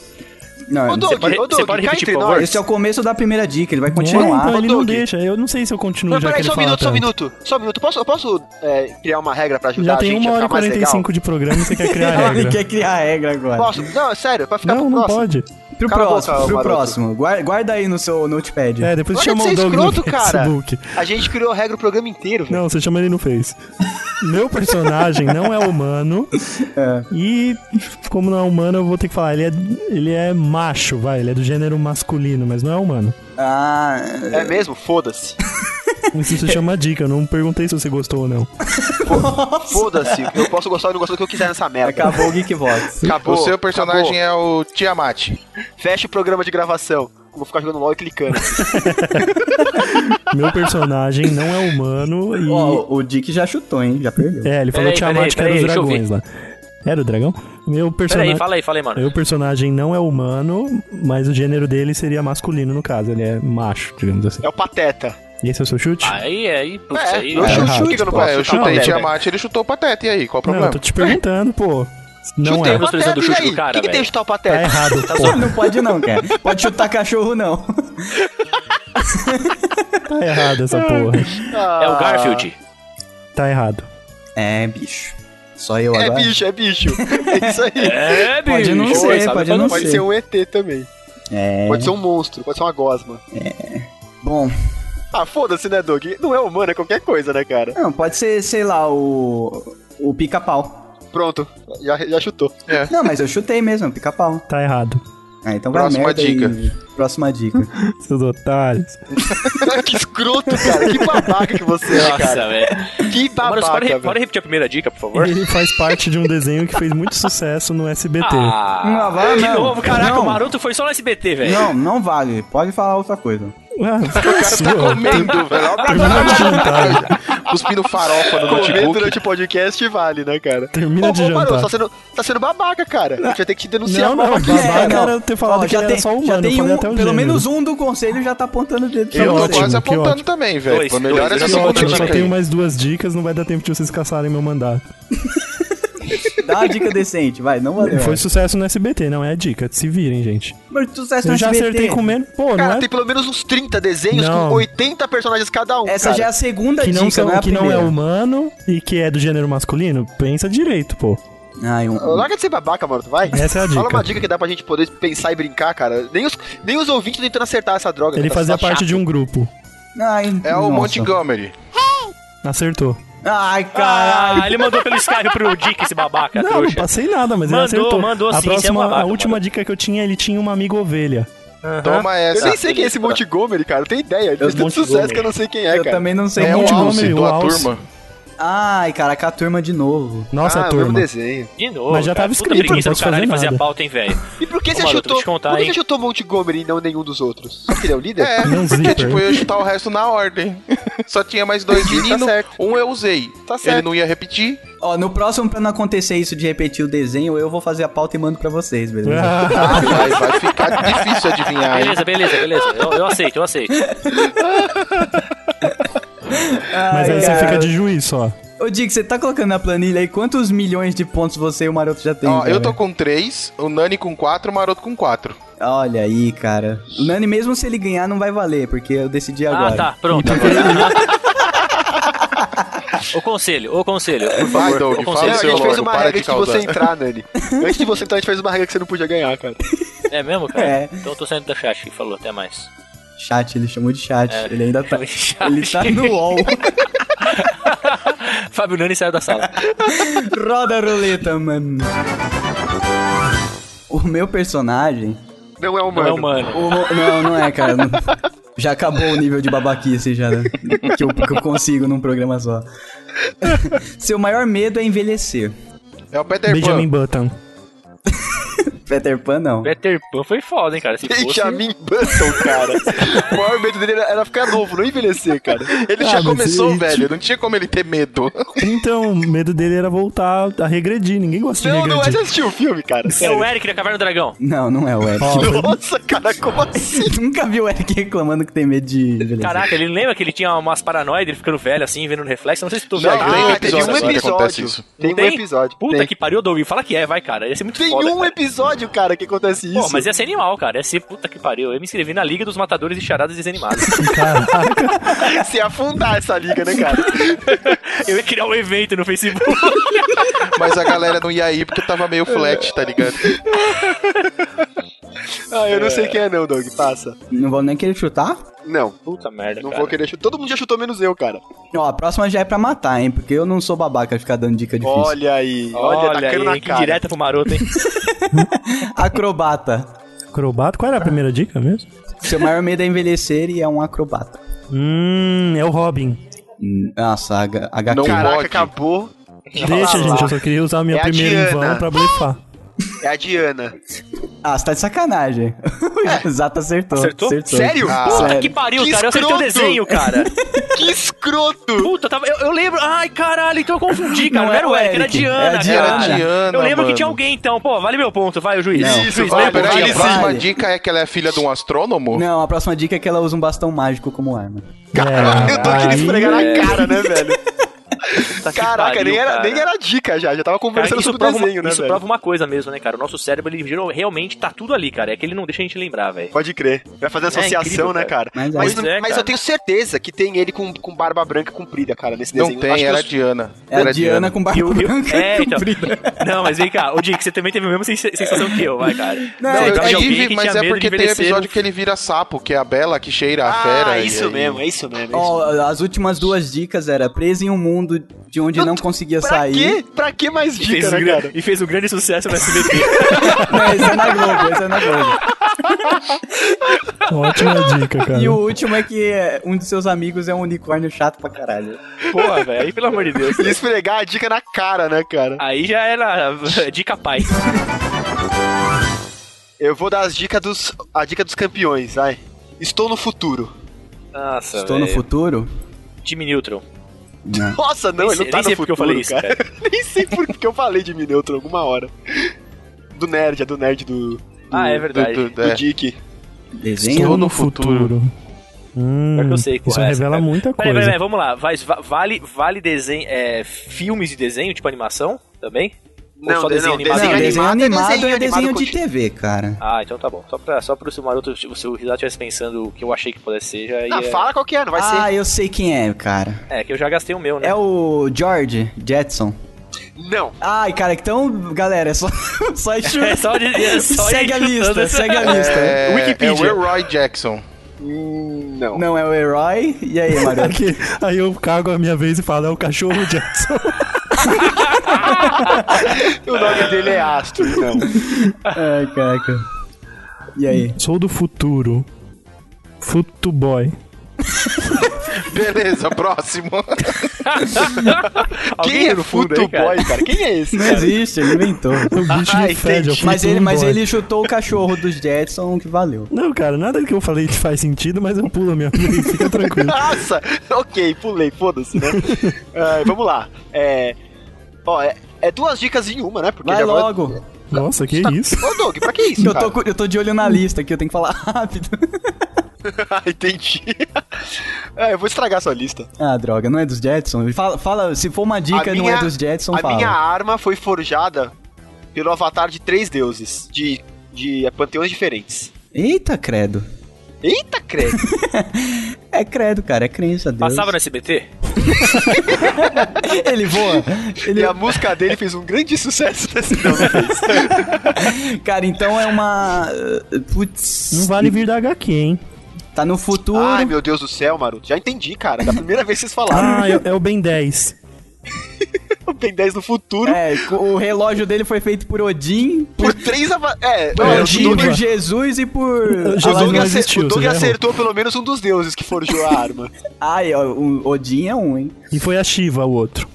Não, Ô, Doug, pode- ô, você Doug, pode cá repetir, entre por nós. favor? esse é o começo da primeira dica, ele vai É, continuar. então ele Ô, não Doug. deixa. Eu não sei se eu continuo Não, já peraí, que ele só um fala minuto, só um tanto. minuto. Só um minuto. Posso, eu posso é, criar uma regra pra ajudar Já a tem Tá, gente uma hora a e ficar mais legal? 45 de programa e você quer criar Ele regra. quer criar a regra agora. Posso? Não, sério, pra ficar Não, pro não próximo. pode. Pro Cala a próximo, boca, pro maroto. próximo. Guarda, guarda aí no seu notepad. É, depois Olha chama que o você é Doug no escroto, cara. Facebook. A gente criou a regra o programa inteiro, velho. Não, você chama ele no Face. Meu personagem não é humano. E como não é humano, eu vou ter que falar. Ele é, ele é macho, vai. Ele é do gênero masculino, mas não é humano. Ah, É mesmo? Foda-se. Isso se chama dica. Eu não perguntei se você gostou ou não. Foda-se. Eu posso gostar ou não gostar do que eu quiser nessa merda. acabou o Geekbox. Acabou. o seu personagem é o Tiamat. acabou. Fecha o programa de gravação. Eu Vou ficar jogando LOL e clicando. Meu personagem não é humano e. Ó, o Dick já chutou, hein? Já perdeu. É, ele falou Peraí, Tiamat que era peraí, os peraí, deixa eu dragões lá. Era o dragão? Meu Pera aí, é- personagem. fala aí, fala aí, mano. Meu personagem não é humano, mas o gênero dele seria masculino, no caso. Ele é macho, digamos assim. É o Pateta. E esse é o seu chute? Aí, aí, putz, É, aí. eu cara. chute, errado. por tipo, que que eu não posso Ué, é, eu chutar o chutei Pateta? é. Tiamat, ele chutou o Pateta. E aí, qual o não, eu problema? tô te perguntando, pô. Não Chutei é. o Pateta, do e chute aí? do cara, O que, que tem velho. que chutar o Tá É. Pateta? errado, pô. Não pode não, cara. Pode chutar cachorro, não. Tá errado essa porra. É Ah, o Garfield. Tá errado. É, bicho. Só eu É agora. bicho, é bicho. É isso aí. É, Ah, Pode bicho. não Oi, ser, sabe pode falar- não Pode sei. ser um ET também. É. Pode ser um monstro, pode ser uma gosma. Bom, Ah, foda-se, né, Doug? Não é humano, é qualquer coisa, né, cara? não, pode ser, sei lá, o o pica-pau. Pronto, já, já chutou. É. Não, mas eu chutei mesmo, pica-pau. Tá errado. Ah, então vai Próxima merda dica. e- Próxima dica. Seus otários. que escroto, cara. Que babaca que você é, cara. Nossa, velho. Tá Que Mano, babaca, pode, re- velho. pode repetir a primeira dica, por favor? Ele faz parte de um desenho que fez muito sucesso no SBT. Ah, Não, vai, de não. novo, caraca, Não. o Maroto foi só no SBT, velho. Não, não vale. Pode falar outra coisa. Ah, tá sua. Comendo, velho. Termina de jantar. Cuspindo farofa no Comer notebook. durante o podcast vale, né, cara? Termina de Maru, jantar. tá sendo, tá sendo babaca, cara. A gente vai ter que te denunciar Não, não, babaca. babaca É, não. era ter falado Ó, que ele era só já humano. tem eu falei um, até o pelo gênero. menos um do conselho já tá apontando o dedo pra Eu tô você. ótimo, quase que apontando ótimo. também, velho. Dois, Pô, Melhor dois, essa Que dois, segunda ótimo, só dica tenho aí. mais duas dicas, não vai dar tempo de vocês caçarem meu mandato. Dá uma dica decente, vai, não valeu. Foi sucesso no SBT, não é a dica. Se virem, gente. Mas é sucesso Eu no já SBT. acertei com menos. Pô, Cara, não é tem pelo menos uns 30 desenhos Não. com 80 personagens cada um, Essa cara. já é a segunda que não, dica, são- não é a que não é primeira. humano e que é do gênero masculino, pensa direito, pô. Ai, um... Larga de ser babaca, mano, vai. Essa é a Fala dica. uma dica que dá pra gente poder pensar e brincar, cara. Nem os, nem os ouvintes estão tentando acertar essa droga. Ele tá- fazia tá parte de um grupo. Ai, É o um- nossa. Montgomery. Acertou. Ai, caralho. Ah, ele mandou pelo Skype pro Dick esse babaca, não, não trouxa. passei nada, mas Mandou, ele acertou. mandou a sim, você é um próxima, babaca, a última mano. dica que eu tinha, ele tinha uma amiga ovelha. Toma Eu essa. nem sei quem é esse Montgomery, cara. Eu tenho ideia. Ele fez tanto sucesso que eu não sei quem é, eu cara. também não sei Ah, É o quem Montgomery, Alce, o do A Alce. Turma. Ai, cara, com a turma de novo. Nossa, ah, o mesmo turma. desenho. De novo. Mas já cara. tava Puta escrito, preguiça não do posso fazer caralho fazer a nada. pauta, hein, velho? E por que Ô, você Maroto, chutou? vou te contar, por que hein? você chutou Montgomery e não nenhum dos outros? Porque ele é o líder? É, Não, porque zíper. tipo, eu ia chutar o resto na ordem. Só tinha mais dois Tá meninos, um eu usei. Tá certo. Ele não ia repetir. Ó, no próximo, pra não acontecer isso de repetir o desenho, eu vou fazer a pauta e mando pra vocês, beleza? Ah, Tá. Ah, vai, vai ficar difícil adivinhar, hein? Beleza, beleza, beleza. Eu, eu aceito, eu aceito. Ah, mas aí Ai, você cara. fica de juiz só. Ô, Dick, você tá colocando na planilha aí quantos milhões de pontos você e o Maroto já tem? Ó, eu tô cara? com três, o Nani com quatro, o Maroto com quatro. Olha aí, cara. O Nani, mesmo se ele ganhar, não vai valer, porque eu decidi agora. Ah, tá, pronto. Então, Agora. o conselho, o conselho, por favor. Vai, Doug, o Não, fala o conselho. a seu gente fez logo, uma para regra de antes de você causar. entrar, Nani. Antes de você entrar, a gente fez uma regra que você não podia ganhar, cara. É mesmo, cara? É. Então eu tô saindo da chat que falou, até mais. Chat, ele chamou de chat. É. Ele ainda tá. Ele chat. Ele tá no wall. Fábio Nani saiu da sala. Roda a roleta, mano. O meu personagem. Não é humano. Não é humano. o mo- Não, não é, cara. Não- Já acabou o nível de babaquice já, né? que, eu, que eu consigo num programa só. Seu maior medo é envelhecer. É o Peter Benjamin Pan. Button. Peter Pan, não. Peter Pan foi foda, hein, cara? Se fosse... Benjamin Button, cara. o maior medo dele era era ficar novo, não envelhecer, cara. Ele Ah, já mas começou, ele- velho. Não tinha como ele ter medo. Então, o medo dele era voltar a regredir. Ninguém gosta de Não, não, mas regredir. você assistiu o filme, cara. É um o Eric da Caverna do Dragão. Não, não é o Eric. Ó, Nossa, cara, como assim? Nunca vi o Eric reclamando que tem medo de envelhecer. Caraca, ele lembra que ele tinha umas paranoias, ele ficando velho assim, vendo no reflexo? Não sei se tu viu. Não, cara. tem um Ah, episódio tem um só que episódio. acontece isso. Tem, um episódio. Puta tem. que pariu, Doug. Fala que é, vai, cara. Ia ser muito Tem foda. um cara. episódio, cara, que acontece isso. Pô, mas é- ia ser animal, cara. Ia ser puta que pariu. Eu me inscrevi na Liga dos Matadores e Charadas Desanimados. Se afundar essa liga, né, cara? Eu ia criar um evento no Facebook. Mas a galera não ia ir porque tava É. meio flat, tá ligado? Ah, eu não sei quem é não, Doug. Passa. Não vou nem querer chutar? Não, Puta merda, não cara. vou querer chutar. Todo mundo já chutou menos eu, cara. Ó, a próxima já é pra matar, hein? Porque eu não sou babaca de ficar dando dica difícil. Olha aí. Olha, Olha, tacando aí, na que cara. direta pro maroto, hein? Acrobata. Acrobata? Qual era a primeira dica mesmo? Seu maior medo é envelhecer e é um acrobata. Hum, é o Robin. Hum, Nossa, a H- HQ. Não Caraca, pode. acabou. Deixa, gente, eu só queria usar a minha É a primeira em Diana. vão pra blefar. É a Diana. Ah, você tá de sacanagem. O Zato acertou. Acertou? Sério? Ah, Puta que pariu, Que cara. Eu acertei o escroto. desenho, cara. Que escroto! Puta, tava, eu, eu lembro. Ai, caralho, então eu confundi, cara. Não é Não, era o Eric, era a Eric, Diana, era a cara. Diana. Diana, eu lembro mano. que tinha alguém, então. Pô, vale meu ponto, vai, o juiz. Não. O juiz, Ó, vai, Ah, o ponto. peraí, vale, a próxima vale. dica é que ela é filha de um astrônomo? Não, a próxima dica é que ela usa um bastão mágico como arma. Caralho, Eu tô querendo esfregar na cara, né, velho? Puta Tá que Caraca, pariu, nem, era, cara. nem era dica já, já tava Cara, conversando isso sobre o prova, desenho, uma, né, isso velho? prova uma coisa mesmo, né, cara? O nosso cérebro, ele geral- realmente tá tudo ali, cara. É que ele não deixa a gente lembrar, velho. Pode crer. Vai fazer associação, um- É incrível, né, cara? Mas é. Mas, Pois é, mas cara. eu tenho certeza que tem ele com, com barba branca comprida, cara, nesse Não desenho. tem, Acho que era a eu- Diana. É a Era Diana com barba E o- e o- branca. é, então. comprida. Não, mas vem cá, ô Dick, você também teve a mesma sensa- sensação que eu, vai, cara. Não, Não, Você eu lembrava de alguém tive, que mas tinha é medo de porque tem envelhecer episódio no- que ele vira sapo, que é a Bela que cheira a Ah, fera. né, e isso aí- mesmo, é isso mesmo. é isso Ó, as últimas duas dicas era preso em um mundo de onde não conseguia Pra sair. quê? Pra que mais E fez, dica, um né, gran- cara? e fez um grande sucesso no SBT. Não, isso é na Globo, isso é na Globo. ótima dica, cara. E o último é que é, um de seus amigos é um unicórnio chato pra caralho. Porra, velho, aí pelo amor de Deus. E esfregar a dica na cara, né, cara? Aí já era dica pai. Eu vou dar as dicas dos. A dica dos campeões, vai. Estou no futuro. Nossa, Estou no futuro? Time Neutron. Não. Nossa, não, Nem ele sei- não tá nem no futuro, sei porque eu falei isso, cara. nem sei por que eu falei de Mineutro alguma hora. Do nerd, é do nerd do. do- Ah, é Do- verdade. do- Do é. Dick. Desenho? Estou- Ou no futuro. Hum, Pior que eu sei que isso porra é essa, revela cara. muita coisa. Peraí, peraí, peraí, vamos lá. Vai- va- vale vale desenho, é, filmes de desenho, tipo animação também? Ou só desenho Não, animado? desenho, animado, é desenho, com de TV, cara. Ah, então tá bom. Só pra, só pro seu maroto, se o seu risado estivesse pensando o que eu achei que pudesse ser, já ia... Ah, fala qual que é, não vai Ah, eu sei quem é, cara. É, que eu já gastei o meu, né? É o George Jetson. ser. Não. Ai, cara, então, galera, é só, só ir chutando. É só de- é só ir segue a chutando. lista, segue a lista. É, é o Wikipedia. Elroy Jackson. Hum, não. Não é o herói. E aí, Maroto? Aqui, aí eu cago a minha vez e falo, é o cachorro Jackson. O nome dele é Astro, não. Ai, caraca. E aí? Sou do futuro. Futuboy. Beleza, próximo. Quem é no fundo aí, cara? Futuboy, cara? Quem é esse? Não cara? existe, ele inventou. O bicho Ah, me fede, é o entendi. Mas ele, mas Futuboy. ele chutou o cachorro dos Jetson, que valeu. Não, cara, nada que eu falei que faz sentido, mas eu pulo a minha vez, fica tranquilo. Nossa! Ok, pulei, foda-se, né? Ai, vamos lá. É. Ó, é, é duas dicas em uma, né? Porque Vai já vai- logo. Nossa, que isso? Ô, Doug, pra que isso? Eu cara? tô, cu- eu tô de olho na lista aqui, eu tenho que falar rápido. Ah, entendi. É, eu vou estragar sua lista. Ah, droga, não é dos Jetson? Fala, fala se for uma dica A e não minha- é dos Jetson, a fala. minha arma foi forjada pelo avatar de três deuses, de, de panteões diferentes. Eita, credo. Eita, credo! É credo, cara, é crença, Deus. Passava no SBT? Ele voa. Ele... é- E a música dele fez um grande sucesso nesse não, não fez. Cara, então é uma... uh, Putz. Não vale vir da HQ, hein? Tá no futuro. Ai, meu Deus do céu, Maroto. Já entendi, cara. Da primeira vez que vocês falaram. Ah, é, é o Ben 10. O Ben 10 no futuro. É, o relógio dele foi feito por Odin, Por três ava... É, não, por, o Odin, Doug, por Jesus e por. o Jesus Doug, não acer- existiu, o Doug você já errou. acertou pelo menos um dos deuses que forjou a arma. Ai, ó, o Odin é um, hein? E foi a Shiva, o outro.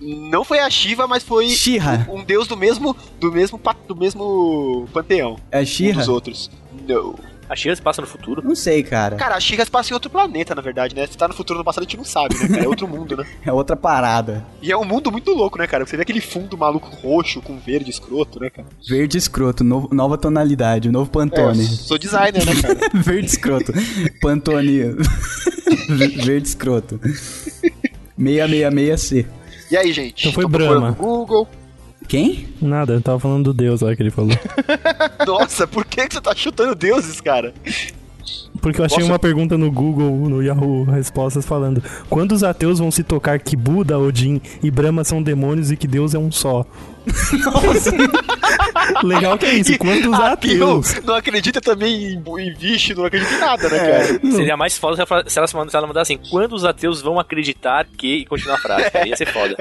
Não foi a Shiva, mas foi Shira. um deus do mesmo do mesmo pa- do mesmo panteão. É Um Shira? dos outros. Não. A Shira se passa no futuro? Não sei, cara. Cara, a Shiga se passa em outro planeta, na verdade, né? Se tá no futuro ou no passado, a gente não sabe, né, cara? É outro mundo, né? É outra parada. E é um mundo muito louco, né, cara? Você vê aquele fundo maluco roxo com verde escroto, né, cara? Verde escroto, novo- nova tonalidade, o novo É, eu Pantone. sou designer, né, cara? Verde escroto. Pantone. Ver- Verde escroto. 666C. E aí, gente? Então foi Tô procurando Brahma. no Google. Quem? Nada, eu tava falando do Deus lá que ele falou. Nossa, por que, que você tá chutando deuses, cara? Porque eu achei Nossa. uma pergunta no Google, no Yahoo Respostas, falando: Quando os ateus vão se tocar que Buda, Odin e Brahma são demônios e que Deus é um só? Legal que é isso, quando os Ah, ateus. Ateu não acredita também em, bu- em bicho, não acredita em nada, né, É. cara? Seria mais foda se ela, fala- se ela, se manda- se ela mandasse assim: Quando os ateus vão acreditar que. e continuar a frase. Aí ia ser foda.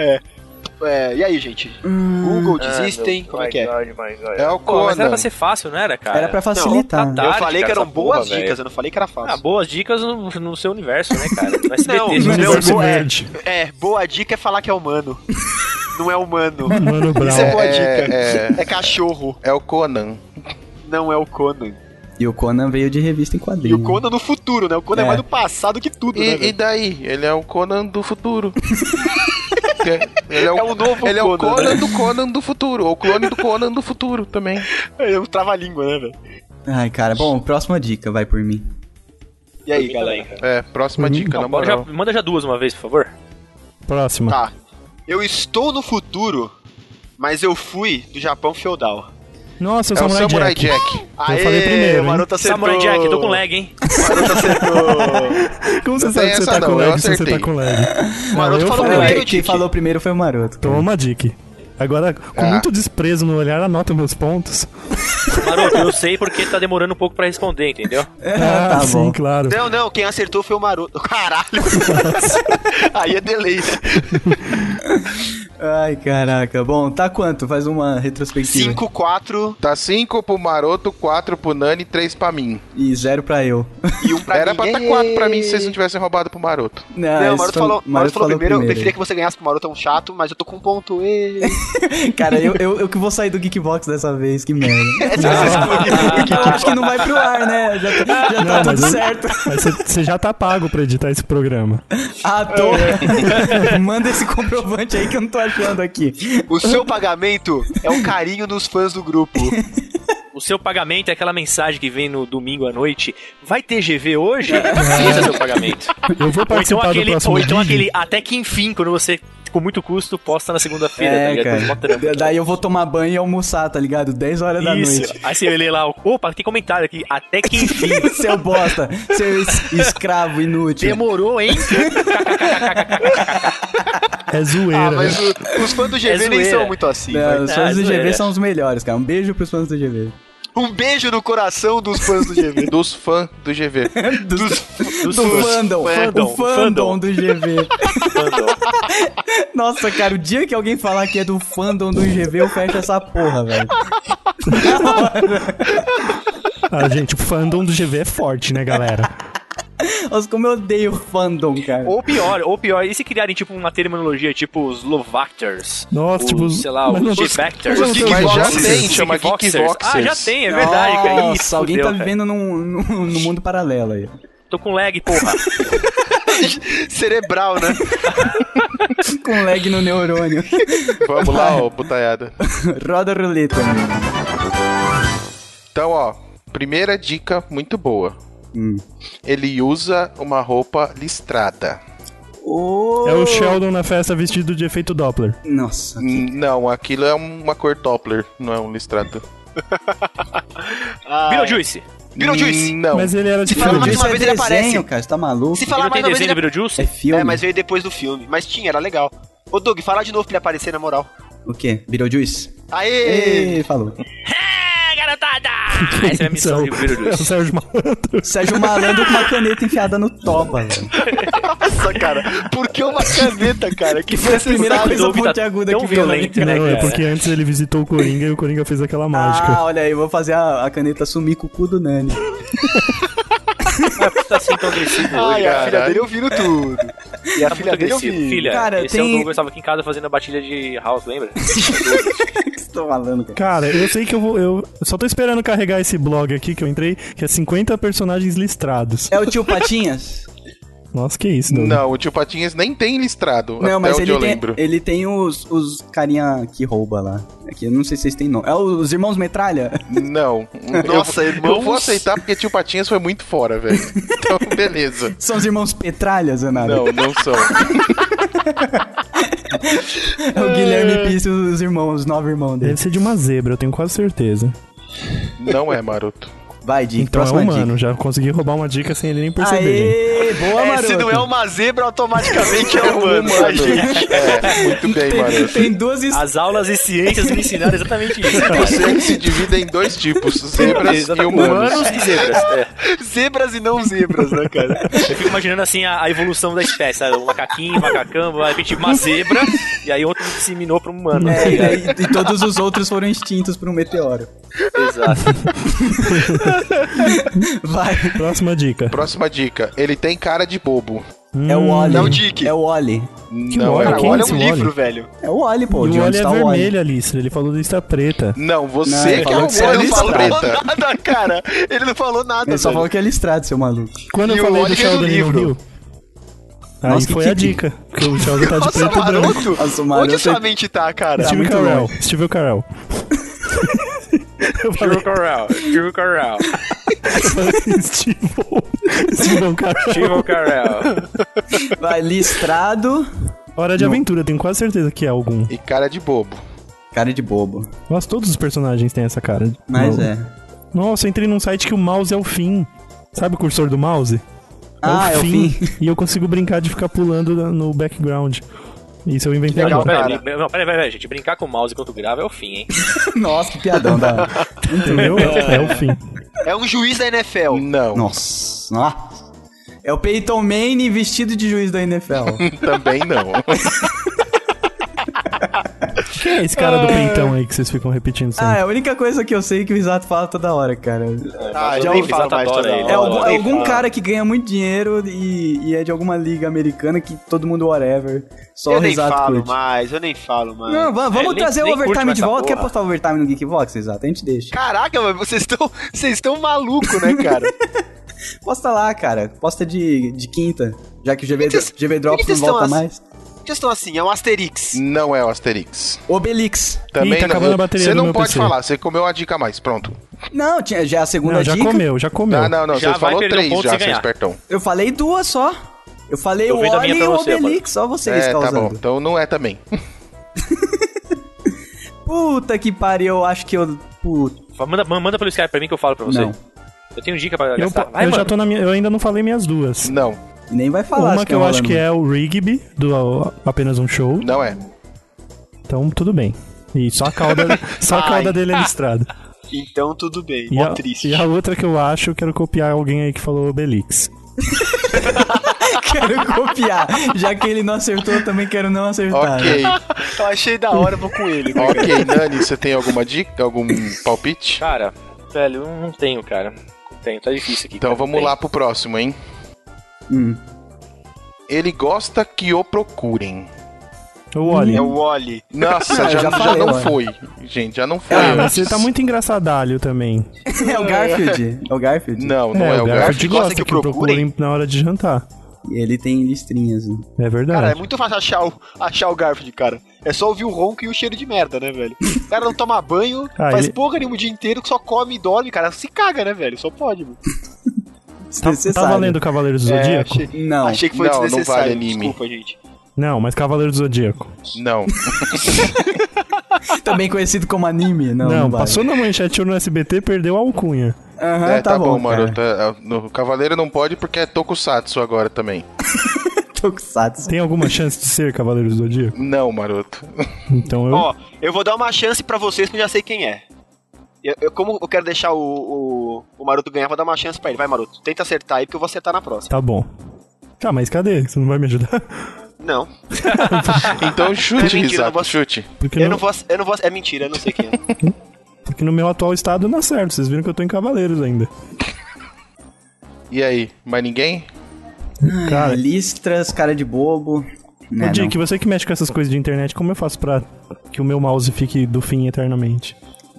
É, e aí, gente? Google, Ah, desistem, como é que é? É o Pô, mas era Conan. pra ser fácil, não era, cara? Era pra tá facilitar. né? tá- eu Tarde, falei que cara, eram essa boas porra, velho. dicas, eu não falei que era fácil. Ah, boas dicas no, no seu universo, né, cara? No SBT, Não, gente. não, Universo bo- é. verde. É, boa dica é falar que é humano. não é humano. Mano Isso é Brown. boa É, dica. é. É cachorro, É o Conan. não é o Conan. E o Conan veio de revista em quadrinhos. E o Conan no futuro, né? O Conan é, É. mais do passado que tudo, né? E, e velho? daí? Ele é o Conan do futuro. Que- ele é o, É o novo ele é o Conan, Conan né? do Conan do futuro. Ou o clone do Conan do futuro também. É um trava-língua, né, velho? Ai, cara, bom, próxima dica, vai por mim. E aí, Tudo galera? bem, cara. É, próxima dica, na Não, bora já- moral. manda já duas uma vez, por favor. Próxima. Tá. Eu estou no futuro, mas eu fui do Japão feudal. Nossa, o É o Samurai, Samurai Jack. Jack. Aê, falei primeiro, o hein? Maroto acertou. Samurai Jack, tô com lag, hein? O Maroto acertou. Como você sabe que Não tem você essa tá não, com eu lag se você acertei. tá com lag? O Maroto eu falou falei. primeiro, Quem, quem Dick. falou primeiro foi o Maroto. Toma uma dica. Agora, com Ah. muito desprezo no olhar, anota meus pontos. Maroto, eu sei porque tá demorando um pouco pra responder, entendeu? Ah, tá sim, bom. claro. Não, não, quem acertou foi o Maroto. Caralho. Aí é delay, né? Ai, caraca. Bom, tá quanto? Faz uma retrospectiva. 5, 4 Tá 5 pro Maroto, 4 pro Nani, 3 pra mim. E zero pra eu. Ah, e 1 um pra Era mim. pra tá Ê! 4 pra mim se vocês não tivessem roubado pro Maroto. Não, esse o Maroto Ah, foi- falou, Maroto falou primeiro. Eu preferia primeiro. que você ganhasse pro Maroto, é um chato, mas eu tô com um ponto. Ê. Cara, eu, eu, eu que vou sair do Geekbox dessa vez, que merda. É, se você excluir o que- Eu acho que não vai pro ar, né? Já, tá- já tá Não, tudo mas eu- certo. Mas você- você já tá pago pra editar esse programa. Ah, tô. Manda esse comprovante aí que eu não tô achando aqui. O seu pagamento é o carinho dos fãs do grupo. O seu pagamento é aquela mensagem que vem no domingo à noite. Vai ter GV hoje? Esse é o seu pagamento. Eu vou Ou então, participar do aquele, próximo ou então vídeo. aquele até que enfim, quando você, com muito custo, posta na segunda-feira, tá É, ligado? Mó trampo, cara. Daí eu vou tomar banho e almoçar, tá ligado? 10 horas da Isso. noite. Aí você lê lá, opa, tem comentário aqui, até que enfim. Seu bosta, seu es- escravo inútil. Demorou, hein? É zoeira. Ah, mas o- os fãs do GV nem zoeira. são muito assim. Não, velho. É, os fãs do Ah, GV zoeira. são os melhores, cara. Um beijo pros fãs do GV. Um beijo no coração dos fãs do GV. Dos fãs do GV. Dos- Do fandom, fandom, o fandom do GV. Nossa, cara, o dia que alguém falar que é do fandom do GV, eu fecho essa porra, velho. Ah, gente, o fandom do GV é forte, né, galera? Nossa, como eu odeio fandom, cara. Ou pior, ou pior, e se criarem tipo uma terminologia tipo os Lovaktors? Nossa, os, tipo, sei lá, mas não- os G-Factors? mas os já Kickboxers, tem, chama Kickboxers. Kickboxers. Ah, já tem, é verdade, cara. Ih, Nossa, alguém fudeu, tá cara. vivendo num, num, num mundo paralelo aí. Tô com lag, porra. Cerebral, né? Com lag no neurônio. Vamos lá, ô putaiada. Roda a roleta. amigo. Então, ó, primeira dica muito boa. Hum. Ele usa uma roupa listrada. Ô, É o Sheldon na festa vestido de efeito Doppler. Nossa. N- Não, aquilo é uma cor Doppler, não é um listrado. Beetlejuice. Beetlejuice. N- Não. Mas ele era de fala filme. mais Isso uma é vez ele desenho, aparece. cara. Você tá maluco? Se Ele falar não tem mais uma vez, desenho do ele... Beetlejuice? É filme? É, mas veio depois do filme. Mas tinha, era legal. Ô, Doug, fala de novo pra ele aparecer, na moral. O quê? Beetlejuice? Aê! Ei, falou. É, garotada! Essa é a é o- missão de é o Beetlejuice. Sérgio Malandro. Sérgio Malandro com uma caneta enfiada no toba, velho. Nossa, cara. Por que uma caneta, cara? é Que Foi a primeira sabe, coisa Doug, tá pontiaguda tão que veio na violento, minha né, Não, é cara? porque antes ele visitou o Coringa e o Coringa fez aquela mágica. Ah, olha aí, vou fazer a, a caneta sumir com o cu do Nani. Tá assim tão agressivo Ai, Ah, hoje, a cara. filha dele ouvindo É. tudo. E a filha Tá muito dele agressivo. ouvindo. Filha, Cara, esse é o tem- Douglas, tava aqui em casa fazendo a batida de House, lembra? que você tá falando, cara? Cara, eu sei que eu vou. Eu só tô esperando carregar esse blog aqui que eu entrei, que é 50 personagens listrados. É o tio Patinhas? Nossa, que isso, Doug. Não, o tio Patinhas nem tem listrado, até não, mas onde ele eu tem, lembro. ele tem os, os carinha que rouba lá. É que eu não sei se vocês têm nome. É os irmãos metralha? Não. Nossa, eu, irmãos. eu vou aceitar porque tio Patinhas foi muito fora, velho. Então, beleza. São os irmãos petralhas, Zanara? Não, não são. É o Guilherme Pisse e os irmãos, os nove irmãos dele. Deve ser de uma zebra, eu tenho quase certeza. Não é, maroto. Vai, Dick, Então é próxima humano, dica. já consegui roubar uma dica sem ele nem perceber. Aê, boa, É, maroto. se não é uma zebra, automaticamente é humano. Mano, Ai, gente. um é, muito bem, tem, maroto. tem duas es- As aulas de ciências me ensinaram exatamente isso. cara. Você é se divide em dois tipos, zebras e Exatamente. humanos. Humanos e zebras. É. Zebras e não zebras, né, cara? Eu fico imaginando assim a, a evolução da espécie, sabe? O macaquinho, o macacão, de repente uma zebra, e aí outro disseminou pra um humano. tá É, e, ligado? daí- e todos os outros foram extintos por um meteoro. Exato. Vai. Próxima dica. Próxima dica. Ele tem cara de bobo. É o Hum, Oli. É o Dick. É o Oli. não bola, é Cara, quem o é olha esse um Wally? livro, velho. É o Oli, pô. E de o onde olho é tá o Oli? vermelho, Alistra. Ele falou lista preta. Não, Não, ele você que é falou o que você era Ele Wally não falou Preta. nada, cara. Ele não falou nada, Ele só velho. falou que é listrado, seu maluco. Quando E eu o falei Oli do fez o Sheldon e livro. Rio. Aí Nossa, que foi a que- dica. Que o Sheldon tá de Nossa, preto e branco. maroto. Nossa, o Onde maroto- sua mente tá, cara? Steve muito Carell. Steve Carell. Eu falei, Drew Corral, Drew Corral, eu falei Steven. Steven Carell. Drew Corral. Vai, listrado. Hora de aventura, tenho quase certeza que é algum. E cara de bobo. Cara de bobo. Nossa, todos os personagens têm essa cara. Mas Não. é. Nossa, eu entrei num site que o mouse é o fim. Sabe o cursor do mouse? Ah, é o fim. E eu consigo brincar de ficar pulando na- no background. Isso eu inventei Legal, agora. peraí, peraí, peraí, peraí, gente. Brincar com o mouse enquanto grava é o fim, hein? Nossa, que piadão da. né? Entendeu? É o fim. É um juiz da NFL. Não, Nossa. nossa. É o Peyton Manning vestido de juiz da NFL. também não. Quem é esse cara do Ah. peitão aí que vocês ficam repetindo ah, sempre? é a única coisa que eu sei que o Risato fala toda hora, cara. Ah, Já eu nem ouvi falo falar mais toda toda hora. hora. É algum, é nem algum fala. cara que ganha muito dinheiro e, e é de alguma liga americana que todo mundo whatever. Só Eu o nem Risato falo curte. mais, eu nem falo mais. Não, va- É, vamos nem- trazer nem o overtime curte de essa volta. Quer porra. postar o overtime no Geekbox, Risato? A gente deixa. Caraca, mano, vocês estão vocês estão maluco, né, cara? Posta lá, cara. Posta de, de quinta. Já que o GV, Por que vocês- GV Drops por que não vocês volta estão mais. Vocês estão assim, é um Asterix. Não é o Asterix. Obelix. Também Ih, tá acabando a bateria Você do não meu pode PC. falar, você comeu a dica a mais, pronto. Não, tinha, já é a segunda Não, já dica. comeu, já comeu. Ah, não, não, Já você vai falou perder um três ponto já, sem seu ganhar. espertão. Eu falei duas só. Eu falei Tô o vendo a minha Oli e pra o você, Obelix, só vocês É, tá bom. causando. Então não é também. Puta que pariu, eu acho que eu. Puta. Fala- Manda, ma- manda pelo Skype pra mim que eu falo pra você. Não, Eu tenho dica pra Eu, gastar. Vai, eu já mano. tô na minha. Eu ainda não falei minhas duas. Não, nem vai falar. Uma se que eu tá acho que rolando. é o Rigby, do ó, Apenas um Show. não é. Então tudo bem. E só a cauda, só a Ai. cauda dele é listrada. Então tudo bem, E mó a, triste. e é a outra que eu acho, eu quero copiar alguém aí que falou Obelix. Quero copiar. Já que ele não acertou, eu também quero não acertar. né? Ok, Eu achei da hora, vou com ele. né, cara? ok. Nani, você tem alguma dica, algum palpite? Cara, velho, eu não tenho, cara. Não tenho, tá difícil aqui. Então cara, vamos não lá pro próximo, hein? tenho. Hum. Ele gosta que o procurem. Eu olho. É o Wally. Nossa, Ah, já, já já, falei, não olha. foi. Gente, já não foi. Ah, mas antes. você tá muito engraçadalho também. É o Garfield. É o Garfield. Não, não é, o Garfield. gosta que eu procurem. procurem na hora de jantar. E ele tem listrinhas. né? É verdade. Cara, é muito fácil achar o, achar o Garfield, cara. É só ouvir o ronco e o cheiro de merda, né, velho? O cara não toma banho, Ah, faz ele- porra nenhuma o dia inteiro, que só come e dorme, cara. Se caga, né, velho? Só pode, mano. Você Tá, você tá sabe. valendo Cavaleiros do É, Zodíaco? achei, Não. achei que foi Não, não desnecessário. vale anime. Desculpa, gente. Não, mas Cavaleiros do Zodíaco. Não. Também conhecido como anime. Não, Não, não, vale. passou na manchete ou no SBT, perdeu a alcunha. Aham, é, tá, bom, mano. cara. Tá- no Cavaleiro não pode porque é Tokusatsu agora também. Tokusatsu. Tem alguma chance de ser Cavaleiros do Zodíaco? Não, maroto. Então eu. Ó, eu vou dar uma chance pra vocês que eu já sei quem é. Eu, eu- como eu quero deixar o, o, o Maroto ganhar, vou dar uma chance pra ele. Vai, Maroto. Tenta acertar aí, porque eu vou acertar na próxima. Tá bom. Tá, mas cadê? Você não vai me ajudar? Não. Então chute, mentira, Risato, não vou- chute. Porque, Eu no, não vou. ac- Eu não vou ac- é mentira, eu não sei quem é. porque no meu atual estado não certo. Vocês viram que eu tô em Cavaleiros ainda. E aí, mais ninguém? Cara, Listras, cara de bobo. Ô, Né, não. Dick, você que mexe com essas coisas de internet, como eu faço pra que o meu mouse fique do fim eternamente?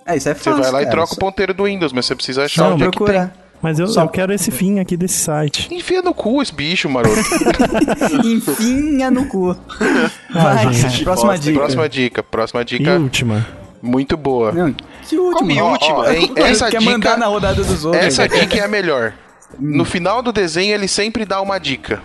É, isso é Você fácil. vai lá e cara. troca o ponteiro do Windows, mas você precisa achar Só onde é que tem. procurar. Mas eu, Só- eu quero esse fim aqui desse site. Enfia no cu esse bicho, maroto. Enfinha no cu. Ah, Vai, gente. próxima dica. Próxima dica, próxima E dica última. muito boa. Não, que última. Come Ó, ó, última. hein, Ué, essa quer dica, mandar na rodada dos outros. essa dica é a melhor. No final do desenho ele sempre dá uma dica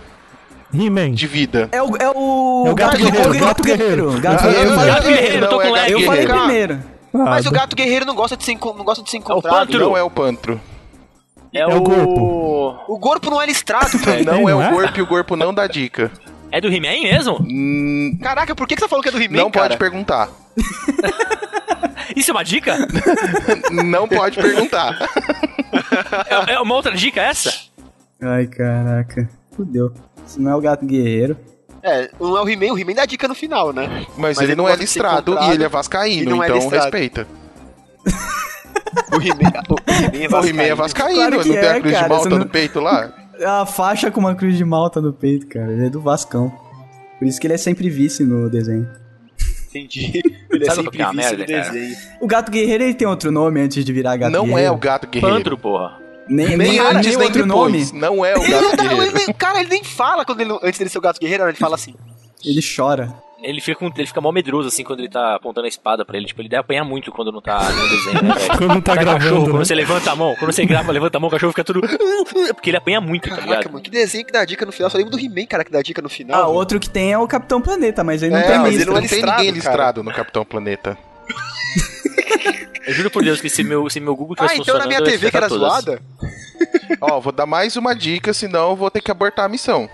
He-Man. de vida. É o, é o... É o gato guerreiro, gato guerreiro. Gato Ah, guerreiro. não, Gato gato guerreiro. guerreiro, tô não, com é lag. gato Eu falei guerreiro. primeiro. Mas o Ah, gato guerreiro não gosta de se, encon- não gosta de se encontrar. pantro. Não é o pantro. É, o o... O corpo não é listrado, velho. Não Ele é não o é? corpo e o corpo não dá dica. É do He-Man mesmo? Hum, Caraca, por que que você falou que é do He-Man, Não cara? pode perguntar. Isso é uma dica? Não pode perguntar. é, é uma outra dica essa? Ai, caraca. Fudeu. Se não é o gato guerreiro. É, não é o He-Man, o He-Man dá dica no final, né? Mas, ele, não é gosta de ser listrado e encontrado. ele é vascaíno, e não é então listrado. respeita. O He-Man o He-Man é O He-Man vascaíno. é vascaíno, Claro que não tem é, a cruz cara, de malta você não- no peito lá? É A faixa com uma cruz de malta no peito, cara. Ele é do Vascão. Por isso que ele é sempre vice no desenho. Entendi. Ele é sempre Sabe qual que é a visto no merda, cara? desenho. O gato guerreiro, ele tem outro nome antes de virar gato não guerreiro? é o gato guerreiro. Pantro, porra. Nem, Nem nem, antes, nem nem outro nome. depois. Não é o Ele não tá gato dá- ele guerreiro. nem- cara, ele nem fala quando ele, antes dele ser o gato guerreiro, ele fala assim. Ele chora. Ele fica, com, ele fica mó medroso, assim, quando ele tá apontando a espada pra ele. Tipo, ele deve apanhar muito quando não tá no desenho, né, velho? Quando não tá Sabe gravando, cachorro, né? quando você levanta a mão, quando você grava, levanta a mão, o cachorro fica tudo... Porque ele apanha muito, tá Caraca, ligado? mano, que desenho que dá dica no final. Eu só lembro do He-Man, cara, que dá dica no final. Ah, outro que tem é o Capitão Planeta, mas ele não tá É, tem mas lista. ele não tem listrado, ninguém cara. listrado no Capitão Planeta. Eu juro por Deus que se meu, se meu Google Ah, tivesse então na funcionando, minha eu ia TV que era acertar todas. zoada? Ó, vou dar mais uma dica, senão eu vou ter que abortar a missão.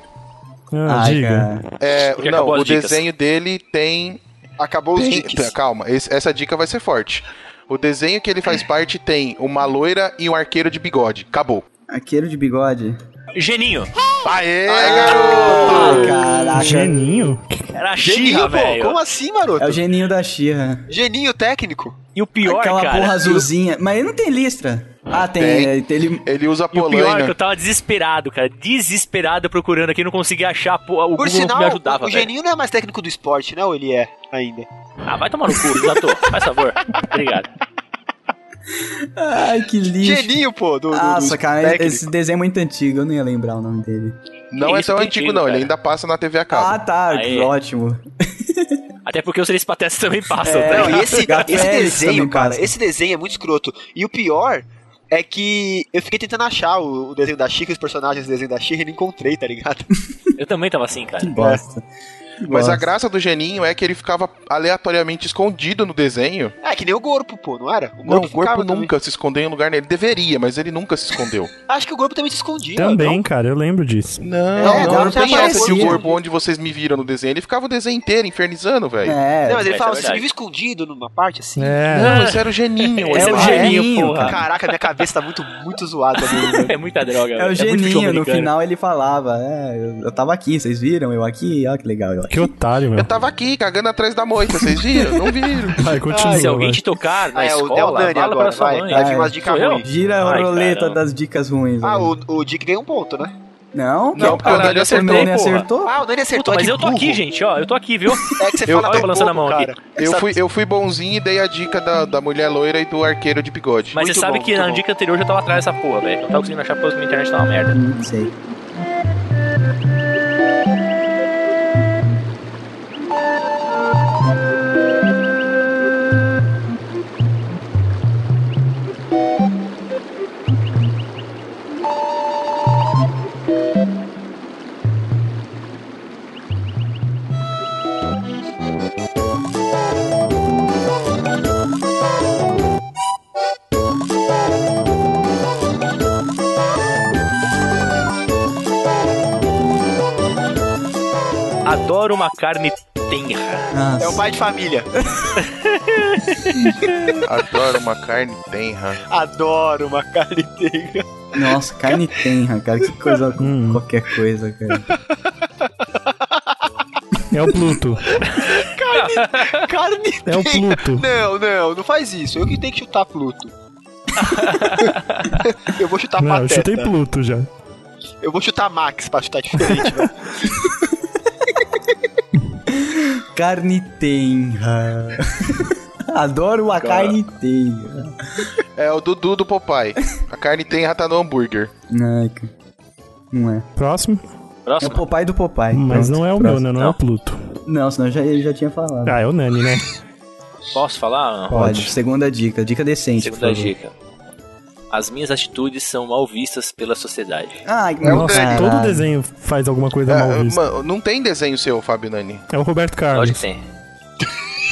ah, Ai, diga. cara. É, Porque não, acabou as o dicas. desenho dele tem. Acabou os tem- dicks. calma, esse- essa dica vai ser forte. O desenho que ele faz parte tem uma loira e um arqueiro de bigode. Acabou. Arqueiro de bigode. Geninho. Aê, garoto! Ah, caraca. Geninho? Era a Xirra, Geninho, pô, velho. como assim, maroto? É o geninho da Xirra. Geninho técnico? E o pior, Aquela cara... porra azulzinha. Mas ele não tem listra. Ah, tem. Tem. é, tem- ele... Ele usa E o pior é que né? polaina. eu tava desesperado, cara. Desesperado procurando aqui, não conseguia achar. Pô, o Por Google sinal, me ajudava, o velho. Geninho não é mais técnico do esporte, né? Ou ele é ainda? Ah, vai tomar no cu, Zato. Faz favor. Obrigado. Ai, que lixo. Geninho, pô, do, do, Nossa, do cara, técnico. esse desenho é muito antigo, eu não ia lembrar o nome dele. Não é Isso tão que eu antigo, entendo, não. Ele cara. ainda passa na TV a cabo. Ah, tá, Aê. ótimo. Até porque os três patetas também passam, É, tá Não, ligado? e esse, Gato esse Félix também desenho, cara, passa. esse desenho é muito escroto. E o pior é que eu fiquei tentando achar o, o desenho da Chica, os personagens do desenho da Chica e não encontrei, tá ligado? Eu também tava assim, cara. Que bosta. Que Mas a bosta. graça do geninho é que ele ficava aleatoriamente escondido no desenho. É, que nem o Gorpo, pô, não era? Não, o ficava corpo também. nunca se escondeu em lugar nenhum. Ele deveria, mas ele nunca se escondeu. Acho que o Gorpo também se escondia. Também, não? cara, eu lembro disso. Não, É, não, agora não, já tem essa de o aparecia. corpo onde vocês me viram no desenho. Ele ficava o desenho inteiro infernizando, velho. É, Não, mas ele É, falava, isso é você me verdade. viu escondido numa parte assim? É. Não, esse era o geninho. Esse é olha o lá. geninho, geninho, porra. Caraca, minha cabeça tá muito, muito zoada. né? É muita droga, é velho. o muito geninho, show no americano. final ele falava, é, eu, eu tava aqui, vocês viram? Eu aqui, olha que legal. Eu aqui. Que otário, meu. Eu tava aqui, cagando atrás da moita, vocês viram? Não viram. Vai, continua. Se alguém vai. te tocar na Ah, é o- escola, é o Dani fala agora, pra sua vai. mãe. Vai vir Ah, umas dicas sou eu? ruins. Gira a Ai, roleta caramba. das dicas ruins. Ah, olha. o, o Dick ganhou um ponto, né? Não, Não, porque o caralho, Dani acertou, O Dani porra. acertou. Ah, o Dani Puta, acertou, mas que eu tô aqui, burro. gente, ó. Eu tô aqui, viu? É que você Eu- fala Olha eu bem balançando pouco, a mão aqui. cara. Eu Sabe- fui, eu fui bonzinho e dei a dica da, da mulher loira e do arqueiro de bigode. Mas Muito você sabe bom, que muito na bom. dica anterior eu já tava atrás dessa porra, velho. Não tava conseguindo achar porque a internet tá uma merda. Não sei. Adoro uma carne tenra. Nossa. É o pai de família. Adoro uma carne tenra. Adoro uma carne inteira. Nossa, carne tenra, cara. Que coisa. Qualquer coisa, cara. É o Pluto. Carne É o Pluto. Não, não, não faz isso. Eu que tenho que chutar Pluto. eu vou chutar Não, eu Pateta. chutei Pluto já. Eu vou chutar Max pra chutar diferente, né? velho. Carne tenra. Adoro a carne tenra. É o Dudu do Popeye. A carne tenra tá no hambúrguer. Não, cara. Não é. Próximo. É o Próximo. Popeye do Popeye. Mas Pronto, não é o meu, próximo. né? Não é o Pluto. Não, senão eu já, eu já tinha falado. Ah, é o Nani, né? Posso falar? Pode. Segunda dica. Dica decente. por Segunda favor. dica. As minhas atitudes são mal vistas pela sociedade. Ai, É o nossa, Dani. Todo caralho. desenho faz alguma coisa mal É, vista. mano, não tem desenho seu, Fábio Nani. É o Roberto Carlos. Lógico que tem.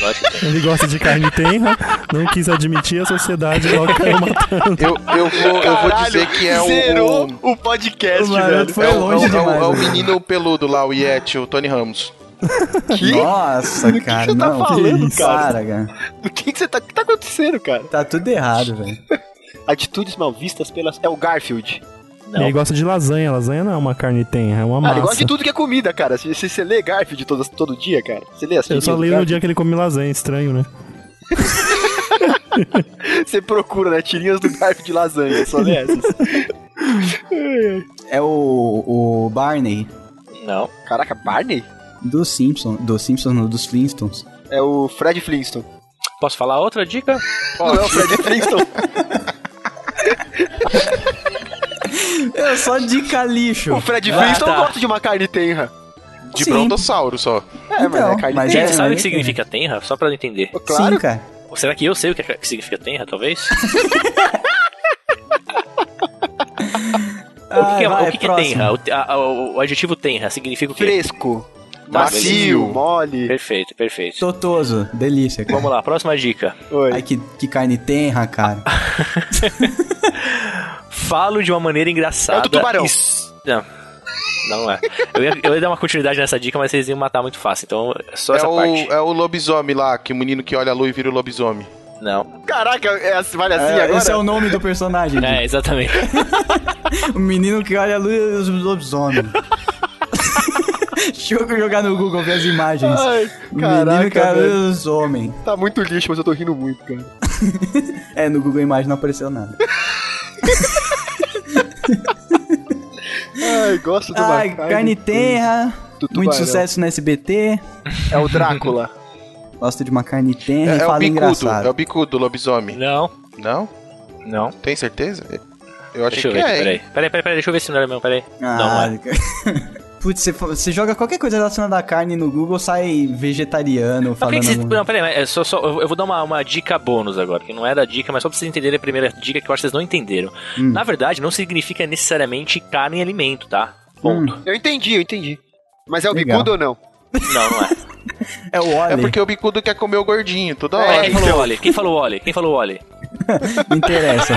Lógico que tem. Ele gosta de carne tenra, não quis admitir a sociedade logo caiu matando. Eu, eu, vou, eu vou dizer que é o. Zerou o- o, podcast, O maroto velho. foi é o, longe é o- é o- demais. é o velho. menino peludo lá, o Yeti, o Tony Ramos. Nossa, cara. você tá não, falando, isso? cara? Para, cara. O que, que você tá. O que tá acontecendo, cara? Tá tudo errado, velho. Atitudes mal vistas pelas. É o Garfield. E aí gosta de lasanha. Lasanha não é uma carne tenra, é uma Ah, ele massa. gosta de tudo que é comida, cara. Se se você lê Garfield todo, todo dia, cara. Você lê as Eu só figurinhas do leio no Garfield? dia que ele come lasanha, estranho, né? Você procura, né? Tirinhas do Garfield de lasanha. Só lê essas. É o, o Barney Não. Caraca, Barney? dos Simpsons. Dos Simpsons, não, dos Flintstones. É o Fred Flintstone. Posso falar outra dica? Não é o Fred Flintstone. É só dica lixo. o Fred Ah, Flintstone tá. gosta de uma carne tenra. De Sim. brontossauro só. É, mas Então, é carne mas tenra. Gente, é, sabe o mas que é significa tenra? Só pra eu entender. Pô, Claro. Sim, cara. Ou será que eu sei o que é- que significa tenra, talvez? O que, que é, Ah, vai, o que que é próximo. tenra? O, te- a- a- o adjetivo tenra significa o quê? é Fresco. Tá, Macio, beleza. mole. Perfeito, perfeito. Totoso. Delícia, cara. Vamos lá, próxima dica. Oi. Ai, que, que carne tenra, cara. Falo de uma maneira engraçada. É o do tubarão. e s- Não. Não é. Eu ia, eu ia dar uma continuidade nessa dica, mas vocês iam matar muito fácil. Então, é só É essa o, parte. é o lobisomem lá, que o menino que olha a lua e vira o lobisomem. Não. Caraca, é, assim- vale assim É, agora? Esse é o nome do personagem. É, gente. exatamente. O menino que olha a luz e os lobisomens. Deixa eu jogar no Google ver as imagens. Ai, O menino que olha caraca, a luz velho. e os homens. Tá muito lixo, mas eu tô rindo muito, cara. É, no Google Imagem não apareceu nada. Ai, gosto do Ai, carne tenra. do Muito tubarão. sucesso no SBT. É o Drácula. Gosto de uma carne tenra É, e é o fala bicudo, é engraçado. o bicudo, lobisomem. Não. Não? Não. Tem certeza? Eu achei Deixa eu que ver, é. peraí. Peraí, peraí, peraí, deixa eu ver se não era mesmo, peraí. Ah, não, é. Putz, você, fa- você joga qualquer coisa relacionada à carne no Google, sai vegetariano Mas por falando. que que você... alguma- Não, peraí, mas é só, só, eu eu vou dar uma, uma dica bônus agora, que não era a dica, mas só pra vocês entenderem a primeira dica que eu acho que vocês não entenderam. Na verdade, não significa necessariamente carne e alimento, tá? Ponto. Eu entendi, eu entendi. Mas é o Legal. bicudo ou não? Não, não é. É o É óleo. porque o bicudo quer comer o gordinho toda É, hora. quem então. falou Oli? Quem falou Oli? Quem falou Oli? Não interessa.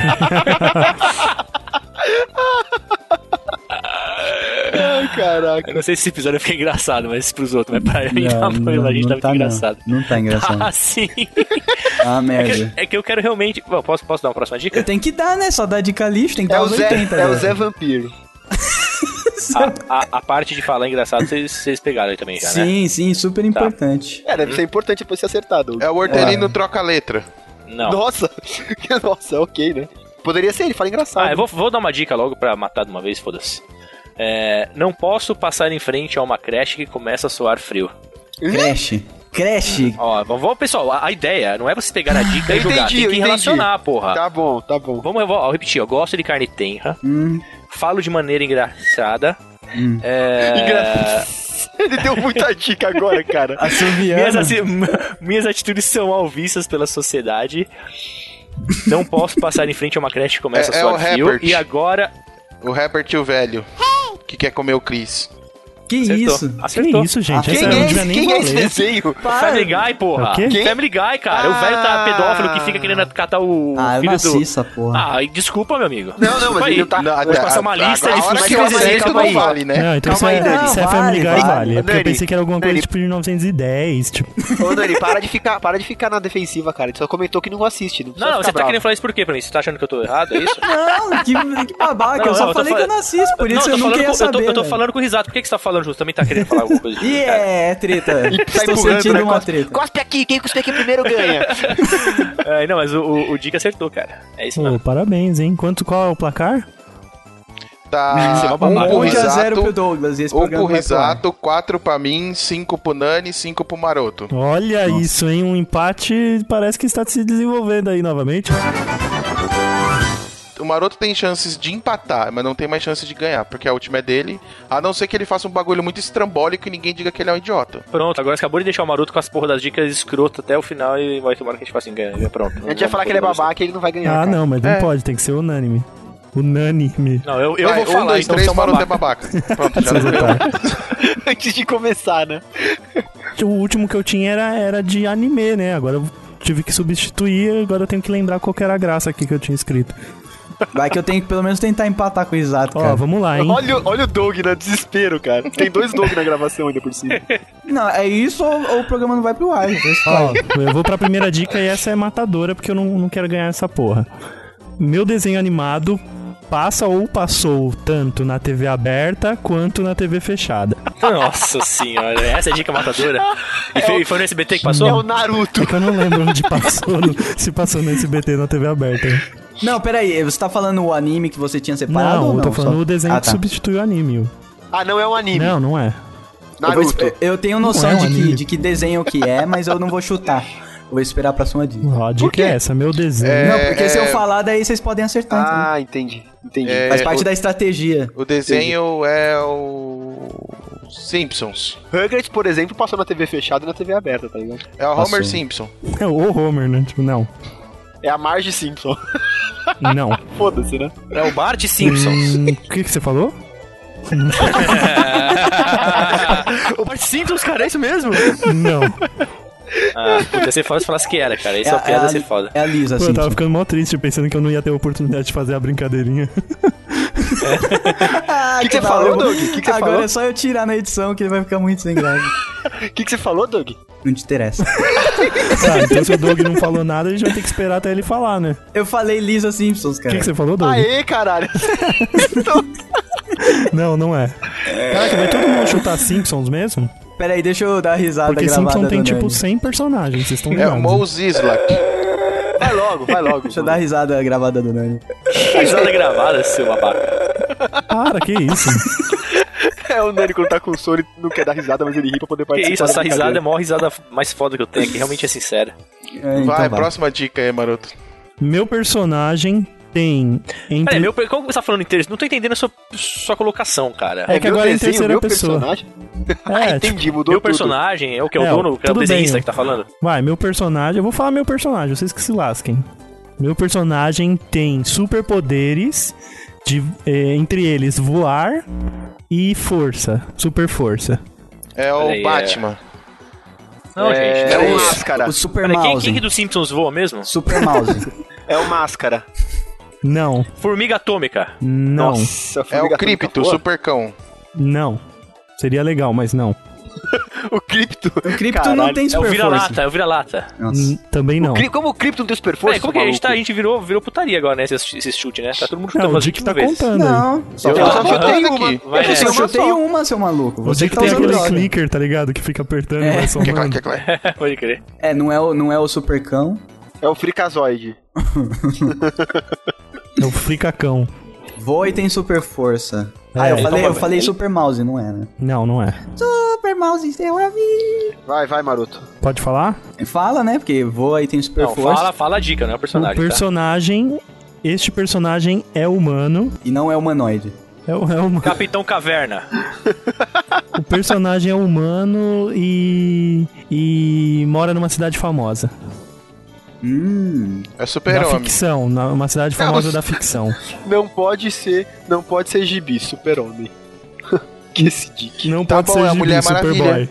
Ai, caraca. Eu não sei se esse episódio fica engraçado, mas pros outros, mas pra mim tá bom, a gente tá muito não. engraçado. Não tá engraçado. Ah, sim. Ah, É que, merda. é que eu quero realmente. Bom, posso, posso dar uma próxima dica? Tem que dar, né? Só dar dica lixo, tem que É dar o, os Zé, 80. é o né? Zé Vampiro. A, a- a parte de falar engraçado vocês, vocês pegaram aí também já, né? Sim, sim, super importante. É, deve ser importante depois ser acertado. É o hortelino troca a letra. Não. Nossa. Nossa, ok, né? Poderia ser, ele fala engraçado. Ah, eu vou, vou dar uma dica logo pra matar de uma vez, foda-se. É, não posso passar em frente a uma creche que começa a soar frio. Creche. Creche. Ó, vamos, vamos, pessoal, a, a ideia não é você pegar a dica e Eu jogar, entendi, tem eu que entendi. relacionar, porra. Tá bom, tá bom. Vamos eu vou- ó, repetir, eu gosto de carne tenra, falo de maneira engraçada. É... Engraçado. Ele deu muita dica agora, cara. Minhas, Assoviana. assi- minhas atitudes são alvistas pela sociedade. Não posso passar em frente a uma creche que começa É- a é soar o frio. Herbert. E agora. O rapper tio velho, que quer comer o Chris. Que Acertou. isso? Acertou. Que isso, gente? Quem Essa eu é não esse, devia nem quem é esse valer. desenho? Para. Family Guy, É porra. o quê? Quem? Family Guy, cara. o velho tá Ah. pedófilo que fica querendo catar o Ah, eu não filho do. assisto essa porra. Ah, e desculpa, meu amigo. Não, não, Desculpa mas aí. ele não tá. é Não, Vou até- passar uma a- lista a de hora filmes que que eu vocês apareço, aí, não calma aí. vale, né? Não, então Calma se, aí, é, Dani. se é Não, vale, Family Guy, vale. vale. É porque Dani. eu pensei que era alguma coisa tipo de 1910, tipo... Ô, Dani, para de ficar, para de ficar na defensiva, cara. Ele só comentou que não assiste. Não, Não, não, você tá querendo falar isso por quê pra mim? Você tá achando que eu tô Ah, errado? É isso? Não, que, que babaca. Não, eu só eu tô falei que eu falando- não assisto, por isso eu não, tô não falando queria com- eu tô- saber. Eu tô, velho. falando com risada. Por que, que você tá falando justo? Também tá querendo falar alguma coisa de Ih, mim, cara? é, é treta. Tá Estou empurrando, sentindo né? uma Cospe- treta. Cospe aqui, quem cuspir aqui primeiro ganha. É, não, mas o, o, o Dick acertou, cara. É isso mesmo. Pô, parabéns, hein? Quanto, qual é o placar? Tá vai babar. um 11 a 0 pro risato, Douglas. e Esse um programa pro vai pro ar. risato, quatro pra mim, cinco pro Nani, cinco pro Maroto. Olha isso, hein? Um empate parece que está se desenvolvendo aí novamente. O Maroto tem chances de empatar, mas não tem mais chance de ganhar, porque a última é dele. A não ser que ele faça um bagulho muito estrambólico e ninguém diga que ele é um idiota. Pronto, agora você acabou de deixar o Maroto com as porra das dicas escrotas até o final e vai tomar que a gente faça assim, ganha. Pronto. A gente vai falar que ele é babaca e ele não vai ganhar. Ah, cara. não, mas não É. pode, tem que ser unânime. Unânime. Não, eu, eu Vai, vou falar, um, dois, então três, você é um Maroto é babaca. babaca. Pronto, já deu. Antes de começar, né? O último que eu tinha era, era de anime, né? Agora eu tive que substituir, agora eu tenho que lembrar qual que era a graça aqui que eu tinha escrito. Vai que eu tenho que pelo menos tentar empatar com o risato, Ó, cara. vamos lá, hein? Olha, olha o Doug na desespero, cara. Tem dois Doug na gravação ainda por cima. Não, é isso ou, ou o programa não vai pro ar. Esse Ó, eu vou pra primeira dica e essa é matadora, porque eu não, não quero ganhar essa porra. Meu desenho animado passa ou passou tanto na TV aberta quanto na TV fechada. Nossa senhora, essa é a dica matadora? E foi, e foi no SBT que É o passou? Naruto. É que eu não lembro onde passou, no- se passou no SBT na TV aberta. Não, peraí, você tá falando o anime que você tinha separado? não, ou eu tô Só- falando o desenho Ah, que tá. substitui o anime. Ah, não é um anime. Não, não é. Eu, vou Naruto. esper- eu tenho noção Não é de, um que, anime. de que desenho que é, mas eu não vou chutar. Eu Vou esperar a próxima dica. Ó, a dica é essa, meu desenho. não, porque se eu falar, daí vocês podem acertar. entendeu? Ah, entendi. Entendi. É, Faz parte o- da estratégia. O desenho é o. Simpsons. Rugrats, por exemplo, passou na TV fechada e na TV aberta, tá ligado? É o Homer Passou. Simpson. É o Homer, né? Tipo, não. É a Marge Simpson. Não. Foda-se, né? É o Bart Simpsons. Hum, O que, que você falou? o Bart Simpsons, cara, é isso mesmo? Não. Ah, podia ser foda se falasse que era, cara. Isso é, a- uma piada é a- ia ser foda. É a Lisa, Pô, assim. eu tava ficando mó triste pensando que eu não ia ter a oportunidade de fazer a brincadeirinha. Ah, que você da falou, hora. Doug? Que que você Agora falou? é só eu tirar na edição que ele vai ficar muito sem graça. O que, que você falou, Doug? não te interessa. Tá, então se o Doug não falou nada, a gente vai ter que esperar até ele falar, né? Eu falei Lisa Simpsons, O cara. que, que você falou, Ah, é? Doug? Aê, caralho. Não, não é. Caraca, vai todo mundo chutar Simpsons mesmo? Peraí, deixa eu dar a risada Porque é gravada Simpsons tem do tipo Nani. 100 personagens, vocês estão É o ligados. né? Mose Islak. Vai logo, vai logo. Deixa eu dar a risada gravada do Nani. Risada gravada, seu babaca. Para, que isso? É o Nani quando tá com sono e não quer dar risada, mas ele ri pra poder Que participar. isso, da essa risada é a brincadeira. maior risada mais foda que eu tenho, que realmente é sincera. É, então Vai, próxima dica aí, Maroto. Meu personagem tem entre... Peraí, meu, como você tá falando em terceiro? Não tô entendendo a sua, sua colocação, cara. É que meu agora é em desenho, terceira meu pessoa. personagem? É, tipo, Entendi, mudou tudo. Meu personagem é o que? É o É, dono, que é o tudo bem, desenhista eu- que tá falando? Vai, meu personagem. Eu vou falar meu personagem, vocês que se lasquem. Meu personagem tem superpoderes, de, eh, entre eles voar e força. Super força. É o Peraí, é- Batman. Não, gente. É peraí. o Máscara. Tá. O Super Peraí, quem, Mouse. quem que dos Simpsons voa mesmo? Super Mouse. É o Máscara. Não, Formiga Atômica. não, Nossa, tá É o Cripto, o Supercão. não. Seria legal, mas não. O Cripto. O Cripto não tem É o super vira-lata, é o vira-lata. Nossa. N- Também não. Cri- Como o Cripto não tem super força? Peraí, como que é? a gente, tá, a maluco? gente virou, virou putaria agora, né? Esse, esse chute, né? Tá todo mundo Não, chutando o as Dick tá últimas vezes. contando. aí. Não, só Eu eu, só chutei aqui. Vai, eu né? só chutei um. uma, seu maluco. O Você Dick que tá tem usando aquele droga. clicker, tá ligado? Que fica apertando e vai Que clac, somando. que clac. Pode crer. É, não é o, não é o Super Cão. É o Fricazoide. É o fricacão. Voa e tem super força. Ah, eu É. falei, toma eu falei banho. Super Mouse, não é, né? Não, não é. Super Mouse, é seu amigo. Vai, vai, maroto. Pode falar? Fala, né? Porque voa e tem super Não, força. fala, fala a dica, não é o O personagem. tá? personagem. Este personagem é humano. E não é humanoide. É, o- é uma, Capitão Caverna. o personagem é humano e. e mora numa cidade famosa. Hum. É da super-homem. ficção, na, uma cidade famosa da ficção. Não pode ser, não pode ser gibi, super-homem. que esse dick. Não Tá pode bom, ser é a gibi, Mulher Superboy. Maravilha.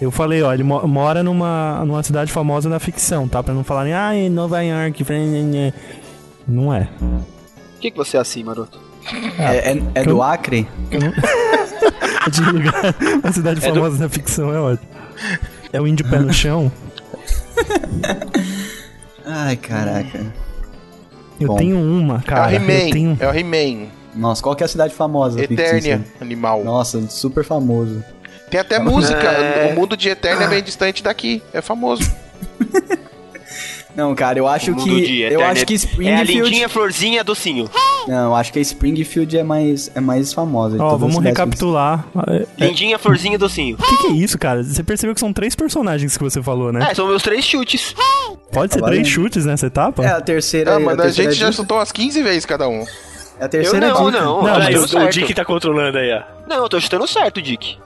Eu falei, ó, ele mo- mora numa, numa cidade famosa da ficção, tá? Pra não falarem, ah, em Nova York. né, né, né." Não é. Por que, que você é assim, maroto? É, é, é do Acre? É de lugar. Uma cidade famosa da ficção é ótimo. É o índio pé no chão. Ai, caraca. Eu Bom. tenho uma, É o cara. eu He-Man. tenho É o He-Man. Nossa, qual que é a cidade famosa? Eternia, fictícia? animal. Nossa, super famoso. Tem até música. O mundo de Eternia é bem distante daqui. É famoso. Não, cara, eu acho mundo que. de eu Eternia acho que É a Springfield. lindinha, florzinha, docinho. não, eu acho que Springfield é mais, é mais famosa. de Ó, todas as vamos cidades que- recapitular. O Lindinha, florzinha, docinho. que, que é isso, cara? Você percebeu que são três personagens que você falou, né? É, são meus três chutes. Pode ser tá três valendo. chutes nessa etapa? É, a terceira. Ah, mano, a a terceira gente já dica- chutou umas 15 vezes cada um. É a Eu terceira não, dica. não. Não, eu tô Olha aí, mas o, chutando o certo. Dick tá controlando aí, ó. Não, eu tô chutando certo, Dick.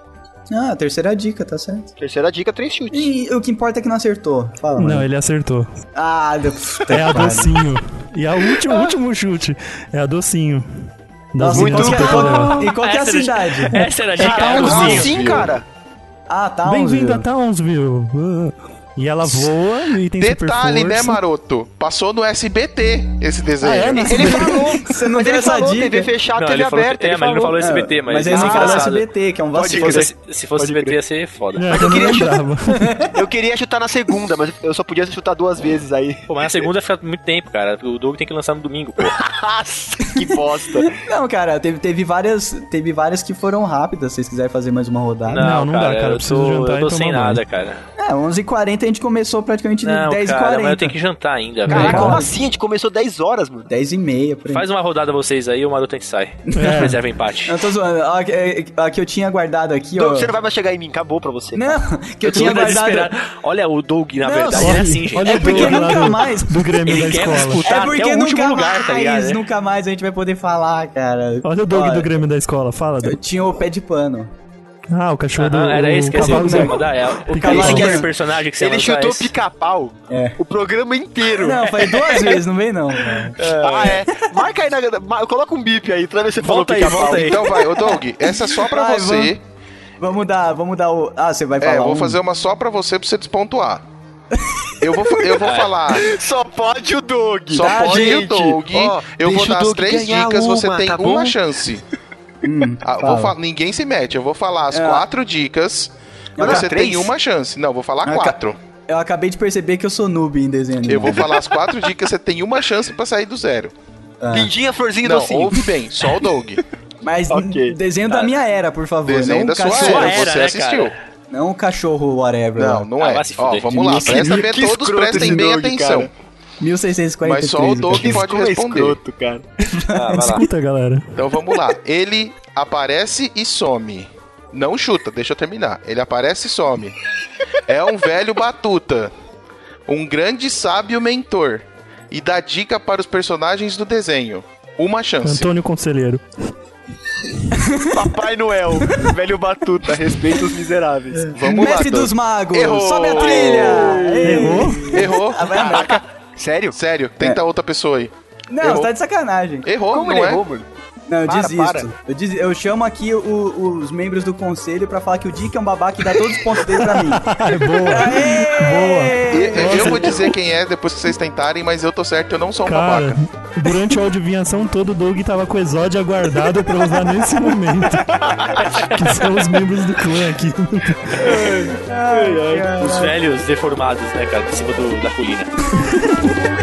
Ah, a terceira dica, tá certo. Terceira dica, três chutes. E o que importa é que não acertou. Fala, Não, mano. ele acertou. Ah, deu- puta É a que pariu. docinho. E a última, o último chute é a docinho. Nossa, Docinho e qual tá que é- super poderosa. E qual que é a Essa era- cidade? Essa era a dica. tá é um Como o Sim. Zinho. sim. assim, cara? Ah, tá. Bem-vindo a Townsville. Ah. E ela voa e tem Detalhe, super força. né, maroto? Passou no SBT esse desenho. Ah, é? Né? Ele falou. Você não Mas deu ele essa falou, dica. TV Tá fechada, Não, TV ele falou, aberta, é, mas ele não falou SBT, mas... Mas aí Ah, não fala engraçado. SBT, que é um Se vacilo. fosse, se fosse SBT, ia ser foda. É, eu eu não queria chutar- lembrava. Eu queria chutar na segunda, mas eu só podia chutar duas vezes aí. Pô, mas na segunda fica muito tempo, cara. O Doug tem que lançar no domingo, pô. Nossa, que bosta. Não, cara, teve, teve, várias, teve várias que foram rápidas, se vocês quiserem fazer mais uma rodada. Ah, não dá, cara, eu Eu preciso tô, jantar então eu tô e sem tomar nada, cara. É, 11h40 a gente começou praticamente Não, 10h40. cara, mas eu tenho que jantar ainda, velho. Caraca, Legal. como assim? A gente começou 10 horas, mano. 10h30 por aí. Faz uma rodada vocês aí, o Maru tem que sair. É. Preserva o empate. Não, tô zoando. Ó, que- é, ó, que eu tinha guardado aqui, Então, ó. você não vai mais chegar em mim, acabou pra você. Não, que eu, tô tinha guardado. desesperado. Olha, o Doug, na Não, verdade, olha- é assim, gente. olha É o porque Doug lá nunca do- mais. Do Grêmio da Ele quer escola. disputar é porque Tá, até o último nunca lugar, mais, tá ligado? né? nunca mais a gente vai poder falar, cara. Olha o Ó, Doug do Grêmio da escola, fala. Doug. Eu tinha o pé de pano. Ah, o cachorro do. Ah, era esse o que eu cavalo ia do- mandar. É, o cavalo esse que que- era o personagem que você ia Ele lançar, chutou esse. pica-pau É. o programa inteiro. Não, foi duas vezes, não vem não. cara. Ah, é. Marca aí na. ma- Coloca um bip aí, pra ver se falou é Volta aí, pica-pau. volta aí. Então vai, ô Doug, essa é só pra Vai, você. Vamos dar, vamos dar o. Ah, você vai falar. É, eu vou um? fazer uma só pra você pra você despontuar. Eu vou, fa- eu vou falar. Só pode o Doug. Só tá, pode o gente? Doug. Ó, eu vou deixa o dar as Doug três ganhar dicas, você uma, tem tá uma bom? chance. Hum, Ah, fala. vou fa- ninguém se mete, eu vou falar as É. quatro dicas, Não, mas você três? tem uma chance. Não, vou falar Ah, ca- quatro. Eu acabei de perceber que eu sou noob em desenho. um- Eu animado. vou falar as quatro dicas, você tem uma chance pra sair do zero. Lindinha, florzinha e Não, docinho. ouve bem, só o Doug. Mas Ok. desenho da minha era, por favor. Tá. Desenho não da um sua cachorro, era, era, você né, assistiu. Não um cachorro, whatever. Não, Não. não Ah, é. vai se Ó, fuder. vamos lá, presta bem, Que todos escroto prestem esse bem Doug, atenção. cara. 1643. Mas só o Doug cara. pode Como é responder. escroto, cara. Ah, vai lá. Escuta, galera. Então vamos lá. Ele aparece e some. Não chuta, deixa eu terminar. Ele aparece e some. É um velho batuta. Um grande sábio mentor. E dá dica para os personagens do desenho. Uma chance. Antônio Conselheiro. Papai Noel, velho batuta, respeita os miseráveis. Vamos Mestre lá. dos Magos, Errou. sobe a trilha! Ei. Errou? Doug. Errou. Ah, vai, É. vai. Sério? Sério, tenta outra pessoa aí. Não, Errou. você tá de sacanagem. Errou, Como não ele é? errou, mano? Não, eu Para, desisto. Eu, des- eu chamo aqui o- os membros do conselho pra falar que o Dick é um babaca e dá todos os pontos dele pra mim. É boa. E- Aê! e- Eu vou dizer quem é depois que vocês tentarem, mas eu tô certo, eu não sou um Cara, babaca. durante a adivinhação toda, o Doug tava com o exódio aguardado pra usar nesse momento. que são os membros do clã aqui. Os velhos deformados, né, cara, em cima do, da colina.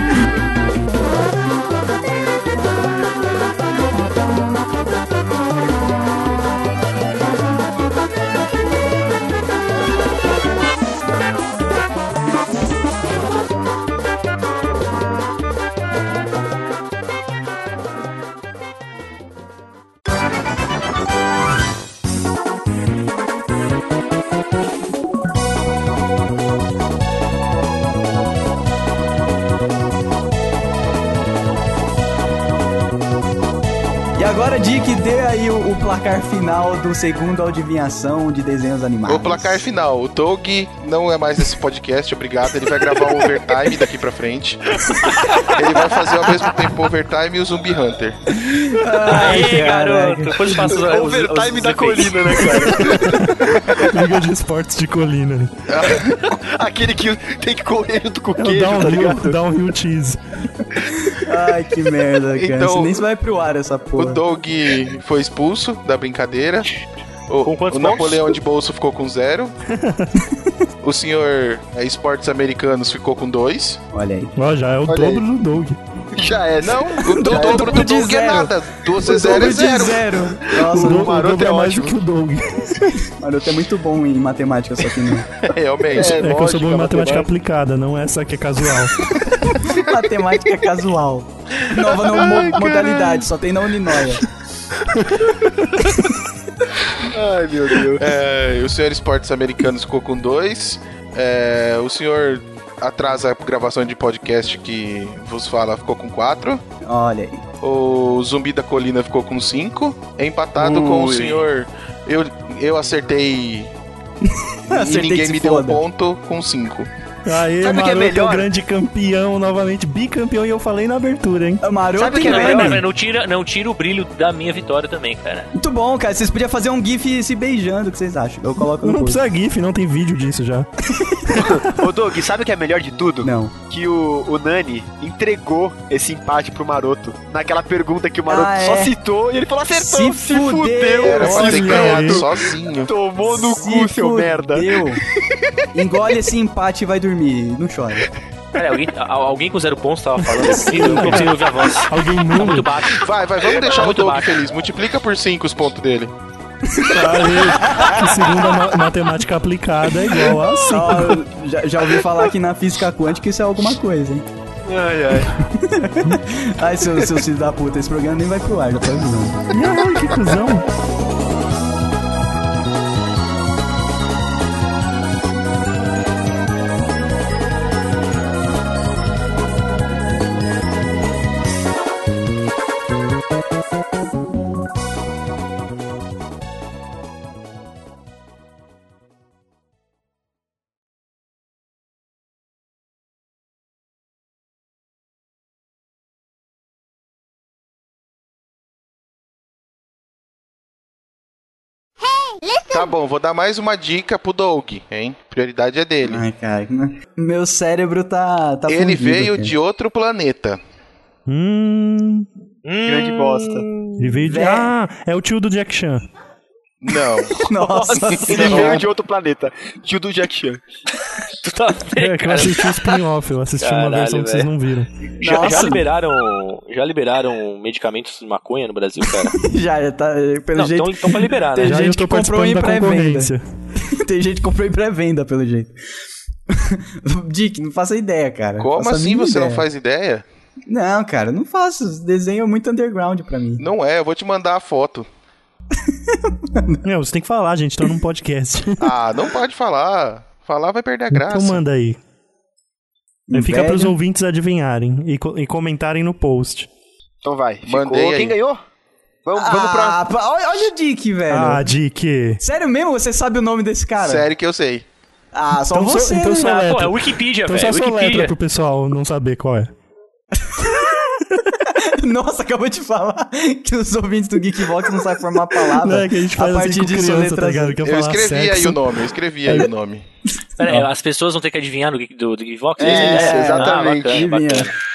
E agora, Dick, dê aí o, o placar final do segundo Adivinhação de Desenhos Animados. O placar final. O Doug não é mais desse podcast, obrigado. Ele vai gravar o overtime daqui pra frente. Ele vai fazer ao mesmo tempo o overtime e o Zumbi Hunter. Ai, Ei, caraca. garoto, depois passa os, os- os- É Overtime os da efeitos. colina, né, cara? Liga de esportes de colina. Aquele que tem que correr junto com o É o queijo, tá downhill, ligado? downhill cheese. Ai, que merda, cara. Então- Isso nem vai pro ar essa O porra. Doug foi expulso da brincadeira. O, Com quantos o Napoleão de bolso ficou com zero. o senhor é, esportes americanos ficou com dois. Olha aí. Ó, já é o Olha aí. dobro do Doug. Já é. Não, Não, o, do- Já é o dobro do dobro de Doug é zero. nada. Doze O zero é dobro de zero. zero. O Nossa, dobro, o o dobro é é mais do que o Doug. Maroto é muito bom em matemática, só que não. Realmente. É que eu sou bom em Lógica, matemática aplicada, não essa que é casual. matemática casual. Nova no- mo- modalidade, só tem na Uninoia. ai meu Deus. É, o senhor esportes americanos ficou com dois. É, o senhor atrasa a gravação de podcast que vos fala ficou com quatro. Olha aí. Ah, O zumbi da colina ficou com cinco. É empatado com o Ui. senhor. Eu, eu acertei. Ah, Acertei e ninguém que me se deu um foda. ponto com cinco. Aê, Sabe o que Maroto, é é o melhor? grande campeão novamente, bicampeão, e eu falei na abertura, hein? Maroto Sabe o que e é Não, Lenny. não, não, não tira, não tira o brilho da minha vitória também, cara. Muito bom, cara. Vocês podiam fazer um GIF se beijando, o que vocês acham? Eu coloco Não no post. precisa GIF, não tem vídeo disso já. Ô Doug, sabe o que é melhor de tudo? Não. Que o, o Nani entregou esse empate pro Maroto naquela pergunta que o Maroto Ah, só é. citou e ele falou: acertou, Se se, fudeu, fudeu, Era pra Olha ter se ganhado aí. sozinho. tomou no Se cu, seu fudeu. merda. Engole esse empate e vai dormir. Não chora. Cara, alguém, a- alguém com zero pontos tava falando assim, eu não consigo ouvir a voz. Alguém Tá muito muda. baixo. Vai, vai, vamos deixar o Muito Doug baixo. feliz. Multiplica por cinco os pontos dele. Aê, que segundo a ma- matemática aplicada é igual a cinco. Ó, Ah, já, já ouvi falar que na física quântica isso é alguma coisa, hein? Ai, ai. Ai, seu, seu filho da puta, esse programa nem vai pro ar, já tô avisando. E aí, que cuzão. Tá bom, vou dar mais uma dica pro Doug, hein? Prioridade é dele. Ai, cara. Meu cérebro tá. tá Ele fundido, veio cara. de outro planeta. Hum, Grande bosta. ele veio de... Vé. Ah, é o tio do Jack Chan. Não. Nossa, Ele senhora. veio de outro planeta. Tio do Jack Chan. Tu tá É bem, que eu cara. assisti o spin-off, eu assisti uma Caralho, versão que vocês velho. não viram. Já, já Nossa. liberaram, já liberaram medicamentos de maconha no Brasil, cara? Já, já tá. Pelo Não, um jeito. então, então pra liberar, né? Tem Já gente eu tô que comprou participando em da pré-venda. concorrência. Tem gente que comprou em pré-venda, pelo jeito. Dick, não faço ideia, cara. É, Como Faço a assim mínima você não ideia. faz ideia? Não, cara, não faço. Esse Desenho é muito underground pra mim. Não é, eu vou te mandar a foto. Não, você tem que falar, gente, tô num podcast. Ah, não pode falar. Falar vai perder a Então graça. manda aí. Aí fica Velho. pros ouvintes adivinharem e, co- e comentarem no post. Então vai. Ficou. Mandei aí. Quem ganhou? Vamos, vamos pra. Ah, pra... olha, olha o Dick, velho. Ah, Dick. Sério mesmo? Você sabe o nome desse cara? Sério que eu sei. Ah, só Então só- você. então né? só- Ah, pô, letra. é Wikipedia, Então velho. só só letra Wikipedia. pro pessoal não saber qual é. Nossa, acabou de falar que os ouvintes do Geekbox não sabem formar palavra. Não, é que a gente faz assim com criança, tá ligado? Que eu, Eu falar escrevi sexo. aí o nome, eu escrevi aí o nome. Pera aí, as pessoas vão ter que adivinhar do, do, do Geekbox? Isso, Ah, exatamente. um bacana, bacana. Adivinha.